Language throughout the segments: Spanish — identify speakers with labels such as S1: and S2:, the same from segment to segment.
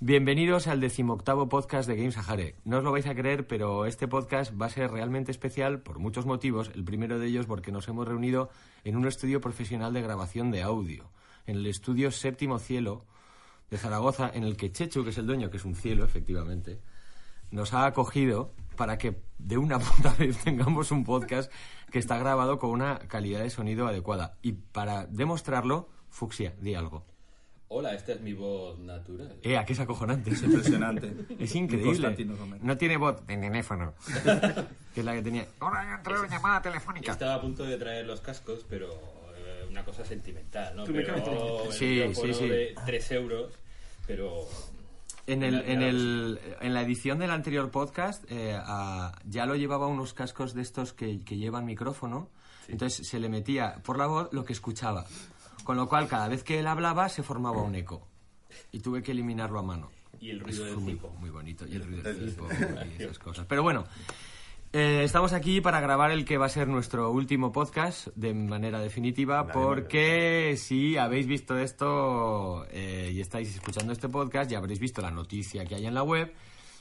S1: Bienvenidos al decimoctavo podcast de Game Sahare. No os lo vais a creer, pero este podcast va a ser realmente especial por muchos motivos. El primero de ellos porque nos hemos reunido en un estudio profesional de grabación de audio en el estudio Séptimo Cielo de Zaragoza, en el que Chechu, que es el dueño, que es un cielo, efectivamente, nos ha acogido para que de una puta vez tengamos un podcast que está grabado con una calidad de sonido adecuada. Y para demostrarlo, Fuxia, di algo.
S2: Hola, esta es mi voz natural.
S1: ¡Ea, que es acojonante!
S3: Es impresionante.
S1: Es increíble.
S3: Constantino Romero.
S1: No tiene bot en teléfono. que es la que tenía. Ahora ha entrado una llamada telefónica.
S2: Estaba a punto de traer los cascos, pero eh, una cosa sentimental, ¿no? Pero el
S1: Sí,
S2: micrófono
S1: sí, sí.
S2: de 3 euros, pero...
S1: En, el,
S2: Mira,
S1: en,
S2: mira,
S1: el, en la edición del anterior podcast eh, a- ya lo llevaba unos cascos de estos que, que llevan micrófono, entonces se le metía por la voz lo que escuchaba, con lo cual cada vez que él hablaba se formaba un eco y tuve que eliminarlo a mano.
S2: Y el ruido
S1: Eso
S2: del
S1: fue muy,
S2: cipo.
S1: Muy bonito, y el ruido del cipo y esas cosas. Pero bueno, eh, estamos aquí para grabar el que va a ser nuestro último podcast de manera definitiva, porque si habéis visto esto eh, y estáis escuchando este podcast, ya habréis visto la noticia que hay en la web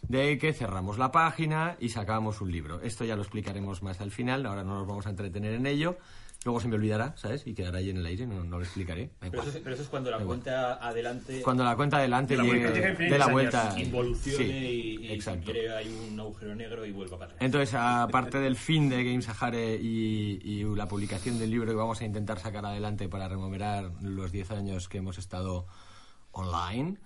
S1: de que cerramos la página y sacamos un libro. Esto ya lo explicaremos más al final, ahora no nos vamos a entretener en ello. Luego se me olvidará, ¿sabes? Y quedará ahí en el aire, no, no lo explicaré. Da
S2: Pero
S1: igual.
S2: eso, es- pero eso es cuando la
S1: igual.
S2: cuenta adelante
S1: Cuando la cuenta adelante
S3: De la
S1: llegue-
S3: vuelta. Llega infinitos
S1: de la
S3: años.
S1: vuelta
S2: involucione
S1: Sí,
S2: y, y
S1: exacto.
S2: crea ahí un agujero negro y vuelva para atrás.
S1: Entonces, aparte del fin de Game Sahare y, y la publicación del libro que vamos a intentar sacar adelante para rememorar los 10 años que hemos estado online,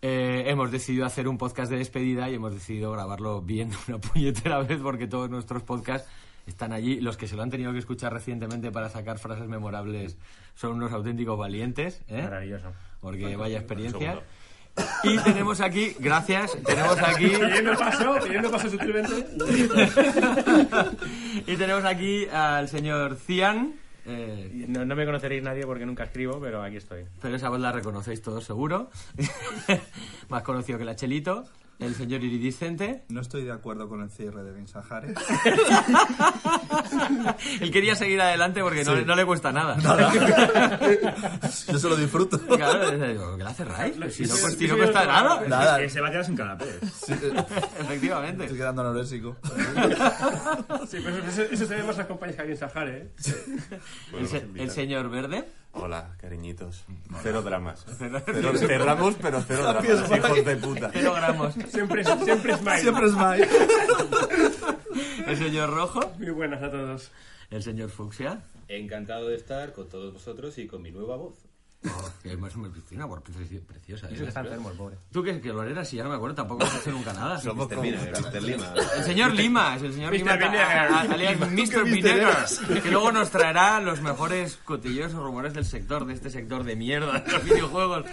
S1: eh, hemos decidido hacer un podcast de despedida y hemos decidido grabarlo bien de una puñetera vez porque todos nuestros podcasts están allí. Los que se lo han tenido que escuchar recientemente para sacar frases memorables son unos auténticos valientes. ¿eh?
S4: Maravilloso.
S1: Porque vaya experiencia. Y tenemos aquí, gracias, tenemos aquí...
S4: Pidiendo paso, pidiendo paso sutilmente.
S1: y tenemos aquí al señor Cian. eh,
S4: No, no me conoceréis nadie porque nunca escribo, pero aquí estoy.
S1: pero esa voz la reconocéis todos seguro. Más conocido que la Chelito. El señor Iridiscente.
S3: No estoy de acuerdo con el cierre de Ben Sahares.
S1: Él quería seguir adelante porque no,
S3: Sí.
S1: no le cuesta nada.
S3: Yo se lo disfruto.
S1: Claro, es- digo, ¿que la cerráis? Si no,
S4: Sí,
S1: pues,
S4: sí,
S1: si no
S4: sí,
S1: cuesta
S4: sí,
S1: nada.
S4: sí.
S3: Nada.
S4: Se va a quedar sin canapés.
S3: Sí, eh, Estoy
S1: Efectivamente.
S3: quedando anorésico.
S4: Sí, pero eso, eso se ve más a compañías que aquí en Sahara, ¿eh?
S1: El, se- el señor Verde.
S5: Hola, cariñitos. Cero dramas. Cero- cerramos, pero cero dramas, hijos de puta.
S1: Cero gramos.
S4: Siempre, es- siempre es Mike.
S3: Siempre es Mike.
S1: El señor Rojo.
S4: Muy buenas a todos.
S1: El señor Fucsia.
S2: Encantado de estar con todos vosotros y con mi nueva voz.
S1: Oh, que además es una piscina bueno, preci- preciosa. ¿eh?
S4: enfermo el pobre.
S1: ¿Tú qué, que lo eras? Si ya no me acuerdo, tampoco has hecho nunca nada.
S5: Somos como Mr. Lima.
S1: El señor Lima, es el señor
S4: Mr.
S1: Lima, ta-
S4: Vinegar.
S1: a- a- alias Mr.
S3: Vinegas.
S1: Vinegar, que luego nos traerá los mejores cotillos o rumores del sector, de este sector de mierda de los videojuegos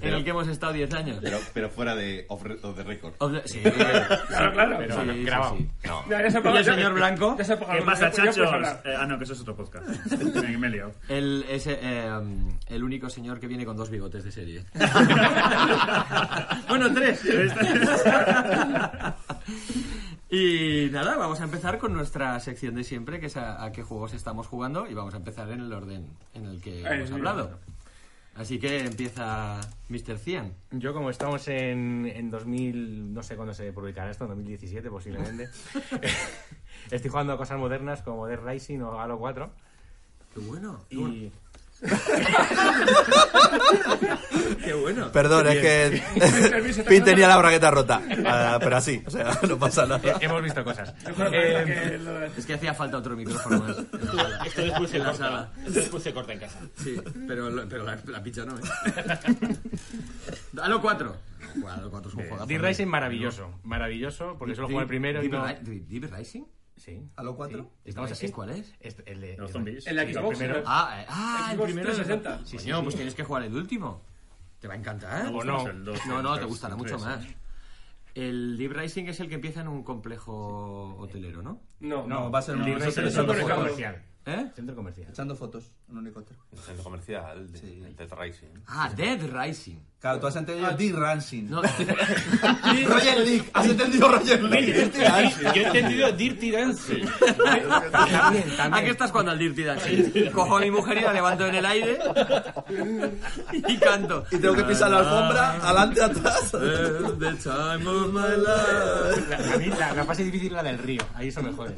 S1: en el que hemos estado 10 años.
S5: Pero, pero fuera de off, re- off the record.
S1: Of the- Sí, claro,
S4: claro.
S1: grabado.
S4: Ya, ya se ha
S1: ¿Y
S4: apagado,
S1: el
S4: ya-
S1: señor Blanco?
S4: Ya se ha apagado.
S6: ¿Qué
S4: Ya
S6: pasa,
S4: puedes- ya puedes
S6: chachos?
S4: hablar.
S6: Eh, ah, no, que eso es otro podcast. me, me he liado.
S1: El, ese, eh, el único señor que viene con dos bigotes de serie. bueno, tres. y nada, vamos a empezar con nuestra sección de siempre, que es a, a qué juegos estamos jugando, y vamos a empezar en el orden en el que
S4: Ay,
S1: hemos
S4: mira.
S1: hablado. Así que empieza Mr. Cian.
S4: Yo como estamos en, en 2000, no sé cuándo se publicará esto, en 2017 posiblemente, estoy jugando a cosas modernas como Dead Rising o Halo 4
S1: Qué bueno.
S4: y...
S1: Qué bueno.
S3: Perdón, es que Pin tenía la bragueta rota. Ah, pero así, o sea, no pasa nada.
S4: Hemos visto cosas.
S1: Eh,
S4: Eh,
S1: es que hacía falta otro micrófono más.
S2: Esto después se
S1: En la
S2: corta,
S1: sala.
S2: esto después se corta en casa.
S1: Sí, pero, lo- pero la, la picha no, ¿eh? Halo 4. Halo 4 es un juego.
S4: Dead Eh, Rising maravilloso, maravilloso, porque solo jugué el primero y no...
S1: ¿Deep Rising?
S4: Sí.
S3: ¿Halo 4?
S4: sí. Estamos así.
S1: ¿Cuál es?
S4: Este- el de,
S6: Los zombies.
S4: El de Xbox,
S6: primero.
S4: ¿no?
S1: Ah, eh, ah el
S4: Xbox
S1: primero.
S4: 360.
S1: Sí, Coño, pues tienes que jugar el último. ¿Te va a encantar?
S7: Me
S1: ¿O
S7: gusta
S1: no?
S7: más el dos,
S1: no,
S7: el
S1: no,
S7: tres,
S1: te gustará
S7: el
S1: mucho
S7: tres,
S1: más. El Deep Rising es el que empieza en un complejo hotelero, ¿no?
S4: No,
S3: No, va a ser un
S8: Libre
S3: nosotros
S8: es el
S3: echando
S8: centro
S3: fotos.
S8: comercial.
S1: ¿Eh?
S8: Centro comercial.
S3: Echando fotos en un helicóptero.
S5: El centro comercial, de- el Ted Rising.
S1: Ah, Dead Rising.
S3: Claro, tú has entendido D. Rancing.
S1: No,
S3: Roger League. Has entendido Roger League. Este
S2: Yo he entendido Dirty Dancing.
S8: También,
S1: ¿A qué
S8: también.
S1: estás jugando al Dirty Dancing? Cojo a mi mujer y la levanto en el aire y canto.
S3: Y tengo que pisar la alfombra, adelante, atrás.
S1: The time of my life.
S8: La, a mí la, la fase difícil es la del río. Ahí eso me jode.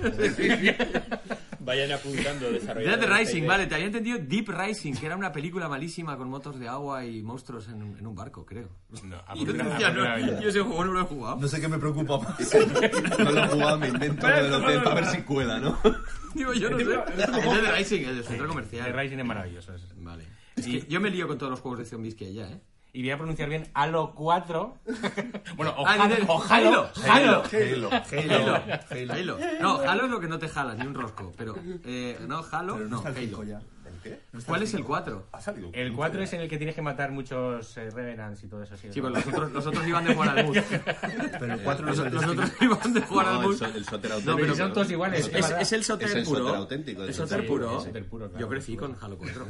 S2: Vayan apuntando desarrolladores.
S1: Dead Rising,
S2: de-
S1: vale, te había entendido Deep Rising, que era una película malísima con motos de agua y monstruos en, en un barco, creo.
S8: No, a
S1: Y yo
S8: primera- a
S1: decía,
S8: primera
S1: no,
S8: vez.
S1: yo ese juego no lo he jugado.
S3: No sé qué me preocupa más. No lo he jugado, me invento lo del hotel para ver si cuela, ¿no?
S1: Digo, yo no sé. El Dead Rising, el del centro comercial.
S8: El Rising es maravilloso. es-
S1: Vale. Es que yo me lío con todos los juegos de zombies que hay ya, ¿eh?
S8: Y voy a pronunciar bien Halo 4. bueno, o
S1: Ah,
S8: Halo.
S1: dices,
S8: o Halo.
S1: Halo.
S5: Halo.
S3: Halo. Halo.
S1: Halo. No, Halo es lo que no te jalas, ni un rosco. Pero, eh, no, Halo,
S3: Pero
S1: no,
S3: no está el
S1: Halo.
S3: cinco ya.
S5: ¿El qué?
S1: ¿Cuál es el 4?
S5: Ha salido. un
S8: El
S5: quinto
S8: 4
S5: ya.
S8: es en el que tienes que matar muchos eh, Revenants y todo eso. Sí,
S1: Sí, pues los otros, los otros iban de jugar al bus.
S3: Pero el 4 no es
S1: Los,
S3: el
S1: los
S3: destino.
S1: otros iban de jugar al
S9: No, el,
S1: bus.
S9: so- el soter auténtico.
S1: No, pero
S8: son todos iguales.
S1: Es, es el soter
S9: Es el
S1: puro.
S9: soter auténtico,
S1: El
S9: es
S1: soter
S9: el
S1: puro.
S8: soter puro, claro,
S1: Yo crecí
S8: el puro.
S1: con Halo 4.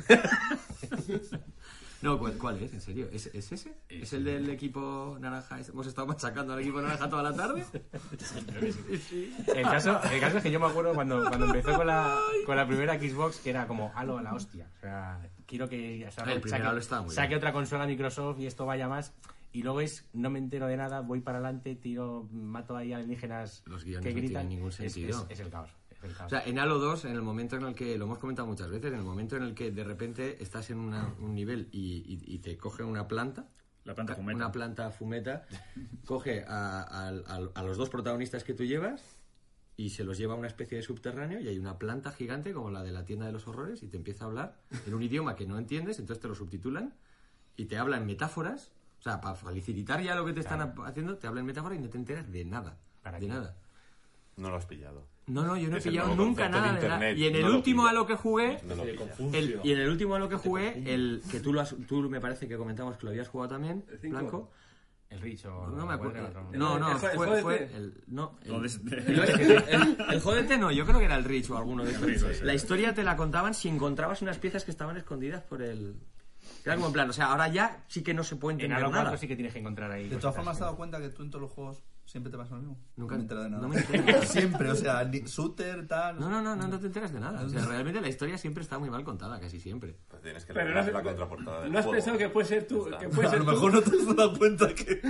S1: No, ¿cuál, cuál es? ¿En serio? ¿Es, es ese? ¿Es el del equipo naranja? ¿Hemos estado machacando al equipo naranja toda la tarde?
S8: El caso, el caso es que yo me acuerdo cuando, cuando empezó con la, con la primera Xbox que era como halo a la hostia. O sea, quiero que ya sabes,
S1: El primer Halo estaba muy
S8: saque
S1: bien.
S8: otra consola Microsoft y esto vaya más. Y luego es, no me entero de nada, voy para adelante, tiro, mato ahí alienígenas
S1: Los guiones
S8: que
S1: no
S8: gritan.
S1: tienen ningún
S8: Es-
S1: sentido.
S8: Es, es el caos. es el caos.
S1: O sea, en Halo 2, en el momento en el que, lo hemos comentado muchas veces, en el momento en el que de repente estás en una- un nivel y, y- y te coge una planta,
S7: La planta fumeta.
S1: una planta fumeta, coge a, al- al- a los dos protagonistas que tú llevas y se los lleva a una especie de subterráneo y hay una planta gigante como la de la tienda de los horrores y te empieza a hablar en un idioma que no entiendes, entonces te lo subtitulan y te hablan metáforas, o sea, para facilitar ya lo que te están ap- haciendo, te hablan metáforas y no te enteras de nada,
S8: ¿Para
S1: de
S8: qué?
S1: nada.
S5: No lo has pillado.
S1: No, no, yo no he
S5: Es el
S1: pillado
S5: nuevo
S1: nunca
S5: concepto
S1: nada
S5: de
S1: de nada.
S5: Internet,
S1: Y en
S5: no
S1: el
S5: lo
S1: último
S5: pillas.
S1: a lo que jugué,
S5: No lo pillas.
S1: el- y en el último a lo que jugué, el que tú, lo has- tú me parece que comentamos que lo habías jugado también,
S4: cinco?
S1: Blanco.
S8: el Rich o-
S1: No me acuerdo.
S8: o-
S1: No, no,
S4: el jo- el
S1: fue,
S4: jodete.
S1: fue el. No, el,
S7: Joder.
S1: el, el jodete no, yo creo que era el Rich o alguno de esos.
S7: Rich,
S1: La historia te la contaban si encontrabas unas piezas que estaban escondidas por el. Era como en plan, o sea, ahora ya sí que no se puede
S8: En
S1: entender
S8: Halo 4
S1: nada.
S8: sí que tienes que encontrar ahí.
S3: De todas
S8: cositas,
S3: formas, ¿te has
S8: ¿no?
S3: dado cuenta que tú en todos los juegos siempre te pasa lo mismo?
S1: Nunca-
S3: No me entero de nada.
S1: no me entero de nada.
S3: Siempre, o sea, ni, shooter, tal.
S1: No, no, no, no, no te enteras de nada. O sea, realmente la historia siempre está muy mal contada, casi siempre.
S5: Pues tienes que
S4: Pero
S5: leer
S4: no
S5: la,
S4: has-
S5: la contraportada del
S4: ¿No has
S5: juego.
S4: pensado que puede ser tú?
S5: Ya está.
S4: Que puede
S3: a
S4: ser
S3: lo
S4: tú?
S3: mejor no te has dado cuenta que.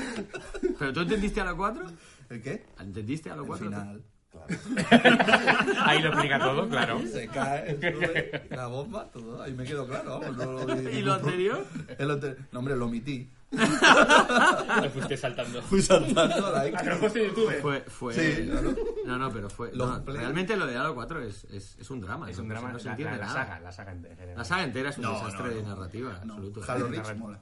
S1: ¿Pero tú entendiste a lo 4?
S3: ¿El qué?
S1: ¿Entendiste a lo
S3: Al
S1: 4?
S3: final.
S8: Ahí lo explica todo, claro.
S3: Se cae todo, la bomba, todo. Ahí me quedo claro. vamos, no lo vi
S1: ¿Y lo
S3: ningún pro-
S1: anterior?
S3: El anterior. No, hombre, lo omití.
S2: Me fuiste saltando.
S3: Fui saltando a la
S4: Ah, que lo
S3: X.
S4: puedes en YouTube.
S1: Fue, fue.
S3: Sí, claro.
S1: No, no, pero fue.
S3: Los
S1: no,
S3: play-
S1: realmente lo de Halo 4 es, es, es un drama.
S8: Es
S1: ¿no?
S8: un
S1: O sea,
S8: drama,
S1: No se
S8: la, la-
S1: entiende
S8: la
S1: nada.
S8: saga, la saga en general.
S1: La saga entera es un
S3: No,
S1: desastre
S3: no, no.
S1: de narrativa, absoluto.
S3: No, Halo Reach mola.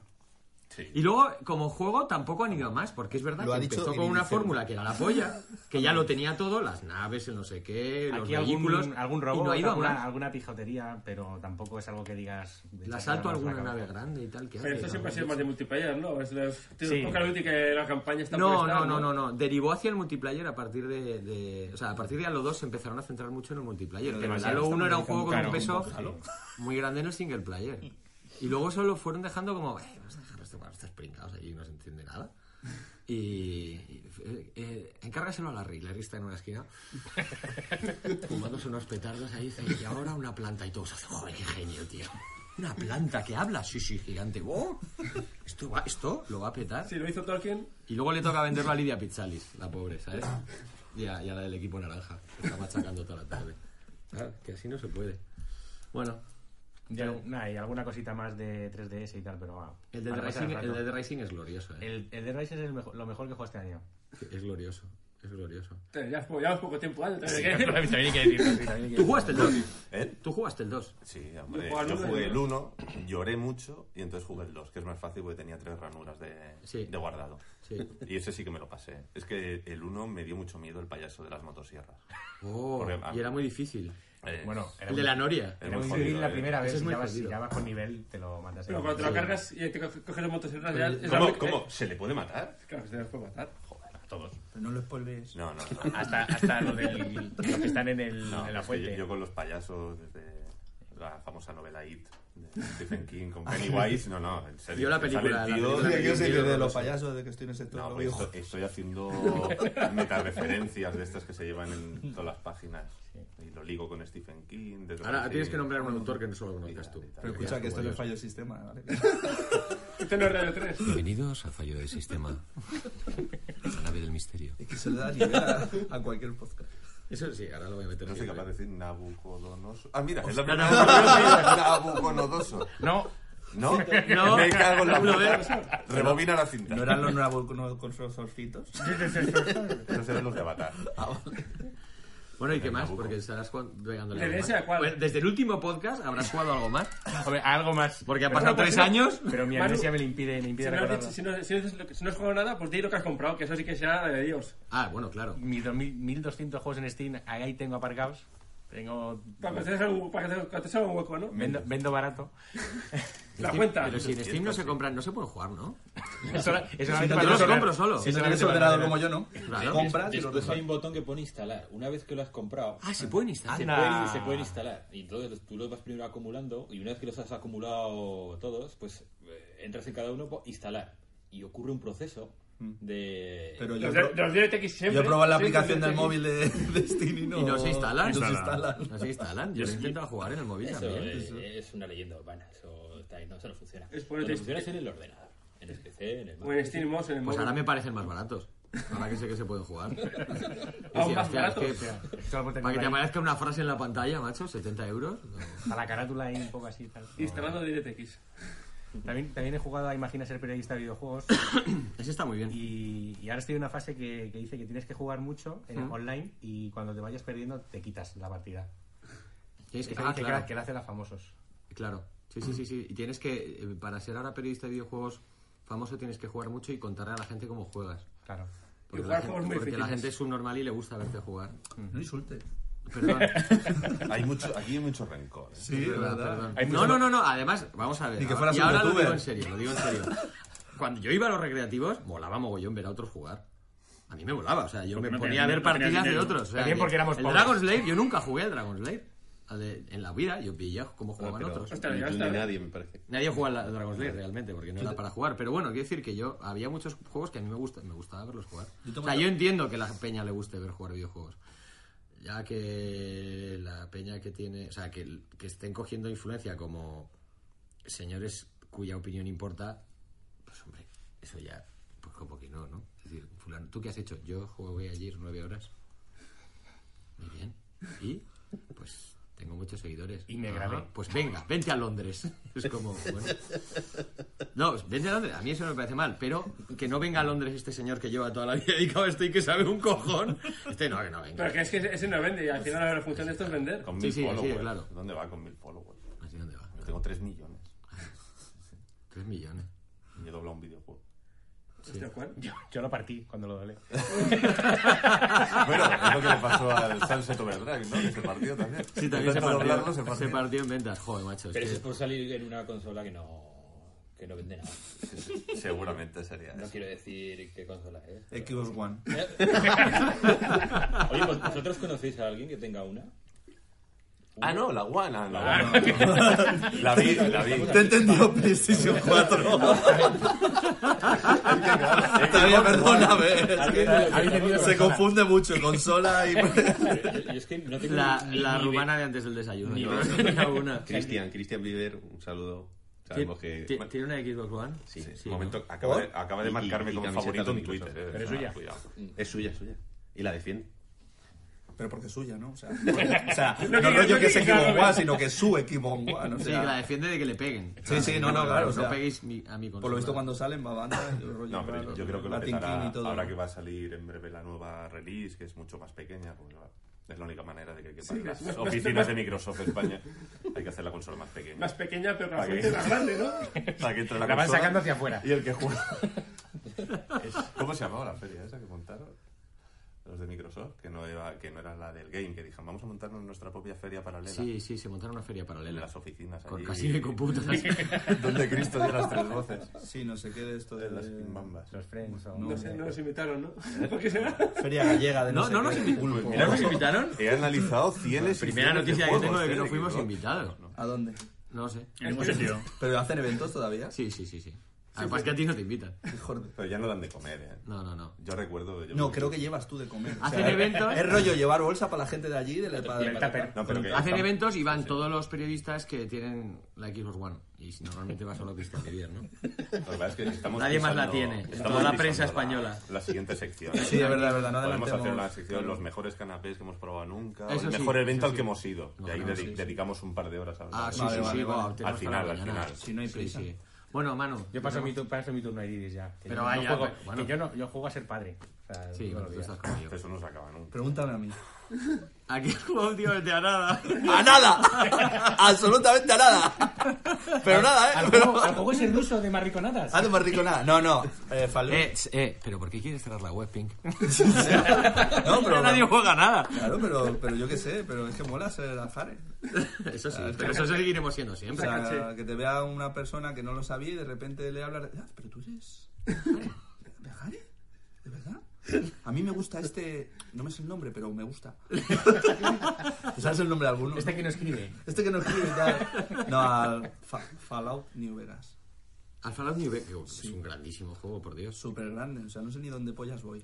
S1: Y luego, como juego, tampoco han ido a más, porque es verdad
S3: Lo ha
S1: que
S3: dicho
S1: empezó
S3: el
S1: con una
S3: Vicente.
S1: fórmula que era la polla, que ya lo tenía todo, las naves, el no sé qué, los
S8: Aquí
S1: vehículos.
S8: algún, algún robot,
S1: y no ha ido a
S8: alguna,
S1: más.
S8: alguna pijotería, pero tampoco es algo que digas... de
S1: El asalto a
S8: sacarnos la
S1: alguna nave
S8: cabeza.
S1: grande y tal. Que
S4: Pero
S1: hace,
S4: esto
S1: ¿no?
S4: siempre ha sido más de multiplayer, ¿no? Es los
S8: Sí.
S4: sí. Call of Duty que la campaña está
S1: No,
S4: por estar,
S1: no, no, no, no. Derivó hacia el multiplayer a partir de, de- O sea, a partir de Halo 2 se empezaron a centrar mucho en el multiplayer. Pero el
S8: demasiado,
S1: Halo
S8: está
S1: 1
S8: muy
S1: era un juego con un
S8: claro,
S1: peso
S8: un poco,
S1: muy grande en el single player. Y luego solo fueron dejando como. "Eh, Vamos a dejar esto para estos pringados allí, no se entiende nada. Y. y, eh, eh, encárgaselo a Larry, Larry está en una esquina. fumándose unos petardos ahí dice, y ahora una planta y todos hacen, joder, qué genio, tío. Una planta que habla, sí, sí, gigante. ¡Oh! Esto, va, esto lo va a petar.
S4: Si lo hizo Tolkien,
S1: Y luego le toca venderlo a Lidia Pizzalis, la pobre, ¿sabes? Y a, y a la del equipo naranja, que está machacando toda la tarde. Ah, que así no se puede. Bueno,
S8: Ya, nada, y alguna cosita más de 3DS y tal, pero va.
S1: el de The
S8: para pasar
S1: Rising,
S8: rato.
S1: el de The Rising es glorioso, ¿eh?
S8: El- el Dead Rising es el mejo- lo mejor que juego este año.
S1: Es glorioso. Eso es glorioso.
S4: Te- Ya has jugado- ya has poco tiempo antes. ¿de qué?
S8: También hay que decirlo, sí, también hay que
S1: Tú jugaste el 2.
S5: ¿Eh?
S1: Tú jugaste el 2.
S5: Sí, hombre.
S4: Yo juego al
S5: Yo
S4: uno y
S5: jugué
S4: al
S5: el 1, lloré mucho y entonces jugué el 2, que es más fácil porque tenía tres ranuras de,
S1: Sí.
S5: de guardado.
S1: Sí.
S5: Y ese sí que me lo pasé. Es que el 1 me dio mucho miedo el payaso de las motosierras.
S1: Oh,
S5: Porque, ah,
S1: y era muy difícil.
S5: eh,
S8: Bueno, era
S1: El de la noria.
S5: era
S8: Era
S5: muy
S8: muy
S5: jodido,
S8: difícil la
S5: eh.
S8: primera vez,
S1: Eso es
S8: si
S1: muy
S8: ya vas, si
S1: jodido.
S8: ya vas con nivel, te lo mandas.
S4: Pero
S8: ahí.
S4: cuando te lo
S8: Sí.
S4: cargas y te co- coges la motosierra ya... es la
S5: ¿Cómo,
S4: única-
S5: ¿Cómo? ¿Se le puede matar?
S4: Claro, que se las puede matar.
S5: Joder, a todos.
S3: No lo spoilees.
S5: No, no, no.
S8: Hasta, hasta lo del, los que están en, el,
S5: No,
S8: en la
S5: es que yo,
S8: fuente.
S5: yo con los payasos desde la famosa novela It de Stephen King con Pennywise, no, no, en serio.
S1: Yo la
S5: Sale
S1: película,
S5: el
S1: la
S5: tío-
S1: película
S3: Mira,
S1: que
S3: yo
S1: yo
S3: soy
S1: no
S3: de
S1: lo
S3: los
S1: sé.
S3: payasos, de que estoy en el sector.
S5: No,
S3: lo
S5: pues
S3: digo.
S5: esto- estoy haciendo metareferencias de estas que se llevan en todas las páginas. Y lo ligo con Stephen King. desde
S1: Ahora
S5: Stephen
S1: tienes que
S5: King.
S1: nombrar un autor que no solo conozcas tú.
S3: Pero escucha que esto le falla el sistema, ¿vale?
S4: Este no es Radio 3.
S1: Bienvenidos a Fallo de Sistema. La nave del misterio.
S3: Es que se le da nivel a, a cualquier podcast.
S1: Eso sí, ahora lo voy a meter.
S5: No soy
S1: siempre.
S5: capaz de decir Nabucodonoso. Ah, mira, es la primera vez que Nabucodonoso.
S8: No,
S5: No,
S1: No.
S5: me cago en la
S1: Lo
S5: puta.
S1: ves.
S5: Rebobina la cinta.
S3: ¿No eran los nuevos nuevos consorcitos?
S5: Esos eran los de Avatar.
S1: Bueno, ¿y qué más?
S5: Nabucco.
S1: Porque estarás jugando- pegándole
S4: ¿Desde
S1: algo más.
S4: ese a cuál?
S1: Bueno, Desde el último podcast habrás jugado algo más.
S8: hombre, algo más.
S1: Porque ha
S8: Pero-
S1: pasado tres años.
S8: Pero mi
S4: Manu,
S8: amnesia me lo impide, me
S4: Si
S8: impide
S4: no, has
S8: recordarlo.
S4: dicho- si, no, si no dices lo que- si no has jugado nada, pues di lo que has comprado, que eso sí que sea de Dios.
S1: Ah, bueno, claro.
S8: Mis 2000 1200 juegos en Steam, ahí tengo aparcados. Tengo.
S4: Para que te hagas algún, para que te- para que te hagas un hueco, ¿no?
S8: Vendo, vendo barato.
S4: La
S1: Steam-
S4: cuenta.
S1: Pero si en Steam no se compran, no se pueden jugar, ¿no?
S8: Eso era- eso era-
S1: yo los compro solo.
S8: Sí,
S3: Si no
S8: solamente
S3: eres
S8: para
S3: ordenado
S8: tener-
S3: como yo, ¿no?
S1: Claro.
S3: Compras y los
S2: Después
S3: dejas.
S2: pues hay un botón que pone instalar. Una vez que lo has comprado,
S1: Ah, se pueden
S2: se,
S1: instalar.
S8: Anda.
S2: pueden, se pueden instalar. Y entonces tú los vas primero acumulando y una vez que los has acumulado todos, pues eh, entras en cada uno, po- instalar. Y ocurre un proceso de...
S3: Pero yo,
S4: Los, de- los DirectX siempre.
S3: yo he probado la
S4: Sí,
S3: aplicación
S4: los
S3: del
S4: DirectX.
S3: móvil de, de Steam y no,
S1: Y no se instalan.
S3: No se
S10: Instalan.
S3: instalan.
S1: No se instalan. Yo he intentado jugar en el móvil
S2: Eso
S1: también.
S2: eh, es una leyenda urbana. Eso está ahí, no, eso no funciona. Donde
S4: Es ponerte-
S2: funciona es en el ordenador. En el PC, en el Mac.
S4: O en Steam Moss, en el
S1: Pues
S4: móvil.
S1: ahora me parecen más baratos. Ahora que sé que se pueden jugar.
S4: Aún
S1: Decía,
S4: más
S1: hostia,
S4: baratos.
S1: es que-
S8: Solo por tener
S1: para que te
S8: ahí-
S1: aparezca una frase en la pantalla, macho, 70 euros.
S8: A la carátula ahí un poco así. Tal.
S4: Instalando DirectX.
S8: También, también he jugado a Imagina ser periodista de videojuegos.
S1: Ese está muy bien.
S8: Y, y ahora estoy en una fase que, que dice que tienes que jugar mucho eh, online y cuando te vayas perdiendo te quitas la partida.
S1: Y es
S8: Eso
S1: que-
S8: dice
S1: ah,
S8: que,
S1: claro.
S8: la- que la hacen a famosos.
S1: Claro. Sí, sí, sí, sí. Y tienes que, eh, para ser ahora periodista de videojuegos famoso, tienes que jugar mucho y contarle a la gente cómo juegas.
S8: Claro.
S4: Y
S1: Porque,
S4: jugar
S1: la, gente,
S4: juegos muy
S1: porque la
S4: difíciles.
S1: gente es subnormal y le gusta verte jugar.
S3: No insultes.
S1: Perdón.
S5: Hay mucho, aquí hay mucho rencor. ¿eh?
S3: Sí, es verdad.
S1: Perdón. No, no, no, no. Además, vamos a ver.
S3: Ni que fueras
S1: y
S3: un
S1: ahora lo
S3: youtuber.
S1: digo en serio, lo digo en serio. Cuando yo iba a los recreativos, molaba mogollón ver a otros jugar. A mí me molaba, o sea, yo
S10: Porque
S1: me
S10: no
S1: ponía
S10: tenía-
S1: a ver
S10: no tenía
S1: partidas de
S10: dinero.
S1: otros. o sea,
S8: También
S1: que
S8: porque éramos
S1: El
S8: pobres.
S1: Dragon Slave, yo nunca jugué al Dragon Slave. Al de- En la vida, yo veía cómo jugaban
S5: Pero
S1: otros.
S4: Hostia,
S5: ni
S4: ya
S5: tú
S4: está.
S5: ni nadie, me parece.
S1: Nadie jugaba al Dragon Slayer realmente, porque no era para jugar. Pero bueno, quiero decir que yo había muchos juegos que a mí me, gusta, me gustaba verlos jugar.
S3: Yo
S1: o
S3: tengo
S1: sea,
S3: una-
S1: yo entiendo que la peña le guste ver jugar videojuegos. Ya que la peña que tiene. O sea, que, que estén cogiendo influencia como señores cuya opinión importa, pues hombre, eso ya, pues como que no, ¿no? Es decir, fulano, ¿tú qué has hecho? Yo jugué ayer nueve horas. Muy bien. ¿Y? Pues tengo muchos seguidores.
S8: Y me grabé.
S1: Ah, Pues venga, vente a Londres. Es como, bueno. No, vente a Londres. A mí eso no me parece mal, pero que no venga a Londres este señor que lleva toda la vida dedicado a esto y que sabe un cojón. Este no, que no venga.
S4: Pero que es que ese no vende y al final la función de esto es vender.
S5: Con
S1: Sí,
S5: mil
S1: sí, sí,
S5: followers.
S1: claro.
S5: ¿Dónde va con mil followers?
S1: Así dónde va.
S5: Yo tengo 3 millones.
S1: Tres millones.
S5: Y he doblado un videojuego.
S4: Hostia, ¿cuál?
S8: Yo, yo lo partí cuando lo doblé.
S5: Bueno, es lo que le pasó al Sunset Overdrive, ¿no? Que se partió también.
S1: Sí, también
S5: De
S1: se
S5: tanto doblarlo,
S1: partió,
S5: se partió.
S1: se partió en ventas. Joder, macho. es
S2: Pero eso
S1: que-
S2: es por salir en una consola que no, que no vende nada.
S5: Sí, sí, Seguramente sería
S2: No
S5: eso.
S2: quiero decir qué consola es.
S3: Xbox One.
S2: Oye, ¿vos- ¿vosotros conocéis a alguien que tenga una?
S5: Ah, no, la guana. La, guana. la vi, la vi.
S3: Te he entendido PlayStation 4. Está bien, perdóname. Es que Se confunde mucho consola y.
S2: Yo, yo es que no tengo
S1: La,
S2: ni-
S1: la
S2: ni idea.
S1: rumana de antes del desayuno.
S2: Ni
S1: yo
S2: ve-
S1: creo que era una.
S5: Cristian, Cristian Bliver, un saludo. Sabemos que...
S1: ¿Ti- ¿Tiene una Xbox One?
S5: Sí,
S1: sí,
S5: momento,
S1: ¿no?
S5: acaba, de, acaba
S11: Y-
S5: de
S11: y-
S5: marcarme
S11: y
S5: como
S11: camiseta
S5: favorito en
S11: Domino's,
S5: Twitter.
S11: ¿eh?
S5: eh.
S8: Pero es
S5: Ah,
S8: suya.
S5: Cuidado.
S11: Es suya, es suya. Y la defiende.
S3: Pero porque es suya, ¿no? O sea, o sea no,
S12: quería-
S3: rollo
S12: no
S3: que es
S12: quería-
S3: Equimonguá, sino que es su Equimonguá. ¿no? O
S1: Sí,
S3: sea,
S1: que la defiende de que le peguen.
S3: Sí, sí, no, no, claro, o
S1: No
S3: sea,
S1: peguéis mi- a mi
S3: por lo
S1: consola.
S3: visto cuando salen va banda, el rollo,
S5: No, pero
S3: claro,
S5: yo creo que lo
S3: Latin King
S5: petará
S3: y todo.
S5: ahora que va a salir en breve la nueva release, que es mucho más pequeña, porque va- es la única manera de que quepan las oficinas de Microsoft España. Hay que hacer la consola más pequeña.
S4: Más pequeña, pero la
S5: Para que-
S4: fuente más grande, ¿no?
S5: Para que entre la,
S8: La van
S5: consola
S8: sacando hacia afuera.
S5: Y el que juega. Es- ¿Cómo se llamaba la feria esa que montaron? Los de Microsoft, que no era, que no era la del game, que dijeron, vamos a montarnos nuestra propia feria paralela.
S1: Sí, sí, se montaron una feria
S5: En
S1: paralela.
S5: las oficinas.
S1: Con
S5: allí,
S1: casino y computadoras.
S5: Donde Cristo dio las tres voces.
S3: Sí, no sé qué de esto de
S5: De Eh, las
S1: Eh,
S5: mambas.
S8: Los friends o...
S12: No sé, no nos invitaron, ¿no? ¿Por qué será?
S3: Feria gallega de no,
S1: No, no nos
S3: sé qué,
S1: invitaron.
S3: pulpo.
S1: ¿No nos invitaron?
S5: He analizado cienes y
S1: Primera
S5: cienes
S1: noticia que
S5: juegos,
S1: tengo de que no
S5: Félix,
S1: fuimos
S5: ¿no?
S1: invitados.
S3: ¿A dónde?
S1: No sé.
S4: En ningún sitio.
S3: ¿Pero hacen eventos todavía?
S1: Sí, sí, sí, sí. Además que a ti no te invitan.
S3: Hijo de-
S5: Pero ya no dan de comer, ¿eh?
S1: No, no, no.
S5: Yo recuerdo... Yo
S3: No, creo que llevas tú de comer.
S1: Hacen eventos.
S3: Es rollo llevar bolsa para la gente de allí, de la, para-
S12: del tupper.
S5: No, pero que-
S1: Hacen eventos y van todos los periodistas que tienen la Xbox One. Y si normalmente va solo Cristian de Vier, ¿no?
S5: La verdad es que estamos
S1: Nadie más la
S5: pisando-
S1: tiene.
S5: estamos
S1: Toda la
S5: pisando
S1: prensa
S5: la-
S1: española.
S5: La, siguiente sección.
S3: Sí, es verdad, es verdad. No
S5: Podemos hacer
S3: adelantemos.
S5: una sección los mejores canapés que hemos probado nunca, o
S1: Eso
S5: el
S1: sí,
S5: mejor evento
S1: eso
S5: al
S1: sí.
S5: que hemos ido.
S1: No,
S5: y ahí
S1: no,
S5: dedi-
S1: sí, sí.
S5: dedicamos un par de horas a hablar.
S1: Ah, sí,
S3: Vale,
S1: sí,
S3: vale,
S1: sí.
S3: vale.
S1: wow, tenemos
S5: Al final,
S1: para
S5: al
S1: mañana.
S5: final.
S3: Si no hay
S1: Sí,
S3: prisa.
S1: sí. Bueno, Manu.
S8: Yo paso mi, tu- paso mi turno a Iris ya. que
S1: Pero
S8: yo no
S1: vaya,
S8: juego-
S1: bueno.
S8: que yo, no, yo juego a ser padre. O sea,
S1: Sí,
S8: todos
S1: bueno,
S8: los
S1: tú
S8: días.
S1: estás conmigo.
S5: Eso no se acaba nunca.
S3: Pregúntame a mí.
S1: ¿A qué has jugado últimamente a nada?
S3: ¡A nada! ¡Absolutamente a nada! Pero nada, ¿eh?
S8: ¿Al
S3: Pero-
S8: juego, al juego es el ruso de marriconadas?
S3: Ah, no más rico nada. No, no. Eh, Falú.
S1: Eh, tss, eh, pero ¿por qué quieres cerrar la web, Pink?
S3: no, pero.
S1: Nadie juega nada.
S3: Claro, pero, pero yo qué sé, pero es que mola ser Azare.
S1: Eso sí, Ah, pero eso seguiremos siendo
S3: O
S1: siempre.
S3: sea, que te vea una persona que no lo sabía y de repente le hablas. Ah, pero tú eres. ¿De Azare? ¿De verdad? A mí me gusta este. No me sé el nombre, pero me gusta. ¿Te sabes el nombre de alguno?
S8: Este que no escribe.
S3: Este que no escribe y tal. No, al Fa- Fallout New Vegas.
S1: Al Fallout New Vegas, que es un grandísimo juego, por Dios.
S3: Súper grande, o sea, no sé ni dónde pollas voy.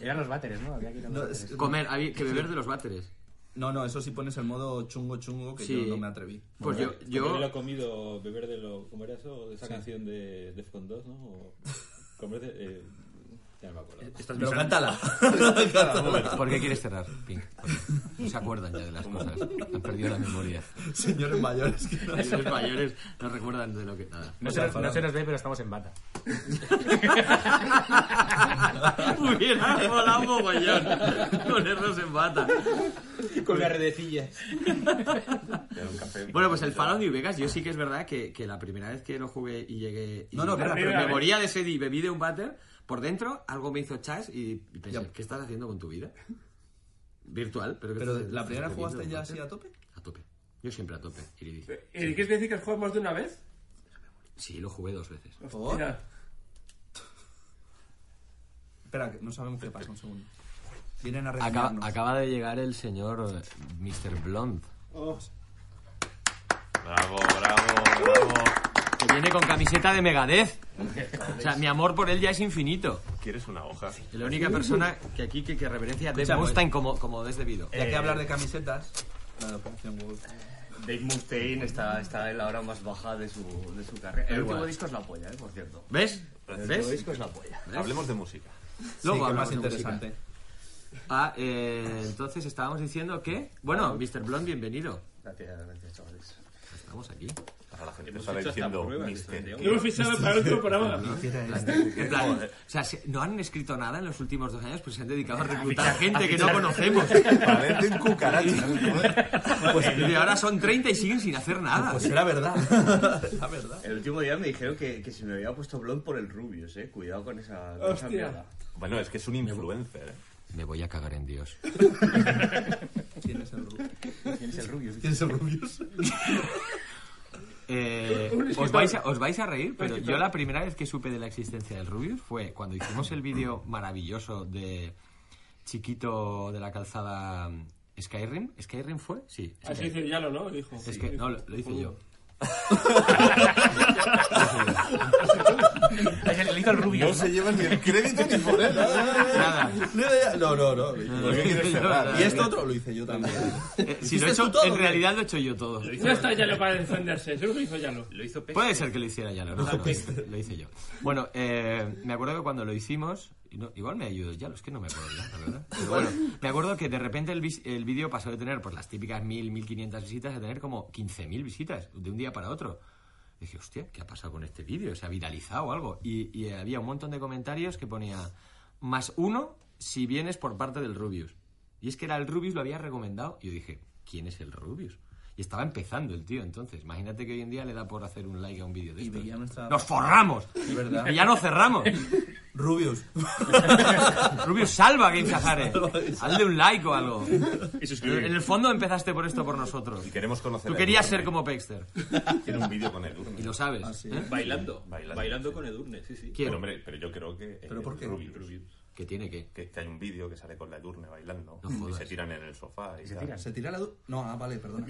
S8: Eran los váteres, ¿no? Había que ir a los
S3: No,
S8: váteres.
S3: es-
S1: Comer, hay que beber de los váteres.
S3: no, no, eso sí pones el modo chungo chungo que
S1: Sí.
S3: yo no me atreví.
S1: Pues yo,
S13: Yo me lo
S1: yo,
S13: he comido, beber de lo. ¿Cómo era eso? De esa canción de Defcon 2, ¿no? O comer de. eh, ya no me acuerdo.
S3: Pero cántala.
S1: ¿por qué quieres cerrar, Pink? No se acuerdan ya de las cosas. Han perdido la memoria.
S3: Señores mayores que no.
S1: Los mayores no recuerdan de lo que nada.
S8: No se, nos, no se nos ve, pero estamos en bata.
S1: Hubiera volado mogollón ponernos en bata.
S13: Con la redecilla.
S5: Era un café.
S1: Bueno, pues el Fallout New Vegas, yo sí que es verdad que, que la primera vez que lo jugué y llegué... y-
S3: No, no, espera,
S1: pero
S4: espera,
S1: me
S4: eh.
S1: moría de sed y bebí de un váter, por dentro algo me hizo chas y, y pensé,
S3: Ya.
S1: ¿qué estás haciendo con tu vida? Virtual, pero... ¿qué
S3: Pero
S1: estás-
S3: la
S1: estás
S3: primera
S1: bebiendo
S3: jugaste
S1: un
S3: ya
S1: váter?
S3: así a tope.
S1: A tope. Yo siempre a tope, Iridis.
S4: ¿Y quieres decir que has jugado más de una vez? Pues
S1: Sí, lo jugué dos veces.
S3: favor.
S4: Mira,
S3: Espera, que no sabemos qué pasa, un segundo. Vienen a
S1: Acaba,
S3: regañarnos.
S1: acaba de llegar el señor eh, Mr. Blond,
S5: Bravo, bravo, bravo.
S1: que viene con camiseta de Megadez. O sea, mi amor por él ya es infinito.
S5: ¿Quieres una hoja?
S1: La única persona que aquí que, que reverencia Eh, a Dave
S3: Escuchamos.
S1: Mustaine como, como es debido.
S3: Ya que hablar de camisetas. La de Operación Wolf.
S2: Dave Mustaine está, está en la hora más baja de su, de su carrera. El
S1: Igual.
S2: último disco es la polla, ¿eh? por cierto.
S1: ¿Ves?
S2: El último
S1: ¿Ves?
S2: disco es la polla.
S5: Hablemos de música.
S3: sí, que
S1: hablamos
S3: más
S1: de
S3: interesante.
S1: música. Ah, eh, entonces estábamos diciendo que... Bueno, Mr. Blond, bienvenido.
S2: Gracias, gracias, chavales.
S1: Estamos aquí.
S5: Ahora la gente
S13: Hemos
S5: estará
S13: hecho hasta
S5: diciendo
S13: pruebas,
S1: este,
S13: ¿no?
S5: mister.
S4: lo hemos fichado para el último programa.
S1: En plan, o sea, se- no han escrito nada en los últimos dos años, pues se han dedicado a reclutar gente que no conocemos. Pues,
S5: Parecen cucarachas.
S1: Y ahora son 30 y siguen sin hacer nada.
S3: Pues era verdad. la verdad.
S2: El último día me dijeron que, que se me había puesto blond por el Rubius, eh. Cuidado con esa, con esa
S4: Hostia.
S2: mierda.
S5: Bueno, es que es un influencer. ¿eh?
S1: Me voy a cagar en Dios.
S3: ¿Quién es el Rubius?
S2: ¿Quién es el Rubius?
S3: ¿Quién es el Rubius?
S1: Eh, os, vais a, os vais a reír, pero yo la primera vez que supe de la existencia del Rubius fue cuando hicimos el vídeo maravilloso de Chiquito de la calzada mm, Skyrim. ¿Skyrim fue? Sí.
S3: Ah,
S4: Así
S1: Skyrim.
S4: dice Yalo, ¿no? Dijo.
S3: Uh.
S1: Es que no, lo, lo hice yo.
S8: Es el- Le hizo el rubio.
S5: No se llevan ni el crédito ni por él.
S1: Nada.
S3: No, no, no.
S5: ¿Por qué quieres cerrar?
S3: Y esto otro lo hice yo también.
S1: Eh, Si lo he
S3: ¿Hiciste
S1: hecho,
S3: tú todo,
S1: en
S3: o qué?
S1: realidad lo he hecho yo todo.
S4: No está ya lo para defenderse, seguro que hizo ya lo.
S2: Lo hizo Pepe.
S1: Puede ser que lo hiciera ya, la verdad, no, lo hice yo. Bueno, eh, me acuerdo que cuando lo hicimos, y no- igual me ayudó ya, es que no me acuerdo ya, la verdad. Pero bueno, me acuerdo que de repente el, vis- el vídeo pasó de tener pues las típicas 1000, 1500 visitas a tener como 15.000 visitas de un día para otro. Dije, hostia, ¿qué ha pasado con este vídeo? ¿Se ha viralizado o algo? Y, y había un montón de comentarios que ponía más uno si vienes por parte del Rubius. Y es que era el Rubius, lo había recomendado. Y yo dije, ¿quién es el Rubius? Y estaba empezando el tío, entonces. Imagínate que hoy en día le da por hacer un like a un vídeo de
S3: Y
S1: estos.
S3: veía nuestra-
S1: ¡Nos forramos!
S3: Es verdad.
S1: Y ya no cerramos.
S3: Rubius.
S1: Rubius, salva a Game Sahare. Hazle un like o algo.
S14: Y suscribir.
S1: En el fondo empezaste por esto por nosotros.
S5: Y queremos conocer
S1: Tú
S5: a
S1: querías
S5: Edurne.
S1: ser como Pexter.
S5: Tiene un vídeo con Edurne.
S1: Y lo sabes.
S3: Así
S1: ¿eh?
S2: Bailando.
S5: Bailando.
S2: Bailando, con Edurne, sí, sí.
S1: ¿Quién?
S5: Pero, hombre, pero yo creo que...
S3: ¿Pero por qué?
S5: Rubius.
S1: Que tiene que.
S5: Que, que hay un vídeo que sale con la Edurne bailando.
S1: No
S5: y
S1: jodas.
S5: se tiran en el sofá. Y
S8: se
S5: tal.
S8: tiran.
S3: ¿Se tira la du- No, ah, vale, perdona.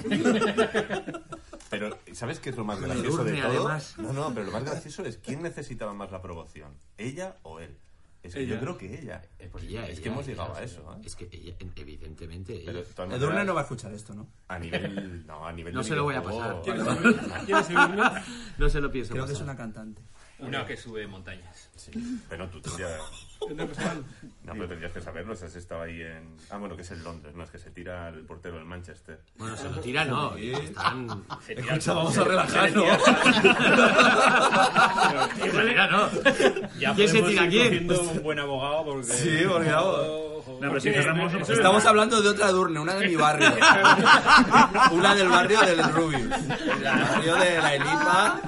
S5: Pero, ¿sabes qué es lo más
S1: Con
S5: gracioso de
S1: Edurne,
S5: todo?
S1: además.
S5: No, no, pero lo más gracioso es quién necesitaba más la promoción, ella o él. Es que yo creo que ella.
S8: Es
S1: Pues
S8: posible.
S1: ya,
S5: es que
S1: ya,
S5: hemos
S1: ya,
S5: llegado
S1: ya.
S5: a eso, ¿eh?
S1: Es que ella- evidentemente. ella-
S5: Pero, de todas
S3: Edurne
S5: maneras,
S3: no va a escuchar esto, ¿no?
S5: A nivel. No, a nivel
S1: No
S5: de
S1: se lo voy a
S5: videojuego-
S1: pasar.
S4: ¿Quieres seguirme?
S1: No se lo pienso.
S3: Creo que es
S1: pasar.
S3: una cantante.
S2: Una que sube montañas.
S5: Sí. Bueno, tú tendrías.
S4: Tengo que saber.
S5: No, pero tendrías que saberlo. si has estado ahí en. Ah, bueno, que es en Londres, no, es que se tira el portero del Manchester.
S1: Bueno, se lo tira, no. Están.
S2: Se tira-
S3: Escucha, vamos a relajarnos.
S1: Se lo tira, no.
S2: Ya
S1: ¿Quién se
S2: podemos
S1: tira
S2: ir
S1: quién?
S2: cogiendo un buen abogado porque...
S3: Sí, porque vamos.
S2: Ojo.
S4: pero si cerramos-
S2: Eso es
S3: Estamos hablando de otra Edurne, una de mi barrio. Una del barrio del Rubius. El barrio de la Elipa,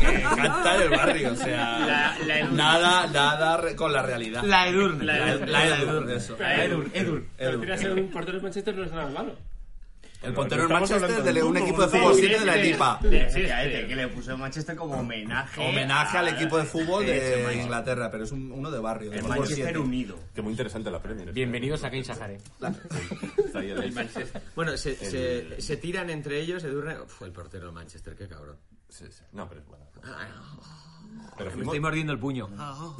S3: que canta en el barrio, o sea.
S2: La, la Edurne.
S3: Nada, nada re- con la realidad.
S1: La Edurne.
S2: La
S3: La,
S2: Edurne.
S3: la Edurne, eso.
S4: La Edurne.
S8: Edur.
S4: Pero
S3: Edurne.
S4: tiras en un portero de Manchester no es nada malo.
S3: El portero en
S5: Estamos
S3: Manchester de
S5: hablando de
S3: un
S5: fútbol,
S3: equipo de
S5: sí,
S3: fútbol
S5: sí,
S3: city de la
S2: sí.
S3: Elipa.
S2: Sí,
S14: Fíjate,
S2: sí.
S14: que le puso Manchester como homenaje.
S3: Homenaje al equipo de fútbol
S14: Ese
S3: de
S14: Manchester.
S3: Inglaterra, pero es un- uno de barrio. de
S14: El
S3: fútbol
S14: Manchester
S3: siete.
S14: Unido.
S5: Que muy interesante la premia.
S8: Bienvenidos a Game Sahare.
S5: Está ahí el-
S2: El Manchester.
S1: Bueno, se, se,
S5: El-
S1: se tiran entre ellos, Edurne. Fue el portero de Manchester, qué cabrón.
S5: Sí, sí. No, pero es bueno.
S1: Que
S5: Pero
S1: Me
S5: fuimos-
S1: estoy mordiendo el puño.
S3: Ah.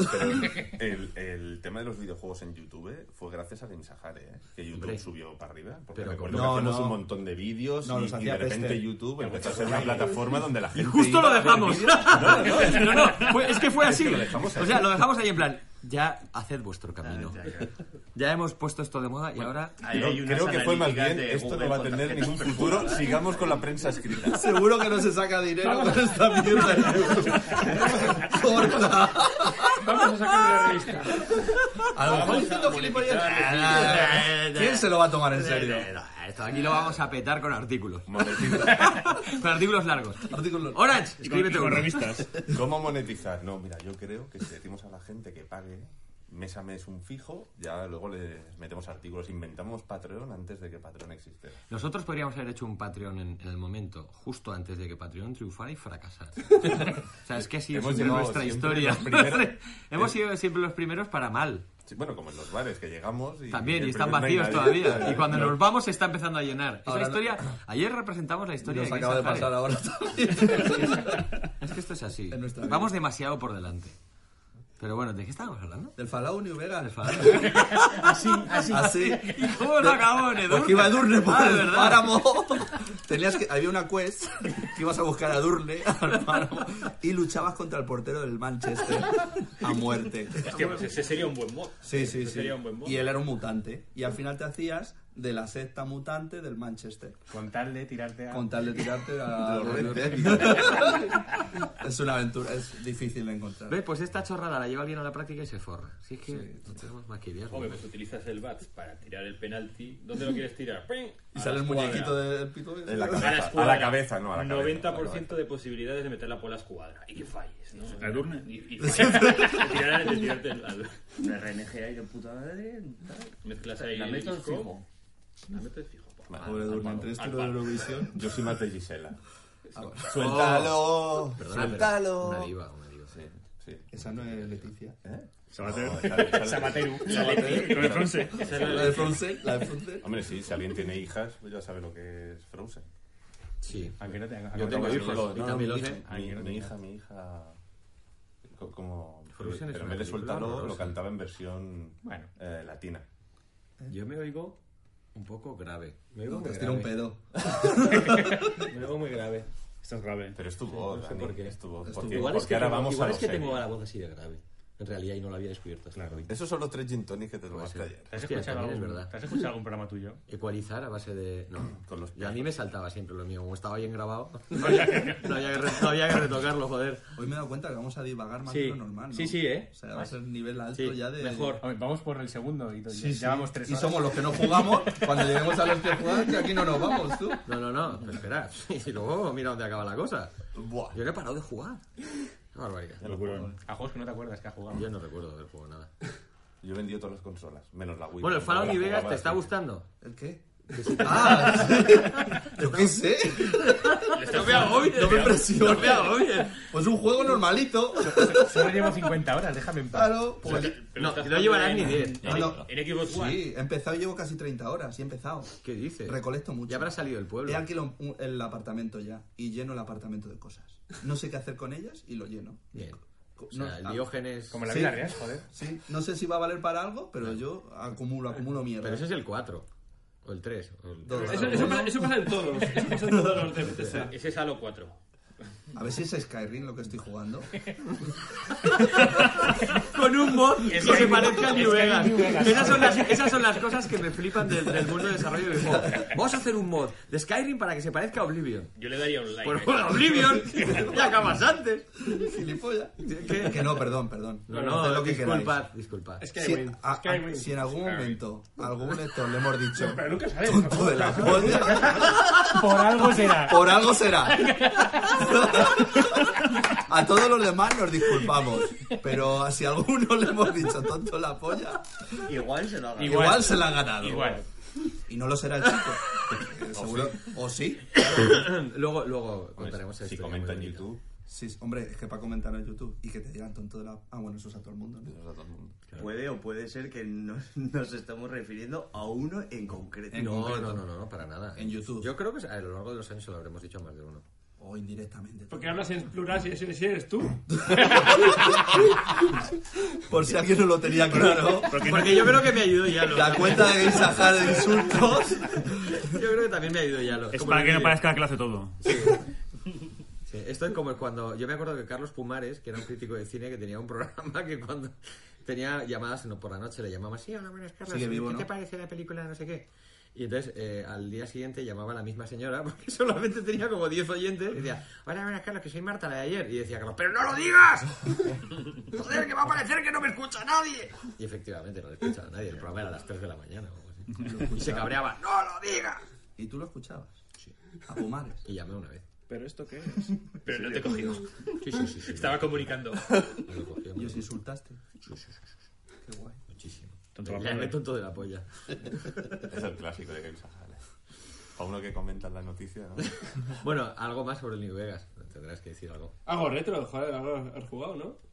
S5: el, el tema de los videojuegos en YouTube fue gracias a Game Sahare, ¿eh? que YouTube
S1: Hombre.
S5: subió para arriba. Porque
S1: Pero
S5: recuerdo
S3: ¿cómo?
S5: que
S3: No,
S5: hacíamos
S3: no.
S5: un montón de vídeos
S3: No,
S5: y,
S3: los
S5: y
S3: hacía
S5: de repente
S3: Peste.
S5: YouTube empezó a ser una plataforma donde la gente.
S1: Justo
S5: iba
S1: lo
S5: a ver
S1: dejamos.
S5: vídeos. No, no, es-
S1: No, no, fue- es que fue así.
S5: lo dejamos ahí.
S1: O sea, lo dejamos ahí en plan, ya haced
S2: Ah,
S1: vuestro camino. Ya hemos puesto esto de moda y ahora...
S14: Ahí hay
S5: no,
S14: unas
S5: creo que fue más
S14: analíticas
S5: bien.
S14: de
S5: Esto
S14: Google
S5: no va a
S14: con
S5: tener
S14: tarjetas
S5: ningún futuro.
S14: perforadas.
S5: Sigamos con la prensa escrita.
S3: Seguro que no se saca dinero con esta mierda. Corta.
S4: Vamos a sacar
S3: Ah.
S4: una revista.
S3: A lo mejor diciendo gilipollas. ¿Quién se lo va a tomar en serio?
S1: Esto aquí lo vamos a petar con artículos.
S5: Monetizar.
S1: Con artículos largos.
S3: Artículo-
S1: Orange, escríbete uno.
S5: ¿Cómo monetizar? No, mira, yo creo que si decimos a la gente que pague mes a mes un fijo, ya luego les metemos artículos. Inventamos Patreon antes de que Patreon existiera.
S1: Nosotros podríamos haber hecho un Patreon en, en el momento, justo antes de que Patreon triunfara y fracasara. o sea, es que así es
S5: Hemos llegado
S1: nuestra
S5: siempre
S1: historia.
S5: los primeros.
S1: Hemos sido siempre los primeros para mal.
S5: Sí, bueno, como en los bares que llegamos y
S1: También,
S5: el
S1: y están
S5: primer no hay
S1: vacíos
S5: nadie.
S1: todavía. Y cuando
S5: No.
S1: nos vamos se está empezando a llenar. Esa
S3: Ahora no-
S1: historia... Ayer representamos la historia
S3: Nos
S1: de Guy
S3: acaba de
S1: Sahare.
S3: pasar ahora también.
S1: Es que esto es así.
S3: En nuestra vida.
S1: Vamos demasiado por delante. Pero bueno, ¿de qué estábamos hablando?
S3: Del Fallout New Vegas.
S14: Así,
S1: Ah,
S14: así.
S3: Así.
S1: ¿Y cómo lo acabamos en Edurne?
S3: Porque Pues iba a Durne por
S1: Ah,
S3: el
S1: ¿verdad?
S3: páramo. Tenías que, había una quest que ibas a buscar a Durne al páramo, y luchabas contra el portero del Manchester a muerte.
S2: Hostia, pues ese sería un buen mod.
S3: Sí,
S2: Ese
S3: sí, sí.
S2: Pues sería un buen mod.
S3: Y él era un mutante. Y al final te hacías de la secta mutante del Manchester.
S8: Con tal de tirarte a.
S3: Con tal de tirarte a... es una aventura, es difícil de encontrar.
S1: ¿Ves? Pues esta chorrada la lleva alguien a la práctica y se forra. Si es que no tenemos más que ideas.
S2: Hombre, pues utilizas el bat para tirar el penalti. ¿Dónde lo quieres tirar? ¡Ping!
S3: Y
S2: A
S3: sale
S2: la
S3: el
S2: escuadra.
S3: muñequito del pito.
S5: En la
S2: A la,
S5: cabeza, a
S2: escuadra.
S5: la cabeza, no, a la cabeza.
S2: 90% de posibilidades de meterla por la escuadra. Y que falles, ¿no?
S15: ¿La Edurne?
S2: Y, y falles. Te tiran- te tiran del- al-
S14: De RNG ahí de puta madre.
S2: Mezclas ahí
S14: La
S2: el
S14: meto en
S2: disco.
S14: fijo.
S2: La metes fijo. pa.
S3: Pobre Durne, entre esto y lo de Eurovisión. Ah,
S5: Yo soy más de Gisela. Suéltalo,
S1: Perdona, pero
S5: suéltalo.
S1: Oh. Una diva, una diva.
S5: Sí, sí.
S3: Esa no es Leticia.
S5: ¿Eh?
S15: Sabater.
S5: No, sale- sale-
S15: Sabateru. Con el Fronse.
S2: Esa es
S3: La
S2: la
S3: de
S2: de-
S3: Fronsen, la de Fronsen.
S5: Hombre, sí, si alguien tiene hijas, pues ya sabe lo que es Frozen.
S1: Sí.
S8: Aunque no te
S1: Yo tengo
S5: No,
S1: hijos,
S5: no,
S1: y
S5: no,
S1: también lo
S5: mi-
S1: sé.
S5: Mi, mi hija, mi hija. co- como...
S1: Fusion es
S5: pero en
S1: una
S5: vez de
S1: película
S5: soltarlo, lo
S1: horrorosa.
S5: cantaba en versión
S8: Bueno.
S5: eh, latina.
S1: Yo me oigo un poco grave. Me oigo
S3: No, te
S1: muy
S3: has tirado un
S1: grave.
S3: pedo.
S1: Me oigo muy grave.
S16: Esto es grave.
S5: Pero es tu voz,
S1: no sé
S5: Dani,
S1: por qué.
S5: es tu voz.
S3: Es tu
S5: porque,
S3: voz.
S5: porque
S17: es que,
S5: ahora
S17: tengo,
S5: vamos
S17: igual
S5: a
S17: es que
S5: lo serio.
S17: tengo la voz así de grave. En realidad, y no la había descubierto hasta hoy.
S5: Esos son los tres gin tonics que te tomaste ayer.
S8: ¿Te has,
S1: Hostia,
S8: escuchado
S1: también es
S8: algún,
S1: verdad.
S8: te has escuchado algún programa tuyo?
S1: Ecualizar a base de... No,
S5: Con los
S1: Yo a mí me saltaba siempre lo mío. Como estaba bien grabado, no había que, no había que re- no había que retocarlo, joder.
S3: Hoy me he dado cuenta que vamos a divagar más
S1: Sí.
S3: de lo normal, ¿no?
S1: Sí, sí, ¿eh?
S3: O sea, va a ser un nivel alto
S1: Sí,
S3: ya de...
S1: mejor.
S8: A ver, vamos por el segundo y
S3: Sí, sí.
S8: llevamos tres
S3: Y
S8: horas.
S3: somos los que no jugamos, cuando lleguemos a los que juegan, que aquí no nos vamos, tú.
S1: No, no, no, pero espera. Y luego mira dónde acaba la cosa.
S5: Buah.
S1: Yo no he parado de jugar. Qué barbaridad. ¿eh?
S8: A juegos que no te acuerdas que has jugado.
S1: Yo no recuerdo haber jugado nada.
S5: Yo he vendido todas las consolas, menos la Wii.
S1: Bueno, el
S5: Yo
S1: Fallout
S5: la
S1: New Vegas
S5: jugaba
S1: te está
S5: así.
S1: gustando.
S3: ¿El qué? Ah, sí. Yo qué sé.
S1: No me agobien, no me presiones. No me agobien.
S3: Pues un juego normalito.
S8: Solo llevo 50 horas, déjame en paz.
S3: Claro, pues... ah,
S1: No, no llevarás ni 10.
S17: En, en Xbox One.
S3: Sí, he empezado, llevo casi 30 horas, y he empezado.
S1: ¿Qué dices?
S3: Recolecto mucho.
S1: Ya habrá salido el pueblo.
S3: He alquilado un- el apartamento ya, y lleno el apartamento de cosas. No sé qué hacer con ellas, y lo lleno.
S1: Bien.
S3: Co-
S1: O sea,
S3: no,
S1: el
S3: ah,
S1: Diógenes.
S8: Como en la
S3: Sí.
S8: vida real, joder.
S3: Sí, no sé si va a valer para algo, pero yo acumulo, acumulo mierda.
S1: Pero ese es el 4. O el 3.
S3: Dos.
S4: Eso, eso pasa, eso pasa en todos. Eso pasa en todos los DLCs.
S17: Ese es Halo 4.
S3: A ver si es Skyrim lo que estoy jugando.
S1: Con un bot que se parezca al New Vegas.
S8: New Vegas.
S1: Esas son, las, esas son las cosas que me flipan del, del mundo de desarrollo de videojuegos. Vamos a hacer un mod de Skyrim para que se parezca a Oblivion.
S17: Yo le daría un like.
S1: Pues
S17: a
S1: bueno,
S17: eso.
S1: Oblivion, ya acabas antes.
S3: Gilipollas. Que no, perdón, perdón.
S1: No,
S3: Haced
S1: no,
S3: lo que queráis.
S1: disculpad, disculpad.
S3: Si,
S4: Skywin.
S3: a- a-
S4: Skywin.
S3: si en algún momento a algún lector le hemos dicho
S4: Pero nunca sale.
S3: tonto de la polla,
S8: Por algo será.
S3: por algo será. A todos los demás nos disculpamos, pero a si a alguno le hemos dicho tonto de la polla,
S2: Igual se lo haga.
S3: igual, se la ha ganado.
S8: Igual.
S3: Y no lo será el chico. Seguro. O sí.
S1: Luego, luego
S5: Hombre,
S1: contaremos
S5: Pues, Si
S1: esto.
S5: comenta en YouTube,
S3: Sí, hombre, es que para comentar en YouTube y que te digan tonto de la... Ah, bueno, eso es a todo el mundo, ¿no?
S5: nos da pues todo el mundo.
S2: Puede o puede ser que nos, nos estamos refiriendo a uno en concreto.
S3: En
S1: No,
S3: concreto.
S1: no, no, no, no, para nada.
S3: En YouTube.
S1: Yo creo que a lo largo de los años se lo habremos dicho a más de uno.
S3: O indirectamente.
S4: Porque hablas en plural si, si- si eres tú.
S3: Por si alguien no lo tenía claro.
S1: Porque yo creo que me ayudó ya.
S3: La cuenta de Isahar de insultos.
S1: Yo creo que también me ayudó ya.
S16: Es para que no parezca que lo hace todo.
S1: Sí, esto es como cuando. Yo me acuerdo que Carlos Pumares, que era un crítico de cine, que tenía un programa que cuando tenía llamadas no, por la noche le llamaba, sí, hola, buenas, Carlos,
S3: Sigue
S1: ¿qué
S3: vivo,
S1: te
S3: ¿no?
S1: parece la película? No sé qué. Y entonces eh, al día siguiente llamaba a la misma señora, porque solamente tenía como 10 oyentes, y decía, hola, buenas, Carlos, que soy Marta la de ayer. Y decía Carlos, ¡pero no lo digas! ¡Joder, que va a parecer que no me escucha nadie! Y efectivamente no le escuchaba nadie, el programa era a las 3 de la mañana. o algo así. Y se cabreaba, ¡no lo digas!
S3: ¿Y tú lo escuchabas? Sí. A Pumares.
S1: Y llamé una vez.
S16: ¿Pero esto qué es?
S17: Pero no te cogió.
S1: Sí, sí, sí. sí.
S17: Estaba comunicando.
S1: Me lo cogió, me
S3: Y
S1: lo
S3: os insultaste. Qué guay.
S1: Muchísimo.
S16: Tonto la
S1: Le
S16: polla.
S1: llamé tonto de la polla.
S5: Es el clásico de Games Ajales. A uno que comenta en la noticia, ¿no?
S1: Bueno, algo más sobre el New Vegas. Tendrás que decir algo.
S4: Hago retro, joder, algo has jugado, ¿no?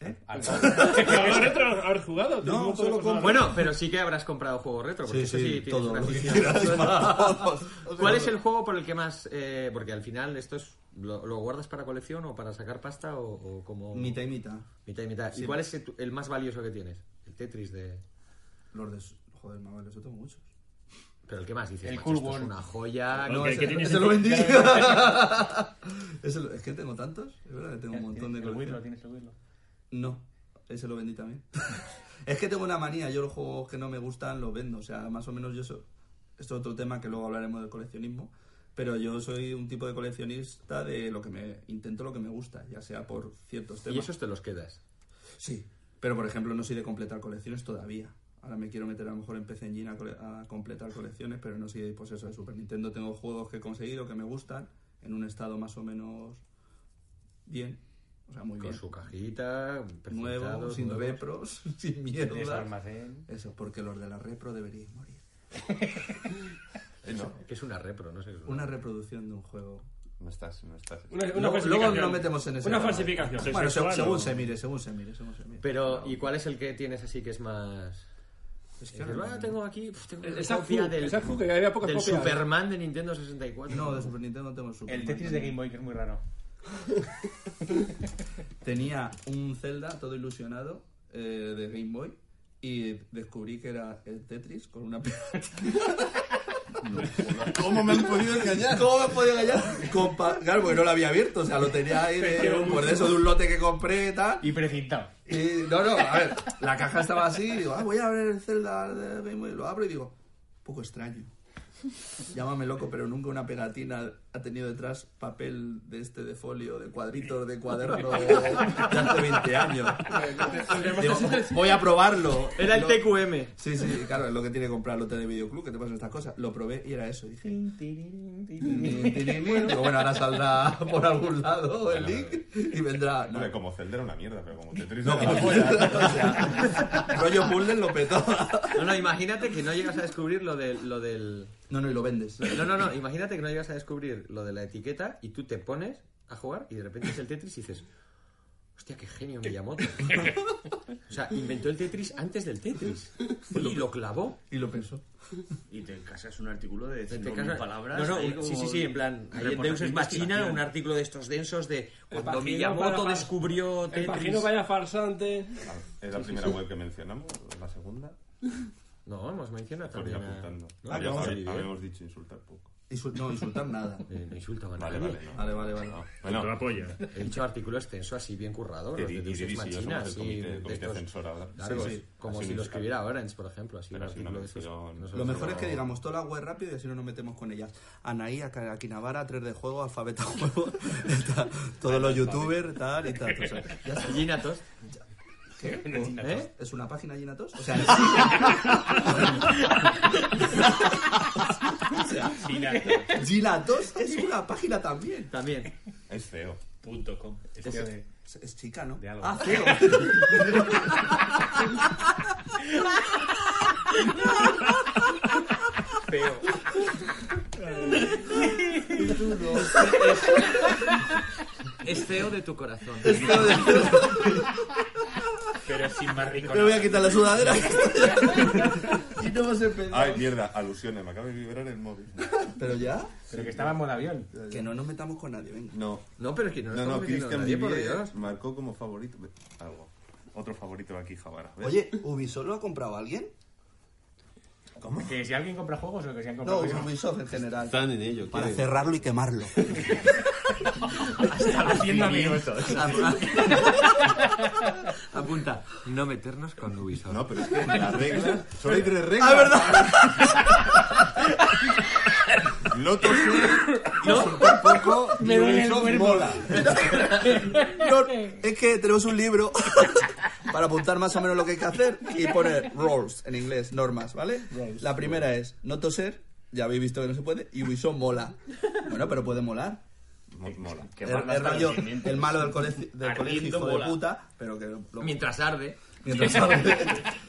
S3: ¿Eh?
S4: Hago retro, habrás jugado.
S3: No, solo compro.
S1: Bueno, pero sí que habrás comprado juego retro, porque eso sí, tienes
S3: Ah, todo
S1: una
S3: lo que
S1: afición.
S3: quieras, vamos.
S1: ¿Cuál es el juego por el que más...? eh, porque al final esto es... Lo, lo guardas para colección o para sacar pasta o, o como...?
S3: Mitad y mitad.
S1: Mitad y mitad. ¿Y
S3: Sí.
S1: cuál es el, tu- el más valioso que tienes? El Tetris de...
S3: Los de... Joder, mamá, los tengo muchos.
S1: Pero el que más dices,
S16: El
S1: macho,
S16: Cool
S1: esto es
S16: World.
S1: una joya...
S16: No,
S1: no,
S16: que-
S1: es-
S16: que tiene
S3: Ese lo
S16: sentido.
S3: vendí. Ese lo- Es que tengo tantos. Es verdad que tengo un montón de
S8: El Wirlo,
S3: colección.
S8: tienes el Wirlo.
S3: No, ese lo vendí también. es que tengo una manía, yo los juegos que no me gustan los vendo, o sea, más o menos yo soy... Esto es otro tema que luego hablaremos del coleccionismo, pero yo soy un tipo de coleccionista de lo que me... Intento lo que me gusta, ya sea por ciertos temas.
S1: Y esos te los quedas.
S3: Sí, pero por ejemplo no soy de completar colecciones todavía. Ahora me quiero meter a lo mejor en PC Engine a, cole- a completar colecciones, pero no soy pues eso de Super Nintendo. Tengo juegos que he conseguido que me gustan en un estado más o menos bien, o sea, muy
S1: Con
S3: bien
S1: su cajita,
S3: nuevo,
S1: presentados,
S3: sin
S1: nuevos.
S3: repros, sin
S8: Tienes
S3: mierda.
S8: almacén.
S3: Eso, porque los de la repro deberíais morir.
S5: Eh, no,
S1: Que es una repro, no sé. qué es
S3: Una reproducción de un juego.
S5: no estás, no estás.
S4: Una, una
S3: Luego-
S4: falsificación.
S3: luego nos metemos en ese
S4: Una
S3: tema.
S4: falsificación.
S16: Sí,
S3: Bueno,
S16: sexual
S3: seg- según
S16: o-
S3: se mire, según se mire, según se mire.
S1: Pero, ¿y cuál es el que tienes así que es más...?
S3: Es que
S1: Dices,
S3: ahora
S1: "Ah,
S3: no-
S1: tengo aquí... pf, tengo
S4: El-
S1: una
S4: el Zafu,
S1: copia del,
S4: el Zafu, que había pocas
S1: del
S4: copias.
S1: Superman de Nintendo 64.
S3: No, de Super Nintendo tengo el Super
S8: El Tetris de Game Boy, que es muy raro.
S3: Tenía un Zelda todo ilusionado eh, de Game Boy y descubrí que era el Tetris con una
S5: ¿Cómo me han podido engañar?
S3: ¿Cómo me he podido engañar? Con pa- Claro, porque no lo había abierto, o sea, lo tenía ahí de, por de eso de un lote que compré y tal.
S8: Y precintado.
S3: Y, no, no, a ver, la caja estaba así, y digo, ah, voy a abrir el Zelda de Game Boy, lo abro y digo, un poco extraño. Llámame loco, pero nunca una pegatina ha tenido detrás papel de este de folio, de cuadritos, de cuaderno de hace 20 años. Digo, voy a probarlo.
S1: Era el
S3: Lo-
S1: TQM.
S3: Sí, sí, claro, es lo que tiene que comprar lote de videoclub, que te pasan estas cosas. Lo probé y era eso. Y dije, "Tin, tin, tin". Digo, bueno, ahora saldrá por algún lado el link y vendrá. No,
S5: Hombre, como Zelda era una mierda, pero como Tetris
S3: no,
S5: era la
S3: como- o
S5: polla.
S3: sea, rollo puzzle lo petó.
S1: No, no, imagínate que no llegas a descubrir lo, del- lo del...
S3: No, no, y lo vendes.
S1: No, no, no, imagínate que no llegas a descubrir lo de la etiqueta y tú te pones a jugar y de repente es el Tetris y dices... Hostia, qué genio Miyamoto. O sea, inventó el Tetris antes del Tetris. Y lo clavó.
S3: Y lo pensó.
S18: Y te casas un artículo de
S1: Te
S18: 5.000
S1: casas-
S18: palabras.
S1: No, no,
S18: ahí
S1: un-
S18: como-
S1: sí, sí, sí, en plan. ahí en
S18: reportaje
S1: Deus Ex
S18: de
S1: Machina,
S18: investigación.
S1: un artículo de estos densos de cuando
S4: Pagino
S1: Miyamoto
S4: vaya-
S1: descubrió
S4: El pajino
S1: Tetris.
S4: vaya farsante.
S5: Es la primera web que mencionamos, la segunda.
S1: No, hemos mencionado
S5: Por ir
S1: también. a-
S5: apuntando.
S1: No, Ah,
S5: Habíamos-
S1: vamos a ¿eh? vivir.
S5: Habíamos dicho insultar poco.
S3: Insul- no, insultar nada.
S1: Eh, no insultaba a
S5: Vale,
S1: nadie.
S5: vale, no.
S3: Vale, vale, vale.
S5: No. Bueno,
S8: polla.
S1: He dicho artículo extenso así, bien currado.
S5: que
S1: Los
S5: di-
S1: de
S5: y
S1: Deus Ex
S5: Didi sí, yo
S1: Machina,
S5: somos el
S1: así.
S5: comité, el
S1: de
S5: comité
S1: estos
S5: censor ahora.
S1: largos, Como
S5: Así
S1: si lo
S5: nos
S1: escribiera Orange, por ejemplo. Así,
S5: Pero
S1: un
S5: así no
S1: artículo
S5: me
S1: de esos.
S5: refiero-
S1: No sé
S3: Lo
S1: si
S3: mejor es que digamos toda la web rápido y así no nos metemos con ellas. Anaí, Aka- Akinabara, 3 de juego, alfabeta juego, tal, todos los youtubers, tal y tal. O sea, ya está.
S1: Ginatos.
S3: ¿Qué?
S1: ¿Eh?
S3: ¿Es una página llena tos? O sea, Gilatos es una página también.
S1: También.
S5: Es feo.
S2: Punto com.
S1: Este,
S3: Es, es chica, ¿no?
S8: De algo.
S3: Ah, feo.
S1: Feo. Es feo de tu corazón.
S8: Pero sin más rico.
S3: Me voy a quitar la sudadera. y no vas a empezar.
S5: Ay, mierda, alusiones, me acaba de vibrar el móvil.
S3: Pero ya,
S8: Pero que estaba en modo avión.
S3: que no nos metamos con nadie, venga.
S5: No.
S1: No, pero es que no,
S5: No,
S1: estamos
S5: no,
S1: metiendo a
S5: Cristian
S1: nadie, por
S5: Vivier
S1: Dios.
S5: marcó como favorito. Ve, Algo. Otro favorito aquí, Javara. ¿ves?
S3: Oye, ¿Ubisoft lo ha comprado alguien?
S8: Que si alguien compra juegos o que si han
S3: No,
S8: comprado juegos.
S3: Ubisoft en general.
S1: Están en ello.
S3: Para cerrarlo y quemarlo.
S8: haciendo amigos.
S1: Apunta. No meternos con Ubisoft.
S5: No, pero es que las reglas. Solo hay tres reglas.
S3: ¡Ah, verdad! Ah,
S5: Loto sí, insultar poco, y Ubisoft mola.
S3: No, es que tenemos un libro para apuntar más o menos lo que hay que hacer y poner rules en inglés, normas, ¿vale? La primera es no toser, ya habéis visto que no se puede, y Ubisoft mola. Bueno, pero puede molar.
S5: Mo- Mola.
S18: Que
S3: El,
S18: van hasta
S3: el rollo,
S18: los cimientos.
S3: el malo del, coleci- del colegio hijo
S18: mola.
S3: de puta, pero que lo- lo-
S1: Mientras arde.
S3: mientras sabe.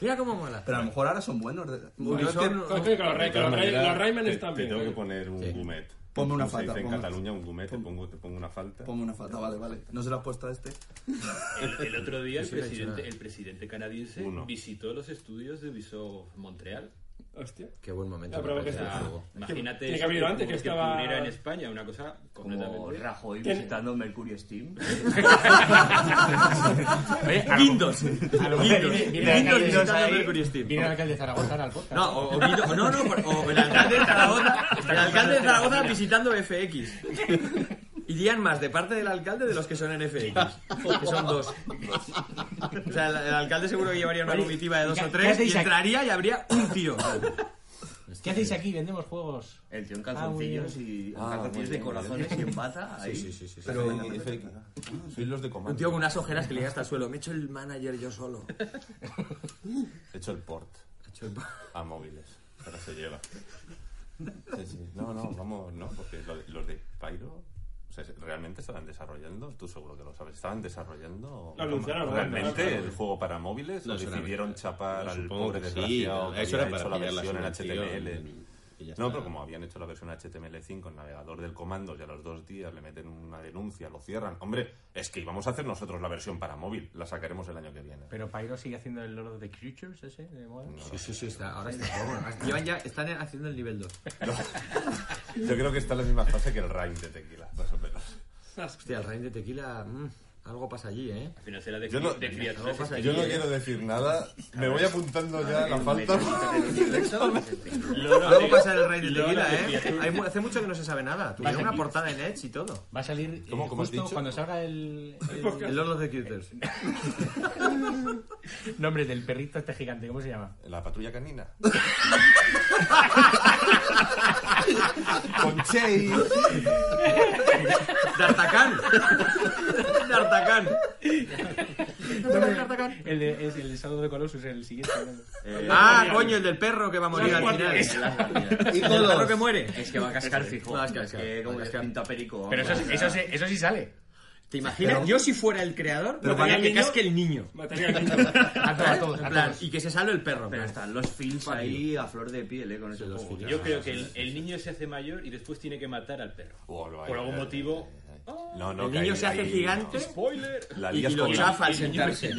S1: Mira cómo mola.
S3: Pero a lo mejor ahora son buenos. de-
S1: Ubisoft
S3: Yo es que-
S1: no-
S4: Coño, que los,
S5: De
S4: Ray- que
S5: todas
S4: los, Ray-
S5: maneras,
S4: los Rayman
S5: te-
S4: están
S5: Te
S4: bien.
S5: tengo que
S4: coño.
S5: poner un gumet.
S3: Ponme una
S5: Como se
S3: falta,
S5: dice en
S3: ponme-
S5: Cataluña un gumet, te pongo, te pongo una falta.
S3: Pongo una falta, vale, vale. No se la has puesto a este.
S2: El, el otro día el
S1: Sí, sí, sí,
S2: presidente,
S1: sí.
S2: el presidente canadiense
S5: Uno.
S2: visitó los estudios de Ubisoft Montreal.
S4: Hostia.
S1: Qué buen momento.
S4: Ya, pero
S1: para
S4: que
S1: empezar
S4: sea-
S1: el juego.
S2: Imagínate
S4: tiene que haber ido antes, que estaba-
S2: ocurriera en España una cosa
S18: Como
S2: completamente
S18: Rajoy
S4: ¿Quién?
S18: visitando Mercurio Steam.
S1: Guindos.
S8: Viene- Viene
S1: Guindos
S8: el alcalde de
S1: visitando
S8: Zaragoza
S1: Mercurio
S8: ahí.
S1: Steam.
S8: Viene el alcalde de Zaragoza ahora al podcast.
S1: No, o, o Guido- o no, no, por- o el alcalde de Zaragoza, el alcalde de Zaragoza visitando FX. Irían más de parte del alcalde de los que son en FX, que son dos. O sea, el, el alcalde seguro que llevaría una
S8: Oye,
S1: comitiva de dos
S8: ¿qué-
S1: o
S8: qué
S1: tres
S8: hacéis
S1: y
S8: aquí?
S1: entraría y habría un tío.
S8: ¿Qué hacéis aquí? Vendemos juegos.
S18: El
S1: Ah,
S18: tío en
S8: muy bien.
S18: calzoncillos y en calzoncillos de corazones y en bata. Ahí.
S1: sí, sí.
S3: Pero
S5: Sois los de
S1: Un
S5: comando.
S1: tío con unas ojeras que le llega hasta el suelo. Me he hecho el manager yo solo.
S5: He hecho el port a móviles. Ahora se lleva. Sí, sí. No, no, vamos, no, porque lo de- los de Pyro o sea, realmente estaban desarrollando, tú seguro que lo sabes, estaban desarrollando
S4: Lo anunciaron, ¿no?
S5: realmente
S4: Claro.
S5: el juego para móviles, lo decidieron chapar al
S19: Supongo
S5: pobre
S19: que sí,
S5: desgraciado, que
S19: eso
S5: había
S19: era para
S5: hecho la
S19: pillar la
S5: versión en
S19: subvención
S5: HTML.
S19: y ya
S5: No,
S19: está.
S5: pero como habían hecho la versión HTML5, el navegador del comando, ya a los dos días le meten una denuncia, lo cierran. Hombre, es que íbamos a hacer nosotros la versión para móvil, la sacaremos el año que viene.
S8: Pero Pyro sigue haciendo el Lord of the Creatures ese de moda.
S1: Sí, sí, sí. Está, ahora está todo bueno. Llevan ya, están haciendo el nivel 2.
S5: Yo creo que está en la misma fase que el Rhyme de tequila, más o menos.
S20: Hostia, el Rain de tequila. mm, algo pasa allí, ¿eh?
S2: Al final será de,
S5: Yo no,
S2: de criaturas
S5: yo
S2: estas
S5: no
S2: allí, Ah,
S5: quiero
S2: ¿eh?
S5: decir nada. Me voy apuntando ya la falta.
S1: Luego pasa el rey de
S2: Loro
S1: tequila,
S2: de
S1: ¿eh?
S2: criatura.
S1: Hay mu- hace mucho que no se sabe nada. Tuvieron
S8: Vale.
S1: una portada en Edge y todo.
S8: Va a salir eh,
S5: ¿Cómo- cómo has
S8: justo
S5: dicho?
S8: cuando salga el, el-
S1: El Lord of the Cutters.
S8: nombre del perrito este gigante. ¿Cómo se llama?
S5: La patrulla canina. Con Chey.
S1: ¡D'Artacán! ¡D'Artacán!
S8: El de, es el de Shadow de Colossus, el siguiente.
S1: Ah, coño, el del perro que va a morir al final.
S21: Y
S1: El
S21: todos.
S1: perro que muere.
S2: Es que va a cascar fijo.
S1: No, es que- es que-
S21: Que como que pinta perico.
S8: Pero eso,
S21: vamos,
S8: sí- eso, sí- eso sí sale.
S1: ¿Te imaginas? Yo si fuera el creador,
S3: Pero
S1: lo haría
S3: para
S1: que
S3: el niño-
S1: casque el
S22: Mataría
S1: niño.
S22: al niño.
S8: A todos, a todos.
S1: En
S8: a
S1: plan,
S8: todos.
S1: y que se salve el perro.
S21: Pero
S1: pero-
S21: están los films ahí a flor de piel, eh, con ese juego.
S2: Yo creo que el, el niño se hace mayor y después tiene que matar al perro.
S5: Oh, lo hay,
S2: Por algún
S5: hay,
S2: motivo. Ah.
S5: hay, hay. No, no,
S1: El
S5: que
S1: niño
S5: ahí-
S1: se hace
S5: ahí-
S1: gigante.
S2: ¡Spoiler!
S5: La
S1: Y, y
S5: lías
S1: lo
S5: con
S1: chafa al
S2: el niño
S1: sentarse.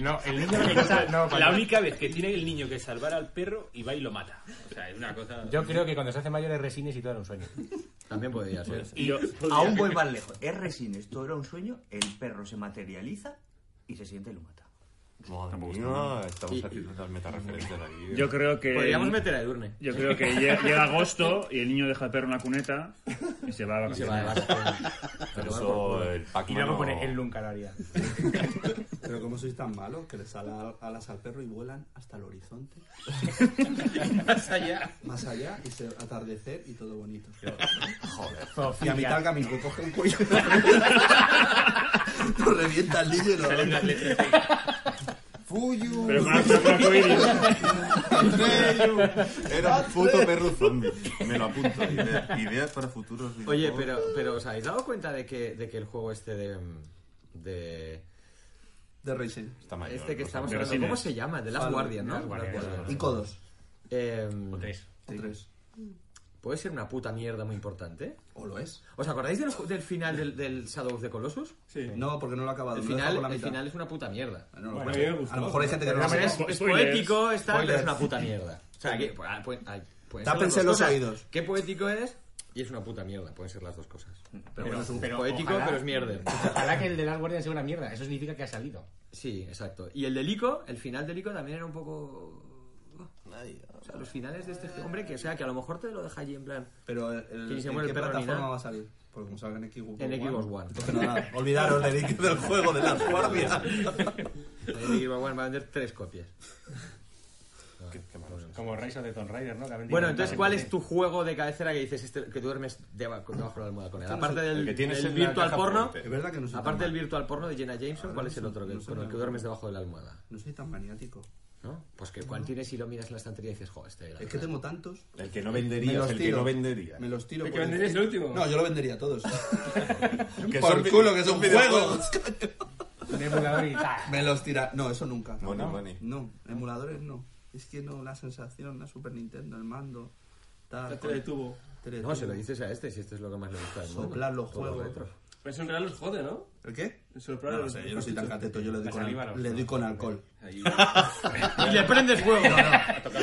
S8: No, el niño que casa- no, cuando-
S2: La única vez que tiene el niño que salvar al perro y va y lo mata. O sea, es una cosa.
S8: Yo creo que cuando se hace mayor es resines y todo era un sueño.
S1: También podría ser.
S2: Y yo-
S21: Aún voy más lejos. Es resines, todo era un sueño, el perro se materializa y se siente y lo mata.
S5: Madre mía, estamos haciendo unas metareferencias ahí.
S4: Yo creo que.
S1: Podríamos meter a Edurne.
S4: Yo creo que lle- llega agosto y el niño deja el perro en la cuneta y se va a
S1: Se va de
S4: vacaciones.
S1: vacaciones.
S5: Pero eso, el Pac-Man
S8: Y luego
S5: no-
S8: pone el Luncalaria.
S3: Pero como sois tan malos que les salen alas al perro y vuelan hasta el horizonte,
S2: Más allá.
S3: más allá, y se atardecer y todo bonito. Y a mitad del
S8: Zoofilia.
S3: camino pues, coge un cuello. Lo revienta el niño y lo
S5: ¡Fuyu!
S4: Pero con con arcoíris.
S5: Atreyu. Era un puto perro zombie. Me lo apunto. Idea- ideas para futuros.
S1: Oye,
S5: videojuegos.
S1: pero, pero ¿os habéis dado cuenta de que, de que el juego este de... de
S3: De Racing.
S5: Está mayor,
S1: este que
S5: no sé.
S1: estamos
S4: Pero
S1: hablando,
S4: sí,
S1: ¿cómo
S4: es.
S1: se llama? De Last
S3: Fallout.
S1: Guardian, ¿no?
S8: Last Guardian,
S1: Last Guardian.
S3: Y codos.
S1: Em,
S8: Tres.
S3: O tres.
S1: puede ser una puta mierda muy importante.
S3: ¿O lo es?
S1: ¿Os acordáis del, ju- del final del, del Shadow of the Colossus?
S3: No, porque no lo ha acabado.
S1: El
S3: me lo he
S1: final,
S3: dejado por la
S1: el
S3: mitad.
S1: final es una puta mierda.
S3: Ah, no lo
S22: Bueno,
S3: cuento.
S22: a mí me gustó.
S3: a lo mejor hay gente que no
S1: A ver,
S3: lo sabe.
S1: es, es
S4: Spoilers.
S1: poético, está, pero es
S3: Spoilers.
S1: una puta mierda. O sea, que, pues, ah, pues, ay, pueden ser las
S3: Tápense
S1: dos
S3: los
S1: cosas.
S3: oídos.
S1: Qué poético es y es una puta mierda. Pueden ser las dos cosas. Pero bueno, es un
S8: pero
S1: poético,
S8: ojalá-
S1: pero es mierda.
S8: Ojalá que el de las guardias sea una mierda. Eso significa que ha salido.
S1: Sí, exacto. Y el de Lico, el final de Lico también era un poco... O sea, los finales de este hombre que, o sea, que a lo mejor te lo deja allí en plan...
S3: Pero el, el-
S1: Que se
S3: ¿en
S1: muere
S3: qué
S1: el perro
S3: plataforma
S1: Nina.
S3: va a salir? Porque como salga en Xbox
S1: En Xbox
S3: One.
S1: One.
S3: Entonces nada, olvidaros del, del juego de las guardias.
S1: En Xbox One va a vender tres copias.
S5: Qué- qué malos.
S8: Como Rise of the Tomb Raider, ¿no? Que ha vendido
S1: Bueno, entonces,
S8: más.
S1: ¿cuál es tu juego de cabecera que dices este- que duermes deba- debajo de la almohada con él? Aparte del,
S5: Este El que tienes
S1: del
S5: en la
S1: virtual
S5: caja
S1: porno,
S5: fuerte.
S3: Es verdad que no soy
S1: aparte
S3: tan,
S1: del virtual porno de Jenna Jameson,
S8: Ah,
S1: ¿cuál es el otro que-
S3: no sé
S1: con el
S3: nada.
S1: que duermes debajo de la almohada?
S3: no soy tan maniático.
S1: ¿No? Pues que cuál tienes y lo miras en la estantería y dices, jo, este era.
S3: Es que tengo tantos.
S5: El que no
S3: Me
S5: vendería
S3: los
S5: el que
S3: tiro.
S5: no vendería.
S3: Me los tiro.
S22: El que
S3: por-
S22: vendería es el último.
S3: No, yo lo vendería a todos.
S5: Que son
S3: por
S5: vi-
S3: culo, que son
S5: videojuegos.
S3: juegos.
S8: Un emulador y tal.
S3: Me los tira. No, eso nunca.
S5: Money, money.
S3: No, emuladores no. Es que no, la sensación, la Super Nintendo, el mando. Tal,
S22: La tele de tubo.
S3: Teletubo.
S1: No, se lo dices a este si este es lo que más le gusta. del mundo.
S3: Soplar los
S1: Todos
S3: juegos.
S1: otros.
S22: Pero eso en realidad los jode, ¿no?
S3: ¿El qué?
S22: Eso los
S3: No,
S22: los-
S3: no sé, yo no soy tan cateto, yo le doy
S8: La
S3: con,
S8: saliva
S3: al-
S8: no.
S3: le doy con alcohol.
S2: Ahí-
S1: Y le prendes fuego.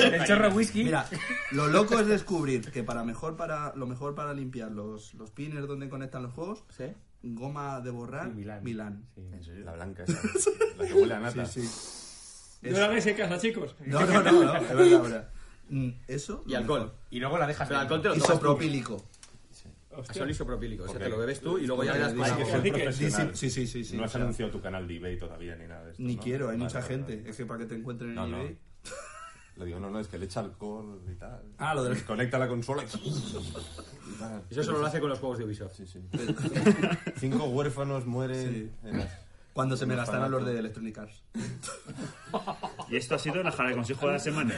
S8: El chorro whisky.
S3: Mira, lo loco es descubrir que para mejor para lo mejor para limpiar los, los pines donde conectan los juegos,
S1: ¿Sí?
S3: goma de borrar,
S8: Sí, Milán.
S3: Milán.
S8: Sí.
S5: ¿En serio? La blanca esa. La que huele a nata.
S3: Sí, sí.
S22: No la hagáis en casa, chicos.
S3: No, no, no, no, es verdad, es verdad. Mm, Eso
S1: Y
S3: lo
S1: alcohol.
S3: mejor.
S8: Y luego la dejas
S1: Pero alcohol te lo tomas tú.
S3: Isopropílico.
S1: Eso es isopropílico. O sea, te lo bebes tú y luego ya verás
S5: Hay que
S1: con
S5: ser
S22: Así que-
S5: profesional.
S3: Sí, sí, sí, sí,
S5: No
S3: o
S5: has
S3: sea-
S5: anunciado tu canal de eBay todavía ni nada de esto.
S3: Ni
S5: ¿no?
S3: quiero, hay
S5: Vale,
S3: mucha
S5: vale,
S3: gente.
S5: vale.
S3: Es que para que te encuentren en
S5: No, no.
S3: eBay.
S5: Le digo, no, no, es que le echa alcohol y tal.
S3: Ah, lo del-
S5: Conecta la consola y... y tal.
S1: Eso solo lo hace con los juegos de Ubisoft.
S5: Sí, sí. Cinco huérfanos mueren. en las-
S3: Cuando se me
S5: Un
S3: gastaron los
S5: orfanato.
S3: de Electronic Arts.
S4: Y esto ha sido la jala de consejo de la semana.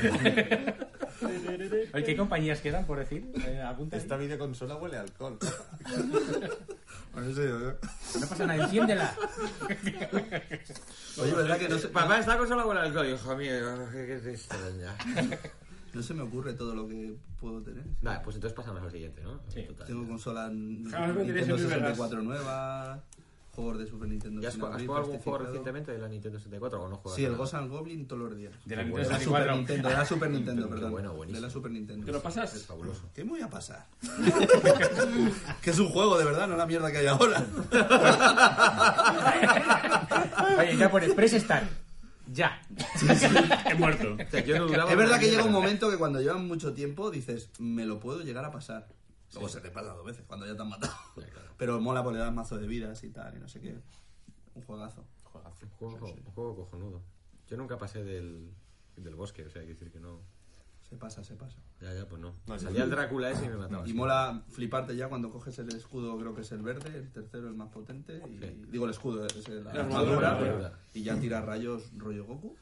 S8: Oye, ¿Qué compañías quedan, por decir? Eh, apunta ahí.
S5: Esta videoconsola huele a alcohol.
S3: Bueno, sí, ¿eh?
S8: No pasa nada, enciéndela.
S3: Oye, ¿verdad que no se,
S1: Papá, está con solo buena alcohol, hijo mío. ¿Qué qué es esto? Ya.
S3: no se me ocurre todo lo que puedo tener?
S1: Vale, pues entonces pasamos al siguiente, Ah, ¿no? Sí.
S3: Tengo consola n-
S22: Jamás me
S3: Nintendo
S22: diréis en mi
S3: 64 nueva, juegos de Super Nintendo.
S1: ¿Y has,
S3: sin
S1: ju- has
S3: abrir,
S1: jugado algún juego
S3: plastificado.
S1: recientemente de la Nintendo 64 o no juegas?
S3: Sí, el
S1: nada?
S3: Ghost and Goblin todos los días.
S1: De la Nintendo
S3: Super
S1: 64.
S3: Nintendo, de la Super Nintendo,
S1: Pero qué
S3: perdón.
S1: bueno,
S3: de
S1: buenísimo.
S3: la Super Nintendo.
S1: ¿Te lo pasas?
S3: Es
S1: fabuloso.
S3: ¿Qué me voy a pasar? que es un juego de verdad, no la mierda que hay ahora.
S8: Oye, ya por Express Star. Ya.
S23: He muerto.
S3: es verdad que llega un momento que cuando llevan mucho tiempo dices, me lo puedo llegar a pasar. Luego se te pasa dos veces cuando ya te han matado. Pero mola porque le das mazo de vidas y tal, y no sé qué. Un juegazo.
S1: Un juego, un juego cojonudo. Yo nunca pasé del, del bosque, o sea, hay que decir que no.
S3: Se pasa, se pasa.
S1: Ya, ya, pues no.
S3: No, sí.
S1: Salía el Drácula ese y me mataba.
S3: Y mola fliparte ya cuando coges el escudo, creo que es el verde, el tercero el más potente. Y, Digo el escudo, es el- la
S1: La
S3: armadura.
S1: armadura.
S3: Y ya tiras rayos rollo Goku.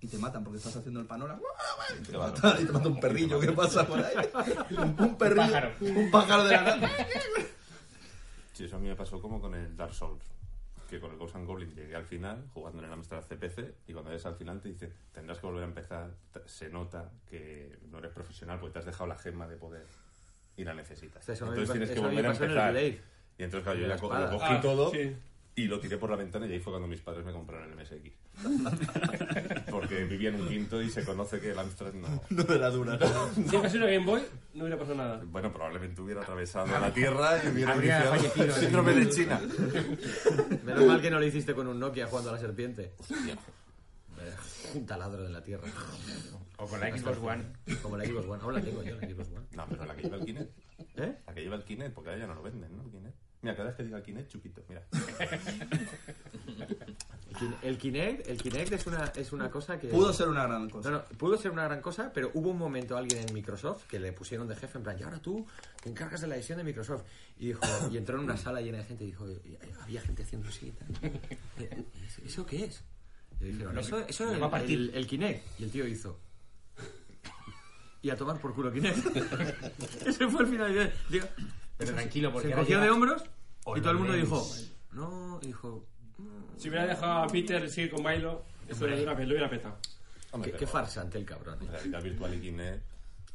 S3: Y te matan porque estás haciendo el panola. Y te,
S5: Claro.
S3: mata, y te mata un perrillo que pasa por ahí. Un perrillo. Un pájaro, de la nada.
S5: Sí, eso a mí me pasó como con el Dark Souls. Que con el Ghost and Goblin llegué al final jugando en el Amstrad CPC y cuando llegas al final te dicen tendrás que volver a empezar. T- Se nota que no eres profesional porque te has dejado la gema de poder y la necesitas.
S1: Eso a mí me
S5: entonces
S1: pa-
S5: tienes que
S1: eso a mí
S5: volver a
S1: me pasó en el
S5: empezar.
S1: Blade.
S5: Y entonces, claro, yo
S1: Con
S5: ya
S1: la
S5: co- lo
S1: espada.
S5: cogí
S1: Ah,
S5: todo
S1: sí.
S5: y lo tiré por la ventana y ahí fue cuando mis padres me compraron el MSX. Porque vivía en un quinto y se conoce que el Amstrad no...
S3: No era dura.
S4: Si hubiese sido Game Boy, no hubiera pasado nada.
S5: Bueno, probablemente hubiera atravesado la Tierra y hubiera
S1: Habría
S5: iniciado
S1: fallecido
S5: el
S1: en el
S5: síndrome de
S1: mundo.
S5: China.
S1: Menos mal que no lo hiciste con un Nokia jugando a la serpiente. Eh, Un taladro de la tierra.
S8: O con la Xbox One.
S1: Como la Xbox One. Aún la tengo yo, la Xbox One.
S5: No, pero la que lleva el Kinect.
S1: ¿Eh?
S5: La que lleva el Kinect, porque ahora ya no lo venden, ¿no? El Kinect. Mira, cada vez que diga Kinect, chupito, mira.
S1: El Kin- El Kinect, el Kinect es, una, es una cosa que...
S3: Pudo ser una gran cosa.
S1: No, no, pudo ser una gran cosa, pero hubo un momento alguien en Microsoft que le pusieron de jefe en plan, y ahora tú te encargas de la edición de Microsoft. Y dijo y entró
S5: Mm.
S1: en una sala llena de gente y dijo, y había gente haciendo así y tal. ¿Eso qué es? Y dijeron,
S8: No,
S1: eso, eso
S8: no
S1: es
S8: va a
S1: el,
S8: partir.
S1: el- el Kinect. Y el tío hizo... Y a tomar por culo Kinect. Ese fue el final. de- digo,
S8: Pero tranquilo, porque
S1: Se
S8: ahora
S1: cogió de
S8: llega-
S1: hombros y
S8: Hola,
S1: todo el mundo
S8: Nens.
S1: dijo, no, dijo...
S4: Si hubiera dejado a Peter seguir con Milo, eso lo hubiera, lo hubiera petado.
S1: Qué, qué farsante el cabrón. ¿eh?
S5: La realidad virtual y Kinect.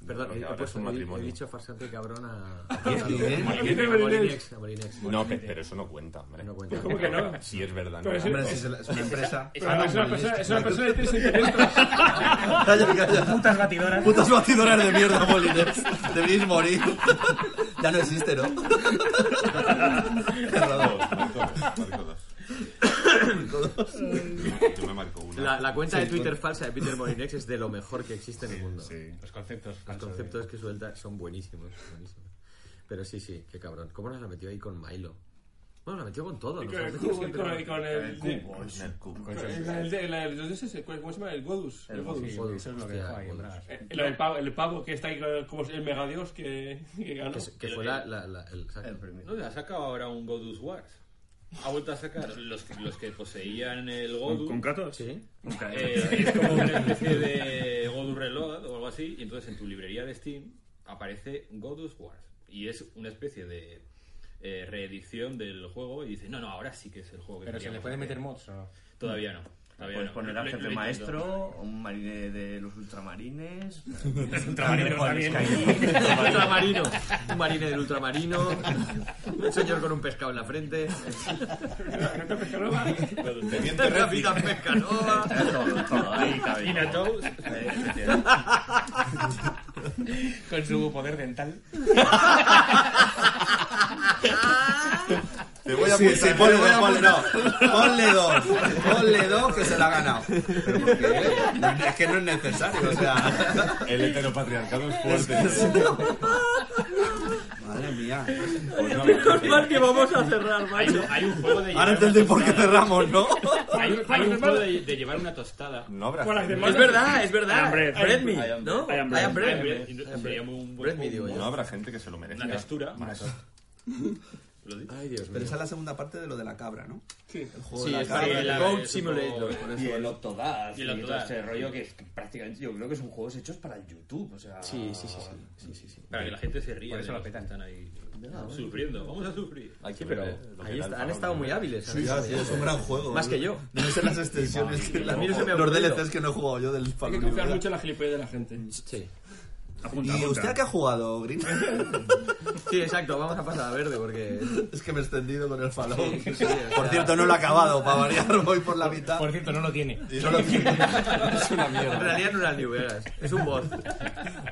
S1: Perdón,
S5: lo que
S1: he, he
S5: ahora es
S1: puesto,
S5: un
S1: he- he
S5: matrimonio.
S1: dicho farsante cabrón a...
S5: Bien.
S1: A
S5: Bien.
S1: Molinex, a Molinex.
S5: No, pe- pero eso no cuenta, hombre. No
S1: cuenta.
S4: ¿Cómo que no?
S5: Sí, es verdad.
S4: Pero
S5: no.
S4: es- Hombre, si es la- es una empresa. es una
S5: Ah, no,
S4: persona-
S5: vale,
S4: persona-
S5: es-
S4: es una persona de tres sentimientos.
S3: Calla, calla.
S8: Putas batidoras.
S3: Putas batidoras de mierda, Molines. Deberíais morir. Ya no existe, ¿no?
S5: Marco dos, marco dos, marco dos. Yo me marco una.
S1: La, la cuenta de
S5: Sí,
S1: Twitter
S5: con-
S1: falsa de Peter Molinex es de lo mejor que existe en el mundo.
S8: Los conceptos.
S1: Los
S8: falsos
S1: conceptos que suelta son buenísimos, buenísimos. Pero sí, sí, qué cabrón. ¿Cómo nos la metió ahí con Milo? Bueno, la metió con todo.
S4: Y
S1: ¿no?
S4: con el
S1: Nosotros
S4: cubo, y con-
S1: siempre-
S4: y con el- El, el, el, el- ¿dónde es ese? ¿Cuál- ¿Cómo se llama? El Godus. El Godus.
S1: Sí, eso es lo que dejó ahí,
S4: Godus.
S1: ¿verdad?
S4: Eh, lo del pavo, el pavo que está ahí con- como el megadios que, que ganó.
S1: Que, que fue la, la- la- el, saco.
S2: ¿No
S1: No,
S2: le ha sacado ahora un Godus Wars? Ha vuelto a sacar los, los que poseían el
S23: ¿Con,
S2: Godus.
S23: con Kratos?
S1: Sí.
S2: Eh, es como una especie de Godus Reload o algo así. Y entonces en tu librería de Steam aparece Godus Wars. Y es una especie de eh, reedición del juego. Y dice, no, no, ahora sí que es el juego que
S8: Pero se le
S2: queríamos
S8: puede
S2: hacer".
S8: meter mods o no.
S2: Todavía no. Todavía
S24: Puedes
S2: no.
S24: poner
S2: Lo-
S24: al
S2: lo-
S24: jefe
S2: lo intento.
S24: maestro, un marine de los ultramarines.
S23: Los ultramarinos
S24: Con
S23: también.
S24: Skyrim.
S1: ultramarino. Un marine del ultramarino. Un señor con un pescado en la frente.
S5: Teniente Redfield.
S1: Capitán Pescanova.
S24: Todo, todo, ahí cabe.
S4: Tina Toes.
S8: Con su poder dental.
S5: Te voy a
S3: Sí, sí, ponle,
S5: apuntar, te voy a
S3: dos, ponle,
S5: apuntar.
S3: no. Ponle dos. Ponle dos que se la ha ganado. Pero ¿por qué? Es que no es necesario, o sea.
S5: El heteropatriarcado es fuerte.
S3: Madre mía.
S5: Pues no,
S1: que vamos a cerrar,
S2: Hay, un- hay un juego de llevar
S3: Ahora
S2: una
S3: entendí por qué
S2: tostada.
S3: cerramos, ¿no?
S2: Hay, un- hay un juego de, de llevar una tostada.
S5: No habrá.
S4: Con las
S5: gente-
S4: demás.
S1: Es verdad, es
S23: I
S1: verdad.
S23: am bread.
S1: Bread me,
S5: I am
S1: ¿no?
S23: bread. I am
S1: I am
S2: Bread,
S1: bread.
S2: bread, Sería un
S1: Bread
S2: buen
S1: me, digo
S2: juego.
S5: No
S1: yo.
S5: habrá gente que se lo merezca.
S2: Una textura.
S5: Más.
S2: ¿Lo dices?
S1: Ay, Dios mío.
S3: Pero esa es la segunda parte de lo de la cabra, ¿no?
S4: Sí.
S3: El juego
S1: Sí,
S3: de la
S1: es para
S3: cabra.
S1: el
S2: la-
S1: Goat
S2: es un
S1: Simulator.
S2: poco-
S1: por eso.
S24: Y el Octodad.
S2: Y
S24: Y
S2: el
S24: el todo
S2: Octodad.
S24: ese rollo que es que prácticamente yo creo que son juegos hechos para el YouTube. O sea,
S1: Sí, sí, sí, sí. sí, sí, sí.
S2: Para que la gente se ría.
S8: Por eso
S2: de
S8: lo
S2: los que
S8: petan.
S2: Están ahí sufriendo. Vamos a sufrir.
S5: Hay que
S1: Sí, pero
S5: ver Eh, lo que
S1: ahí
S5: da
S1: está-
S5: el
S1: han estado
S5: faraón,
S1: muy
S5: ¿no?
S1: hábiles. han
S3: Sí,
S1: estado
S3: sí,
S1: muy
S3: es un gran juego. ¿eh?
S1: Más que yo.
S3: No sé las extensiones. que
S1: A mí no se me ha
S3: Los
S1: ocurrido.
S3: DLCs que no he jugado yo del
S4: Hay que
S3: Fallout.
S4: confiar
S3: ¿verdad?
S4: mucho en la gilipollez de la gente.
S1: Sí.
S25: Apunta,
S3: ¿Y
S25: apunta.
S3: usted a qué ha jugado, Green?
S1: Sí, exacto, vamos a pasar a verde porque.
S3: Es que me he extendido con el falón.
S1: Sí, sí, o sea-
S3: Por cierto, no lo he acabado, para variar, voy por la mitad.
S26: Por cierto, no lo tiene.
S3: Y no lo tiene.
S1: Es una mierda. En realidad no era el New Vegas, es un boss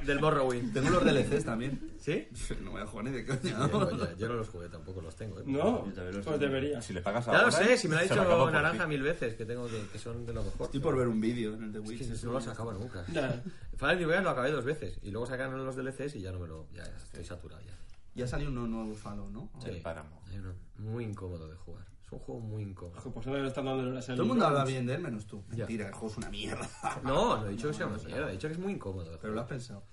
S1: del Morrowind.
S3: Tengo los DLCs también.
S1: ¿Sí?
S3: No voy a jugar ni de coña.
S1: Yo, yo no los jugué, tampoco los tengo. ¿eh?
S4: No,
S1: Yo también los
S4: pues
S1: tengo.
S4: debería.
S5: Si le pagas
S1: Ya
S5: ahora,
S1: lo sé, si me lo ha
S5: se
S1: dicho
S5: acabó por
S1: Naranja
S5: ti.
S1: mil veces, que tengo que, que son de lo mejor.
S3: Estoy por ver un vídeo en el de
S1: Es
S3: Wii.
S1: que no los acabo nunca.
S4: Ya.
S1: Fallout New Vegas lo acabé dos veces y luego sacaron los DLCs y ya no me lo. Ya estoy saturado ya.
S3: Ya salió uno nuevo Fallout, ¿no?
S1: Sí.
S5: Páramo.
S1: Es uno Muy incómodo de jugar. Es un juego muy incómodo.
S4: Ojo, Pues no le están dando horas al
S3: Todo el mundo habla
S4: Lawrence.
S3: bien de él, menos tú.
S1: Ya.
S3: Mentira, el juego es una mierda.
S1: No, no he dicho que sea una mierda, he dicho que es muy incómodo. de
S3: Pero
S1: jugar.
S3: lo has pensado.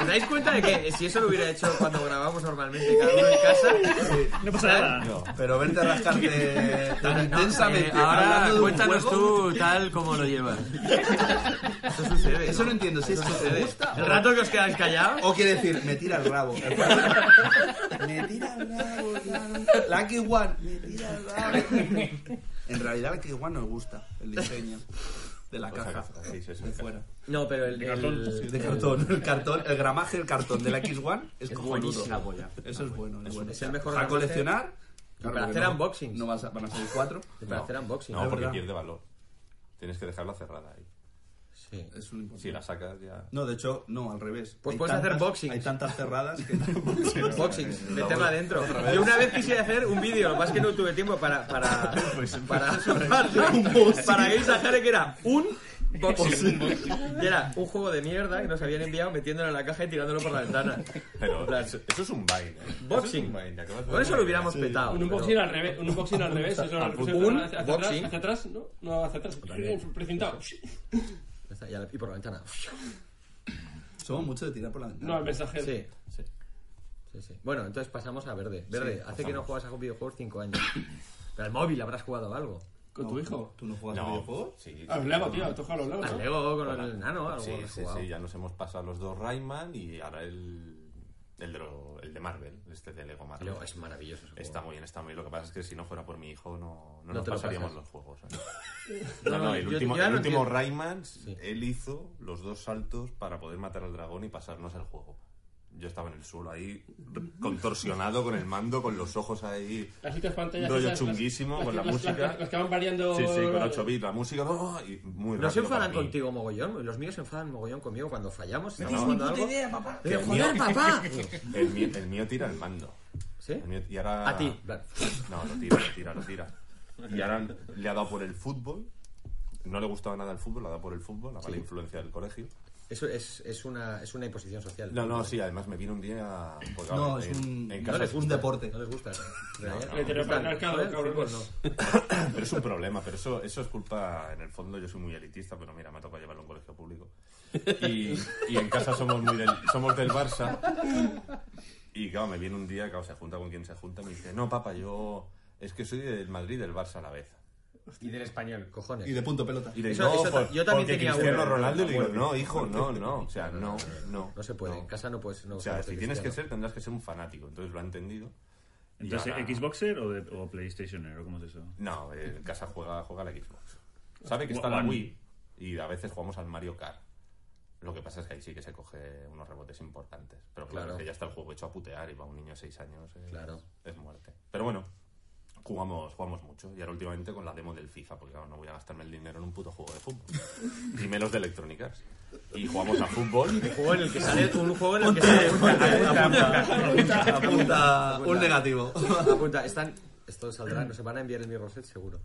S1: ¿Os dais cuenta de que si eso lo hubiera hecho cuando grabamos normalmente cada uno en casa?
S25: No pasa nada.
S3: Pero vente a rascarte tan
S1: No,
S3: intensamente.
S1: eh, ahora
S3: hablando de un
S1: cuéntanos
S3: juego,
S1: tú tal como lo llevas. Eso sucede.
S3: Eso
S1: ¿no?
S3: no entiendo, si es que te
S1: Sucede.
S3: gusta Oh.
S1: El
S3: o-
S1: rato que os quedáis callados.
S3: O quiere decir, me tira el rabo. me tira el rabo, claro. Lucky One, me tira el rabo. En realidad, Lucky One nos gusta el diseño de la
S5: Pues
S3: caja.
S5: acá, sí, sí, sí,
S3: de
S5: sí.
S3: fuera.
S1: No, pero el.
S25: De cartón.
S1: el-
S3: De cartón, el cartón, el gramaje del cartón de la X1 es,
S1: Es
S3: cojonudo.
S1: buenísimo, ya.
S3: Eso es bueno, es, bueno.
S1: es el mejor
S3: Para
S1: gramaje.
S3: coleccionar.
S1: Y para
S3: porque
S1: hacer
S3: no-
S1: unboxings.
S3: No vas a- van a salir cuatro.
S1: Para hacer unboxing.
S5: No,
S3: Es
S5: porque
S3: verdad.
S5: pierde valor. Tienes que dejarla cerrada ahí.
S1: Sí.
S3: Es un importante.
S5: Si la sacas ya...
S3: No, de hecho, no, al revés.
S1: Pues
S3: Hay
S1: puedes hacer
S3: tantas-
S1: boxings.
S3: Hay tantas cerradas que.
S1: Boxing, meterla adentro. Yo una vez quise hacer un vídeo, lo que pasa es que no tuve tiempo para. para.
S25: Pues,
S1: para. para, para Games Ajare, que era un boxing. Y era un juego de mierda que nos habían enviado metiéndolo en la caja y tirándolo por la ventana. En
S5: Pero
S1: plan,
S5: eso, eso es un baile. ¿eh? Eso es
S1: Boxing.
S5: un baile, acabas de-
S1: Con eso lo hubiéramos petado.
S4: Un
S1: pero-
S4: unboxing al revés, un unboxing al revés, eso lo
S1: punto.
S4: representa
S1: Un
S4: hacia hacia atrás,
S1: boxing.
S4: hacia atrás, ¿no? No, hacia atrás, precintado.
S1: Ya está, ya la- Y por la ventana.
S3: Somos mucho de tirar por la ventana.
S4: No, el mensajero.
S1: Sí. Sí, sí. Bueno, entonces pasamos a verde. Verde, hace que no juegas a videojuegos 5 años. Pero al móvil habrás jugado algo.
S4: ¿Con tu hijo?
S3: ¿Tú no juegas a
S5: No,
S3: videojuegos?
S5: sí.
S4: A los Lego, tío, tú juegas a los
S1: Al
S4: Lego, ¿no?
S1: Lego, con
S5: Hola.
S1: el enano, algo
S5: Sí,
S1: habrás
S5: sí,
S1: jugado.
S5: sí, ya nos hemos pasado los dos Rayman y ahora el, el, de, lo- el de Marvel, este de Lego Marvel.
S1: Lego, es maravilloso ese juego.
S5: Está muy bien, está muy bien. Lo que pasa es que si no fuera por mi hijo no, no,
S1: No
S5: nos
S1: te lo
S5: pasaríamos
S1: pasas.
S5: los juegos. ¿eh? No, no,
S1: No, no,
S5: el
S1: yo-
S5: último,
S1: yo ya
S5: el
S1: lo
S5: último
S1: entiendo.
S5: Rayman, él hizo los dos saltos para poder matar al dragón y pasarnos el juego. Yo estaba en el suelo ahí, contorsionado con el mando, con los ojos ahí.
S4: Las otras pantallas.
S5: Rollo
S4: esas, las-
S5: chunguísimo,
S4: las
S5: con
S4: que-
S5: la
S4: las-
S5: música.
S4: las- Las que van variando.
S5: Sí, sí, con 8 bits, la música, ¡oh! y muy
S1: No se
S5: rápido para
S1: enfadan
S5: mí.
S1: contigo mogollón, los míos se enfadan mogollón conmigo cuando fallamos.
S5: No,
S1: estamos
S5: no.
S1: jugando algo.
S3: papá.
S1: ¡Pero
S5: Dios mío.
S1: joder, papá!
S5: El mío, el mío tira el mando.
S1: ¿Sí?
S5: El mío- y ahora...
S1: A ti, en plan.
S5: No, lo tira, lo tira, lo tira. Y ahora le ha dado por el fútbol. No le gustaba nada el fútbol, le ha dado por el fútbol, la mala influencia del colegio.
S1: Eso es, es, una, es una imposición social.
S5: No, no, sí, además me vino un día... porque, claro,
S3: No, es
S5: en-
S3: un-
S5: en
S3: no
S5: casa
S3: les
S5: es
S3: gusta. un deporte.
S1: No les gusta. ¿eh?
S4: El heteropatriarcado,
S5: pues.
S4: cabrones.
S5: Pero es un problema, pero eso, eso es culpa, en el fondo yo soy muy elitista, pero mira, me ha tocado llevarlo a un colegio público. Y, y en casa somos muy del, somos del Barça. Y claro, me viene un día, claro, se junta con quien se junta y me dice, no, papá, yo es que soy del Madrid y del Barça a la vez.
S1: Y del español, cojones.
S3: Y de punto pelota.
S5: Y le digo,
S1: Eso- eso
S5: no,
S1: ta-
S5: por-
S1: yo también
S5: porque
S1: tenía
S5: Cristiano
S1: uno.
S5: Ronaldo, y le digo, no, hijo, no, no, o sea, no, no.
S1: No se puede,
S5: no.
S1: en casa no puedes. No,
S5: O sea,
S1: no
S5: si
S1: puedes
S5: tienes que
S1: cristiano.
S5: ser, tendrás que ser un fanático, entonces lo ha entendido. Y
S25: Entonces,
S5: ahora-
S25: ¿Xboxer o, de- o PlayStationer? ¿O ¿Cómo es eso?
S5: No, en casa juega, juega la Xbox. Sabe que está la
S25: One.
S5: Wii y a veces jugamos al Mario Kart. Lo que pasa es que ahí sí que se coge unos rebotes importantes. Pero claro,
S1: Claro.
S5: es que ya está el juego hecho a putear y va un niño de 6 años. Es,
S1: Claro.
S5: es muerte. Pero bueno, jugamos, jugamos mucho. Y ahora últimamente con la demo del FIFA, porque claro, no voy a gastarme el dinero en un puto juego de fútbol. y menos de Electronic Arts. Y jugamos a fútbol.
S1: Juego en el que sale, un juego en el que sale.
S3: Apunta, apunta un negativo.
S1: Apunta, están. Esto saldrá, nos van a enviar el Mirror Set seguro.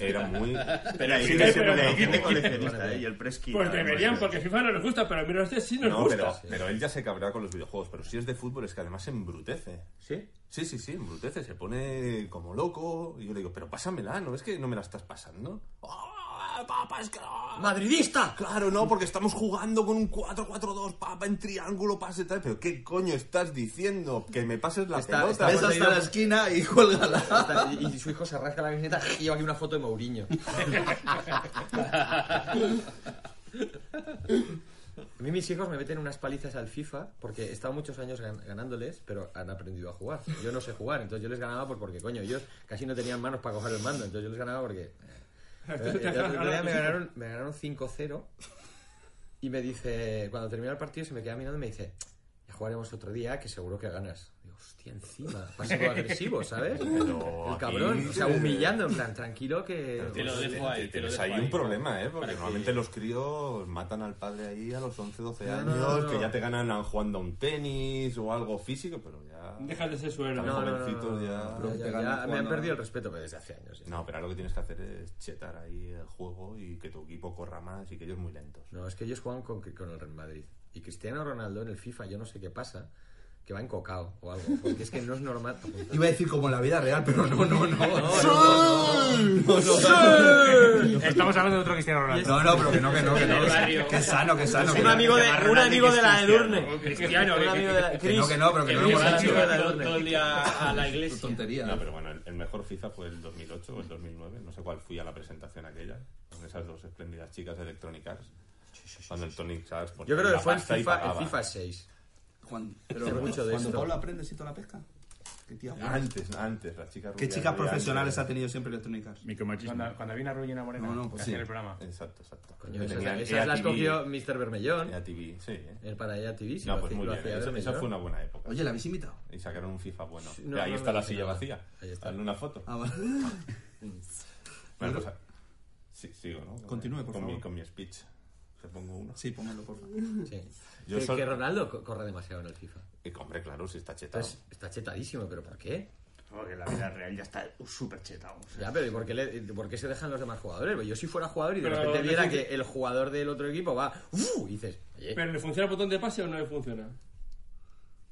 S5: Era muy...
S2: Pero ahí
S5: Sí,
S2: dice,
S5: sí,
S2: pero
S5: sí,
S2: ahí
S5: sí.
S2: dice coleccionista, ¿eh? Y el press kit,
S25: Pues
S2: además,
S25: deberían,
S2: es-
S25: porque FIFA no les gusta, pero mira, este sí nos
S5: No,
S25: gusta.
S5: pero, pero él ya se cabrea con los videojuegos. Pero si es de fútbol, es que además se embrutece.
S1: ¿Sí?
S5: Sí, sí, sí, embrutece, se pone como loco. Y yo le digo, pero pásamela, ¿no es que no me la estás pasando? ¡Ah, papá, es que no!
S1: ¡Madridista!
S5: Claro, no, porque estamos jugando con un 4-4-2, papá, en triángulo, pase tal. Pero ¿qué coño estás diciendo? Que me pases la
S1: Está-
S5: pelota. pues,
S3: Ves hasta la esquina y cuélgala.
S1: Está- Y, y su hijo se rasca la camiseta y lleva aquí una foto de Mourinho. A mí mis hijos me meten unas palizas al FIFA porque he estado muchos años gan- ganándoles, pero han aprendido a jugar. Yo no sé jugar, entonces yo les ganaba pues porque, coño, ellos casi no tenían manos para coger el mando, entonces yo les ganaba porque... Eh, el otro día me ganaron, me ganaron 5-0 y me dice, cuando termina el partido se me queda mirando y me dice, ya jugaremos otro día que seguro que ganas. Digo, hostia, encima, pasivo agresivo, ¿sabes?
S5: Pero
S1: el cabrón,
S5: aquí-
S1: o sea, humillando, en plan, tranquilo que...
S5: Tienes ahí un problema, ¿eh? Porque normalmente los críos matan al padre ahí a los 11, 12
S1: No,
S5: años,
S1: no, no.
S5: que ya te ganan a- jugando a un tenis o algo físico, pero ya...
S1: Deja de ser
S5: suelo.
S1: suero. No,
S5: No,
S1: no, no,
S5: jovencitos
S1: no,
S5: ya...
S1: no, no, ya- ya me han perdido el respeto pero desde hace años.
S5: No, pero ahora lo que tienes que hacer es chetar ahí el juego y que tu equipo corra más y que ellos muy lentos.
S1: No, es que ellos juegan con, con el Real Madrid. Y Cristiano Ronaldo en el FIFA, yo no sé qué pasa, que va encocao o algo. Porque es que no es normal.
S3: Iba a decir como en la vida real, pero no, no, no.
S8: Estamos hablando de otro Cristiano Ronaldo.
S3: No, no, pero que no, que no, que no. Que sano, que sano. que no.
S2: Cristiano,
S3: Un amigo de la- Que no, que no, pero que no lo
S2: Chris,
S3: hemos
S2: amigo
S3: dicho.
S2: de la Edurne. Todo el día a la iglesia.
S3: Tontería.
S5: No, pero bueno, el, el mejor FIFA fue el 2008 o el 2009, no sé cuál, fui a la presentación aquella, con esas dos espléndidas chicas de Electronic Arts. Cuando el Tony Charles ponía
S1: Yo creo que
S5: la
S1: fue el
S5: pasta y
S1: FIFA, el
S5: pagaba.
S1: FIFA 6.
S3: Juan,
S1: Sé
S3: pero
S1: mucho de
S3: cuando
S1: esto.
S3: Pablo aprende, si toda la pesca. Qué tía guapa.
S5: Antes, antes, las chicas
S3: ¿Qué
S5: rubias
S3: chicas
S5: de
S3: profesionales
S5: antes.
S3: ha tenido siempre Electronic Arts?
S8: Cuando, cuando había una rubia y una morena,
S3: No, no, pues
S8: que hacía
S3: sí.
S8: en el programa.
S5: Exacto, exacto. E
S1: Coño, esas
S5: Tenían
S1: esas las
S5: EATV.
S1: cogió Mr. Bermellón.
S5: EATV, sí. ¿eh?
S1: El para ella TV. Si
S5: No,
S1: lo
S5: pues
S1: hacía-
S5: muy
S1: lo
S5: bien.
S1: hacía
S5: Esa, esa
S1: Bermellón.
S5: fue una buena época.
S3: Oye, ¿la habéis invitado?
S5: Y sacaron un FIFA bueno.
S1: Sí, no,
S5: ahí
S1: no,
S5: está
S1: no,
S5: la silla
S1: no.
S5: vacía.
S1: Ahí
S5: Ahí
S1: está.
S5: está. Hazle una foto.
S3: Ah, vale.
S5: Bueno, pues, ah, sí, sigo, ¿no?
S3: Continúe, por
S5: con Mi,
S3: favor.
S5: con mi speech. Te pongo uno.
S3: Sí, póngalo, por favor.
S1: Sí.
S5: Yo
S1: Pero es
S5: sol-
S1: que Ronaldo co- corre demasiado en el FIFA.
S5: Eh, hombre, claro, si está chetado.
S1: Entonces, está chetadísimo, pero ¿por qué?
S27: Porque en la vida real ya está súper chetado. o sea,
S1: Ya, pero ¿y por qué, le- por qué se dejan los demás jugadores? Pues yo si fuera jugador y de
S28: Pero
S1: repente
S28: no
S1: viera
S28: sé
S1: que el jugador del otro equipo va... ¡Uh! Y dices, oye,
S28: ¿Pero le funciona el botón de pase o no le funciona?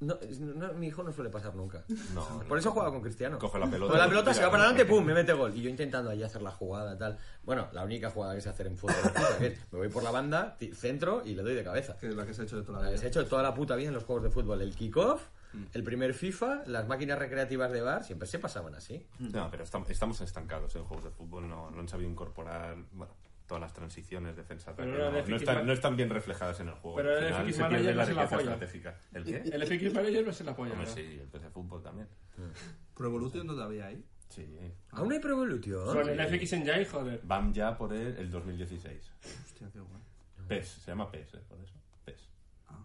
S1: no, es- no, mi hijo no suele pasar nunca.
S5: No,
S1: Por
S5: no.
S1: eso juega con Cristiano.
S5: Coge la pelota.
S1: Con la pelota
S5: tira,
S1: se va para
S5: tira.
S1: adelante, pum, me mete gol. Y yo intentando ahí hacer la jugada, tal. Bueno, la única jugada que sé hacer en fútbol, que es, me voy por la banda, ti- centro y le doy de cabeza.
S3: Que es la que se ha hecho de toda la
S1: Habéis
S3: vida.
S1: hecho toda la puta vida en los juegos de fútbol. El kickoff, el primer FIFA, las máquinas recreativas de bar, siempre se pasaban así.
S5: No, pero estam- estamos estancados en juegos de fútbol. No, no han sabido incorporar bueno, todas las transiciones, defensa, ataque.
S28: Pero
S5: No,
S28: ahora el
S5: no
S28: FX
S5: están,
S28: man-
S5: no están bien reflejadas en el juego.
S28: Pero
S5: Al
S28: el
S5: final
S28: FX
S5: se
S28: manager
S5: pierde la
S28: no se la
S5: riqueza
S28: apoya.
S5: estratégica. ¿El qué?
S28: El FX para ellos no se la polla.
S5: Hombre,
S28: ¿no?
S5: sí, y el PC Fútbol también.
S3: Pro Evolution todavía hay.
S5: Sí.
S1: Aún hay Pro Evolution.
S28: Con el FX Engine, joder.
S5: Van ya por el, el 2016.
S3: Hostia, qué guay.
S5: PES, se llama PES, ¿eh? por eso. PES.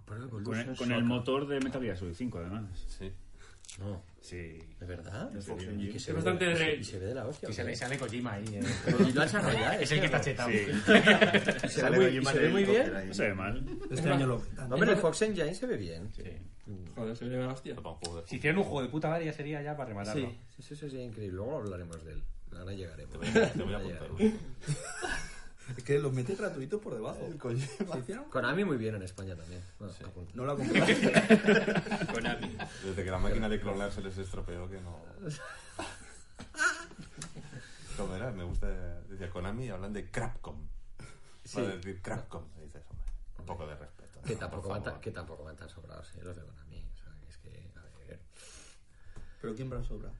S1: Pro
S4: Con
S1: Evolution
S4: el, con el
S1: Soccer.
S4: motor de Metal Gear Solid 5, además.
S5: Sí.
S1: No,
S4: Sí.
S1: ¿de verdad?
S4: Sí, sí,
S1: Y
S4: sí.
S1: que
S28: Es
S1: ve-
S28: bastante
S1: y se-
S28: re-
S1: y se ve de la hostia.
S8: Y
S1: ¿o
S8: sale,
S1: qué?
S8: sale Kojima ahí. eh.
S1: Y lo han desarrollado,
S8: es el que
S1: ¿eh?
S8: está chetado.
S1: Y se ve
S27: sale
S1: muy-
S27: Goyo
S1: y
S27: Man
S1: se ve
S27: del
S1: muy
S27: helicóptero
S1: bien.
S27: ahí.
S4: No se ve mal.
S3: Este año lo quitan.
S1: Hombre, el Fox Engine se ve bien.
S28: Joder, se ve la hostia.
S5: Para un juego de
S8: Si hicieran un juego de puta madre ya sería ya para rematarlo.
S1: Sí, sí, sí, sí, sí, increíble. Luego hablaremos de él. Ahora llegaremos.
S5: Te voy a, te voy a
S1: Ahora
S5: apuntar
S1: llegaremos.
S5: uno.
S3: Es que los mete gratuitos por debajo. ¿Se hicieron?
S1: Konami muy bien en España también. Bueno, apunta.
S3: No lo ha comprado.
S2: Konami.
S5: Desde que la máquina de clonar se les estropeó que no... ¿Cómo era? Me gusta... Decía Konami y hablan de Crapcom.
S1: Sí.
S5: Para decir Crapcom, me dices, hombre. Un poco de respeto.
S1: Que
S5: ¿no?
S1: tampoco,
S5: Por
S1: van tan,
S5: favor.
S1: que tampoco van tan sobrados, eh, los de Konami. O sea, que es que, a ver.
S3: Pero ¿quién va a sobra?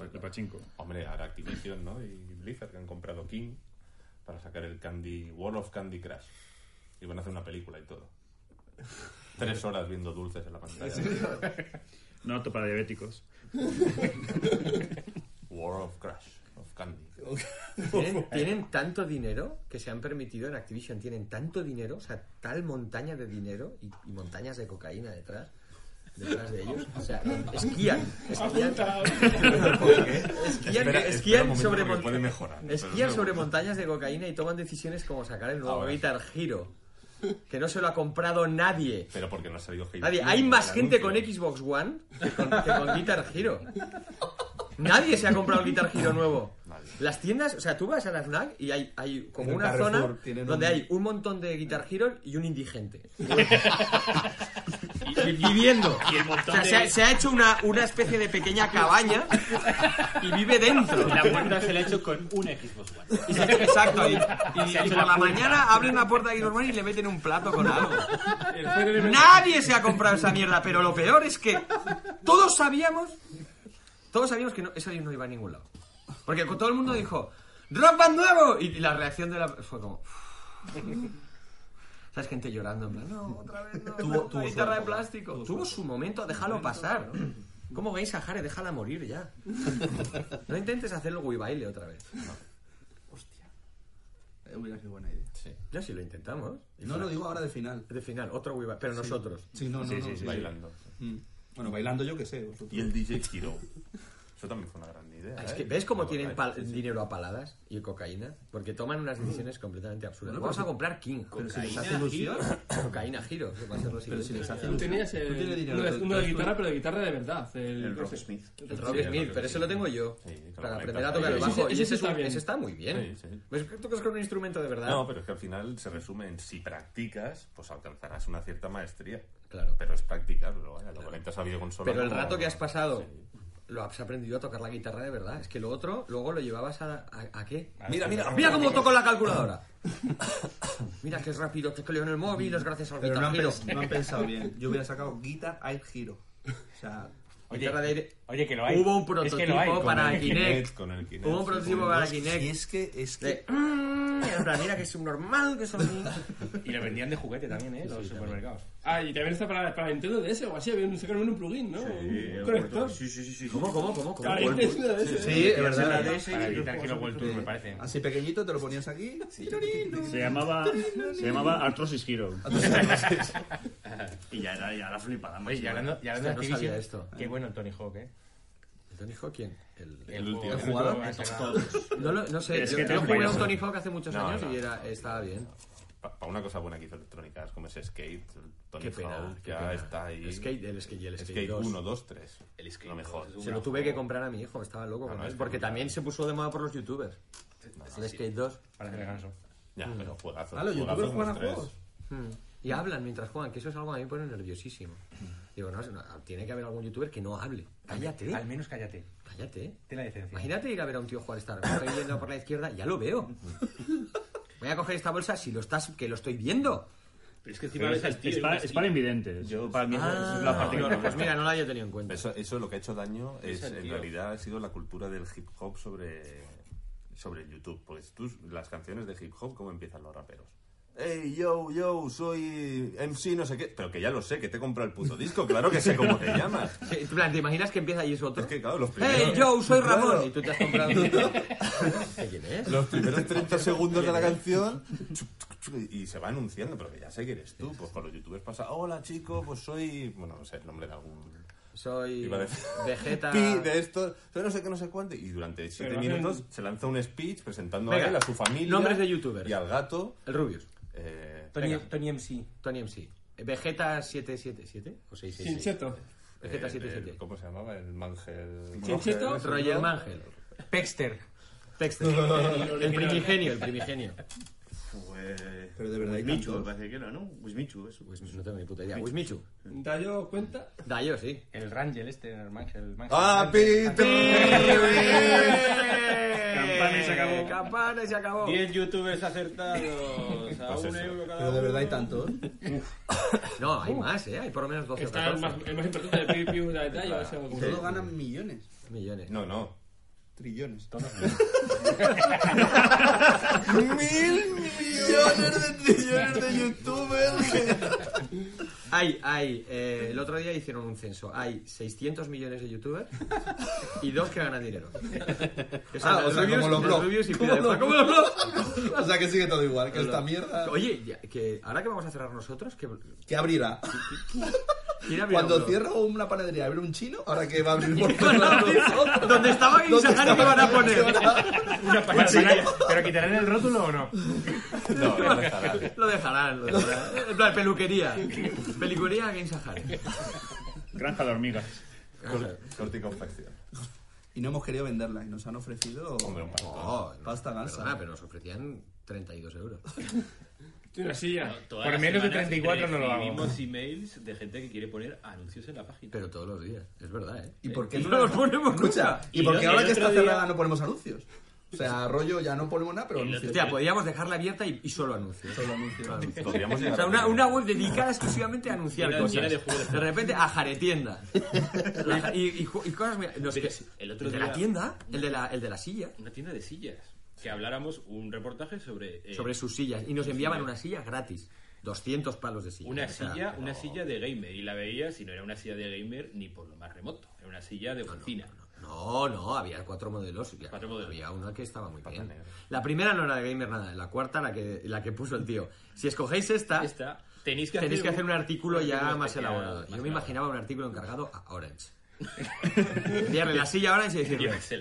S4: El pachinko.
S5: Hombre, ahora Activision, ¿no? Y Blizzard que han comprado King para sacar el Candy... World of Candy Crush. Y van a hacer una película y todo. Tres horas viendo dulces en la pantalla.
S4: No, to- para diabéticos.
S5: War of Crush, of Candy.
S1: Tienen, tienen tanto dinero que se han permitido en Activision, tienen tanto dinero, o sea, tal montaña de dinero y, y montañas de cocaína detrás detrás de ellos, o sea, esquían, esquían, esquían,
S5: Espera, espera un
S1: esquían
S5: momento
S1: sobre
S5: porque puede
S1: montañas,
S5: mejorar.
S1: esquían sobre montañas de cocaína y toman decisiones como sacar el nuevo
S5: Ahora.
S1: Guitar Hero, que no se lo ha comprado nadie,
S5: Pero porque no ha salido Halo.
S1: Nadie.
S5: Infinite
S1: Hay
S5: en
S1: más
S5: el
S1: gente con
S5: anuncio.
S1: Xbox One que con, que con Guitar Hero. Nadie se ha comprado el Guitar Hero nuevo.
S5: Nadie.
S1: Las tiendas, o sea, tú vas a la FNAC y hay, hay como
S3: En el
S1: una
S3: Carrefour
S1: zona
S3: tienen
S1: donde
S3: un-
S1: hay un montón de Guitar Hero y un indigente. Y- Viviendo.
S4: Y el montón
S1: O sea,
S4: de-
S1: se, ha, se ha hecho una, una especie de pequeña cabaña y vive dentro.
S29: La puerta se la ha hecho con un Xbox One.
S1: Y se ha hecho- Exacto. Y, y-
S29: Se ha
S1: y
S29: hecho
S1: por
S29: la
S1: la
S29: punta.
S1: mañana abren la puerta de Guitar Hero y le meten un plato con algo.
S28: El juego de-
S1: Nadie se ha comprado esa mierda, pero lo peor es que todos sabíamos, todos sabíamos que no, eso no iba a ningún lado. Porque todo el mundo dijo, ¡Rock Band nuevo! Y la reacción de la... fue como... ¿Sabes? Gente llorando, en plan, no, otra vez no,
S3: Tuvo-
S1: la
S3: tuvo su
S1: guitarra de
S3: época.
S1: plástico. Tuvo su momento, déjalo pasar. ¿Cómo veis a Jare? Déjala morir ya. No intentes hacer el baile otra vez.
S3: Hostia. Eh, Hubiera sido buena idea. Sí.
S1: Ya si lo intentamos.
S3: No lo digo ahora de final.
S1: De final, otro Wii Bang, pero
S3: Sí.
S1: nosotros.
S3: Sí, no, no, no, sí, sí.
S5: bailando.
S3: Mm. Bueno, bailando yo qué sé. vosotros.
S5: Y el DJ Kiro. Eso también fue una gran idea.
S1: Ah, es
S5: ¿eh?
S1: que, ¿Ves cómo
S5: Pero,
S1: tienen
S5: eh,
S1: pal- dinero a paladas y cocaína? Porque toman unas
S5: Mm.
S1: decisiones completamente absurdas.
S3: Bueno,
S1: Vamos
S5: pues,
S1: a
S3: pero si-
S1: comprar King.
S3: pero si les hace ilusión.
S1: Cocaína giro. que va a ser lo
S3: Pero si
S1: siguiente.
S3: les hace
S28: Tú
S3: ilusión.
S28: tenías el-
S3: Tú tienes dinero,
S28: uno, de,
S3: tú-
S28: uno de
S3: tú-
S28: guitarra, pero de guitarra de verdad. El,
S5: El
S28: Rock
S5: Rock Smith.
S1: El Robbie
S5: Sí,
S1: Smith,
S5: el
S1: pero ese lo
S5: Robbie
S1: tengo
S5: Smith.
S1: yo.
S5: Sí, que lo
S1: para
S5: conectas
S1: aprender a
S5: ahí.
S1: tocar el
S5: Ese-
S1: bajo.
S28: ese
S1: y ese, es
S28: está
S1: un-
S28: bien.
S1: ese está muy bien.
S5: Sí, sí.
S1: Pues que tocas con un instrumento de verdad.
S5: No, pero es que al final se resume en si practicas, pues alcanzarás una cierta maestría.
S1: Claro.
S5: Pero es practicarlo, ¿eh? lo conectas a videoconsola.
S1: Pero el
S5: como-
S1: rato que has pasado,
S5: Sí.
S1: lo has aprendido a tocar la guitarra de verdad. Es que lo otro, luego lo llevabas a. ¿A, a qué?
S5: Mira, mira,
S1: Mira cómo toco la calculadora. Mira que es rápido, que leo en el móvil, las gracias al
S3: Pero no han,
S1: guitarrero.
S3: pens- no han pensado bien. Yo hubiera sacado Guitar Air Hero. O sea,
S1: Guitarra de aire.
S8: Oye, que lo hay.
S1: Hubo un
S8: Es que
S1: prototipo
S8: lo hay, con
S1: para
S8: el
S1: Kinect.
S5: Con el Kinect.
S1: Hubo un prototipo para Kinect.
S3: y es que es que
S1: De, "Mm", en plan, mira que es un normal, que son.
S8: Y lo vendían de juguete también, ¿eh? Los supermercados.
S28: Ah, y también está para, para Nintendo DS o así. Había un, sacaron un plugin, ¿no? un conector.
S5: Sí, sí, sí, sí.
S1: ¿Cómo, cómo, cómo? cómo?
S28: Para Nintendo DS.
S3: sí, es verdad.
S8: Para evitar que lo World Tour, me parece.
S1: Ah,
S3: Así pequeñito te lo ponías aquí.
S4: Se llamaba, se llamaba Arthrosis Hero.
S29: Y ya era ya la flipada.
S8: Oye, y hablando, y
S1: Hostia,
S8: hablando de
S1: no
S8: Activision,
S1: sabía esto.
S8: qué bueno el Tony Hawk, ¿eh?
S1: ¿Tony Hawk quién? El-
S5: El último.
S8: juego-
S5: ¿Has
S8: juego
S3: jugado?
S8: que han sacado.
S1: No, lo- no sé,
S4: Es
S1: yo,
S4: que
S1: yo
S4: te
S1: jugué a un
S4: pienso.
S1: Tony Hawk hace muchos
S5: No,
S1: años
S5: no.
S1: y era, estaba bien.
S5: Para una cosa buena que hizo Electrónica, es como ese skate, el Tony
S1: Qué pena,
S5: Hawk,
S1: qué
S5: ya
S1: pena.
S5: está ahí.
S1: El skate, el skate y el skate,
S5: skate
S1: dos.
S5: 1, 2, 3.
S2: El skate
S5: No me
S2: dos
S5: jodas.
S2: es un-
S1: Se lo tuve que comprar a mi hijo, estaba loco con
S5: no,
S1: él,
S5: es
S1: Porque
S5: complicado.
S1: también se puso de moda por los youtubers. el Skate 2.
S8: Parece que ganso.
S5: Ya, pero juegazo.
S3: Ah, los
S5: juegazo
S3: youtubers juegan a
S5: los tres.
S3: juegos.
S1: Hmm. Y hablan mientras juegan, que eso es algo que a mí me pone nerviosísimo. Digo, no, no, tiene que haber algún youtuber que no hable. Cállate,
S8: Al menos cállate.
S1: cállate.
S8: Ten la decencia.
S1: Imagínate ir a ver a un tío jugar Star. Estoy viendo por la izquierda, ya lo veo. Voy a coger esta bolsa si lo estás, que lo estoy viendo.
S2: Pero es que encima
S4: Pero
S2: ves
S4: Es,
S2: al tío
S4: es
S2: en
S4: para,
S2: una
S4: es para
S2: esquina.
S4: invidentes. Yo, para mí,
S5: Ah.
S4: esa es la parte
S1: No,
S4: que
S1: no, pues mira, no la había tenido en cuenta.
S5: Eso, eso lo que ha hecho daño es,
S2: el
S5: en
S2: tío.
S5: realidad ha sido la cultura del hip hop sobre, sobre el YouTube. Pues tú, las canciones de hip hop, ¿cómo empiezan los raperos? Hey, yo, yo, soy MC, no sé qué. Pero que ya lo sé, que te he comprado el puto disco, claro que sé cómo te llamas.
S1: Sí, en plan, ¿te imaginas que empieza y es otro?
S5: Es que, claro, los primeros.
S1: ¡Hey, yo soy Ramón!
S5: Claro.
S1: Y tú te has comprado... ¿Quién es?
S5: Los primeros 30 segundos de la canción chup, chup, chup, y se va anunciando, pero que ya sé que eres tú. Pues con los youtubers pasa, hola chico, pues soy. Bueno, no sé el nombre de algún.
S1: Soy
S5: Iba a decir-
S1: Vegeta...
S5: Pi de esto, soy no sé qué, no sé cuánto. Y durante 7
S28: hacen-
S5: minutos se lanza un speech presentando
S1: Venga,
S5: a él, a su familia.
S1: nombres de youtubers.
S5: Y al gato.
S1: El Rubius.
S5: Eh,
S8: Tony, Tony MC.
S1: Tony MC. Vegeta 777 o 666.
S28: Chincheto.
S1: Vegeta
S5: eh, el-
S1: 777.
S5: ¿Cómo se llamaba? El Mangel.
S28: Chincheto,
S5: Mangel, ese,
S1: Roger
S5: ¿no?
S1: Mangel.
S8: Pexter.
S1: Texter. El primigenio, el primigenio.
S29: Fue...
S3: Pero de verdad hay
S29: Wismichu,
S3: tantos.
S29: me parece que era, ¿no? Wismichu, eso.
S1: Pues no tengo ni puta idea. Wismichu.
S28: Dayo cuenta.
S1: Dayo, sí.
S8: El Rangel este, el Mangel. el Mangel.
S5: ¡Ah,
S4: Campana y se acabó.
S1: Campana y se acabó.
S2: 10 youtubers acertados a
S5: Pues
S2: un
S5: eso.
S2: euro cada
S3: Pero de verdad hay
S2: uno.
S3: tantos.
S1: No, hay más, ¿eh? Hay por lo menos 12 o
S28: Está el más,
S1: 14
S28: el más importante de Piu Piu, la E de Dayo. o sea, como-
S3: Todos ganan millones,
S1: millones.
S5: No, no.
S3: trillones.
S5: ¡Mil millones de trillones de youtubers!
S1: Hay, hay. eh, el otro día hicieron un censo. Hay 600 millones de youtubers y dos que ganan dinero. Que son
S3: Ah,
S1: los
S3: o sea,
S1: Rubius-
S3: como los blogs.
S1: Rubius y
S3: Como
S1: PewDiePie.
S3: los
S1: Como los blogs.
S3: o sea que sigue todo igual, que esta mierda.
S1: Oye, ya, que ahora que vamos a cerrar nosotros, que
S3: Que abrirá.
S1: ¿quién abrió el
S3: Cuando
S1: blog?
S3: cierro una panadería y abre un chino, ahora que va a abrir por
S1: Van a abrir otro. Donde estaba Guisajari que van a poner.
S8: Una panadería. ¿Pero quitarán el rótulo o no?
S5: No, no está nada.
S1: Lo dejarán, lo dejarán. En plan, peluquería. Peluquería Game Sahara.
S4: granja de hormigas.
S5: Corte y confección.
S3: Y no hemos querido venderla y nos han ofrecido
S5: Hombre, un pastón.
S1: Oh,
S3: pasta
S1: perdona,
S3: gansa.
S1: pero nos ofrecían 32 euros.
S28: Tiene Una silla.
S2: Todas
S8: Por
S2: las
S8: menos de
S2: semanas
S8: 34 no lo hago.
S2: Recibimos emails de gente que quiere poner anuncios en la página.
S1: Pero todos los días, es verdad, ¿eh?
S3: ¿Y por qué
S1: No los ponemos
S3: Escucha,
S1: nunca.
S3: ¿y,
S29: Y
S3: por
S29: no-
S3: qué
S29: y
S3: ahora
S29: el
S3: que está
S29: otro día-
S3: cerrada no ponemos anuncios? O sea, rollo, ya no ponemos nada, pero anuncios.
S1: Hostia, podríamos dejarla abierta y, y solo anuncios.
S3: Solo anuncios.
S1: Solo anuncios.
S5: Podríamos
S1: O
S5: llegar
S1: sea,
S5: a
S1: una,
S5: tener-
S1: una web dedicada exclusivamente a anunciar
S2: Llena-
S1: cosas.
S2: llena de juegos.
S1: de repente, a Jaretienda. La ja- y, y ju- y cosas... mira, No sé,
S2: Pero es- el otro
S1: de
S2: día-
S1: la tienda, el de la, el de la silla,
S2: Una tienda de sillas. Que habláramos un reportaje sobre... eh,
S1: sobre sus sillas. Y nos enviaban una silla gratis. 200 palos de silla.
S2: Una
S1: O sea,
S2: silla, una silla de gamer. Y la veías y no era una silla de gamer ni por lo más remoto. Era una silla de oficina.
S1: No, no, había cuatro modelos. y Había una que estaba muy bien. La primera no era de gamer nada, la cuarta la que, la que puso el tío. Si escogéis esta,
S2: tenéis que hacer
S1: hacer
S2: un-
S1: un artículo
S2: un
S1: ya
S2: artículo
S1: más
S2: especial,
S1: elaborado.
S2: más
S1: Yo me
S2: elaborado.
S1: imaginaba un artículo encargado a Orange. Enviarle la silla a Orange y decirle,
S2: Tío, Excel.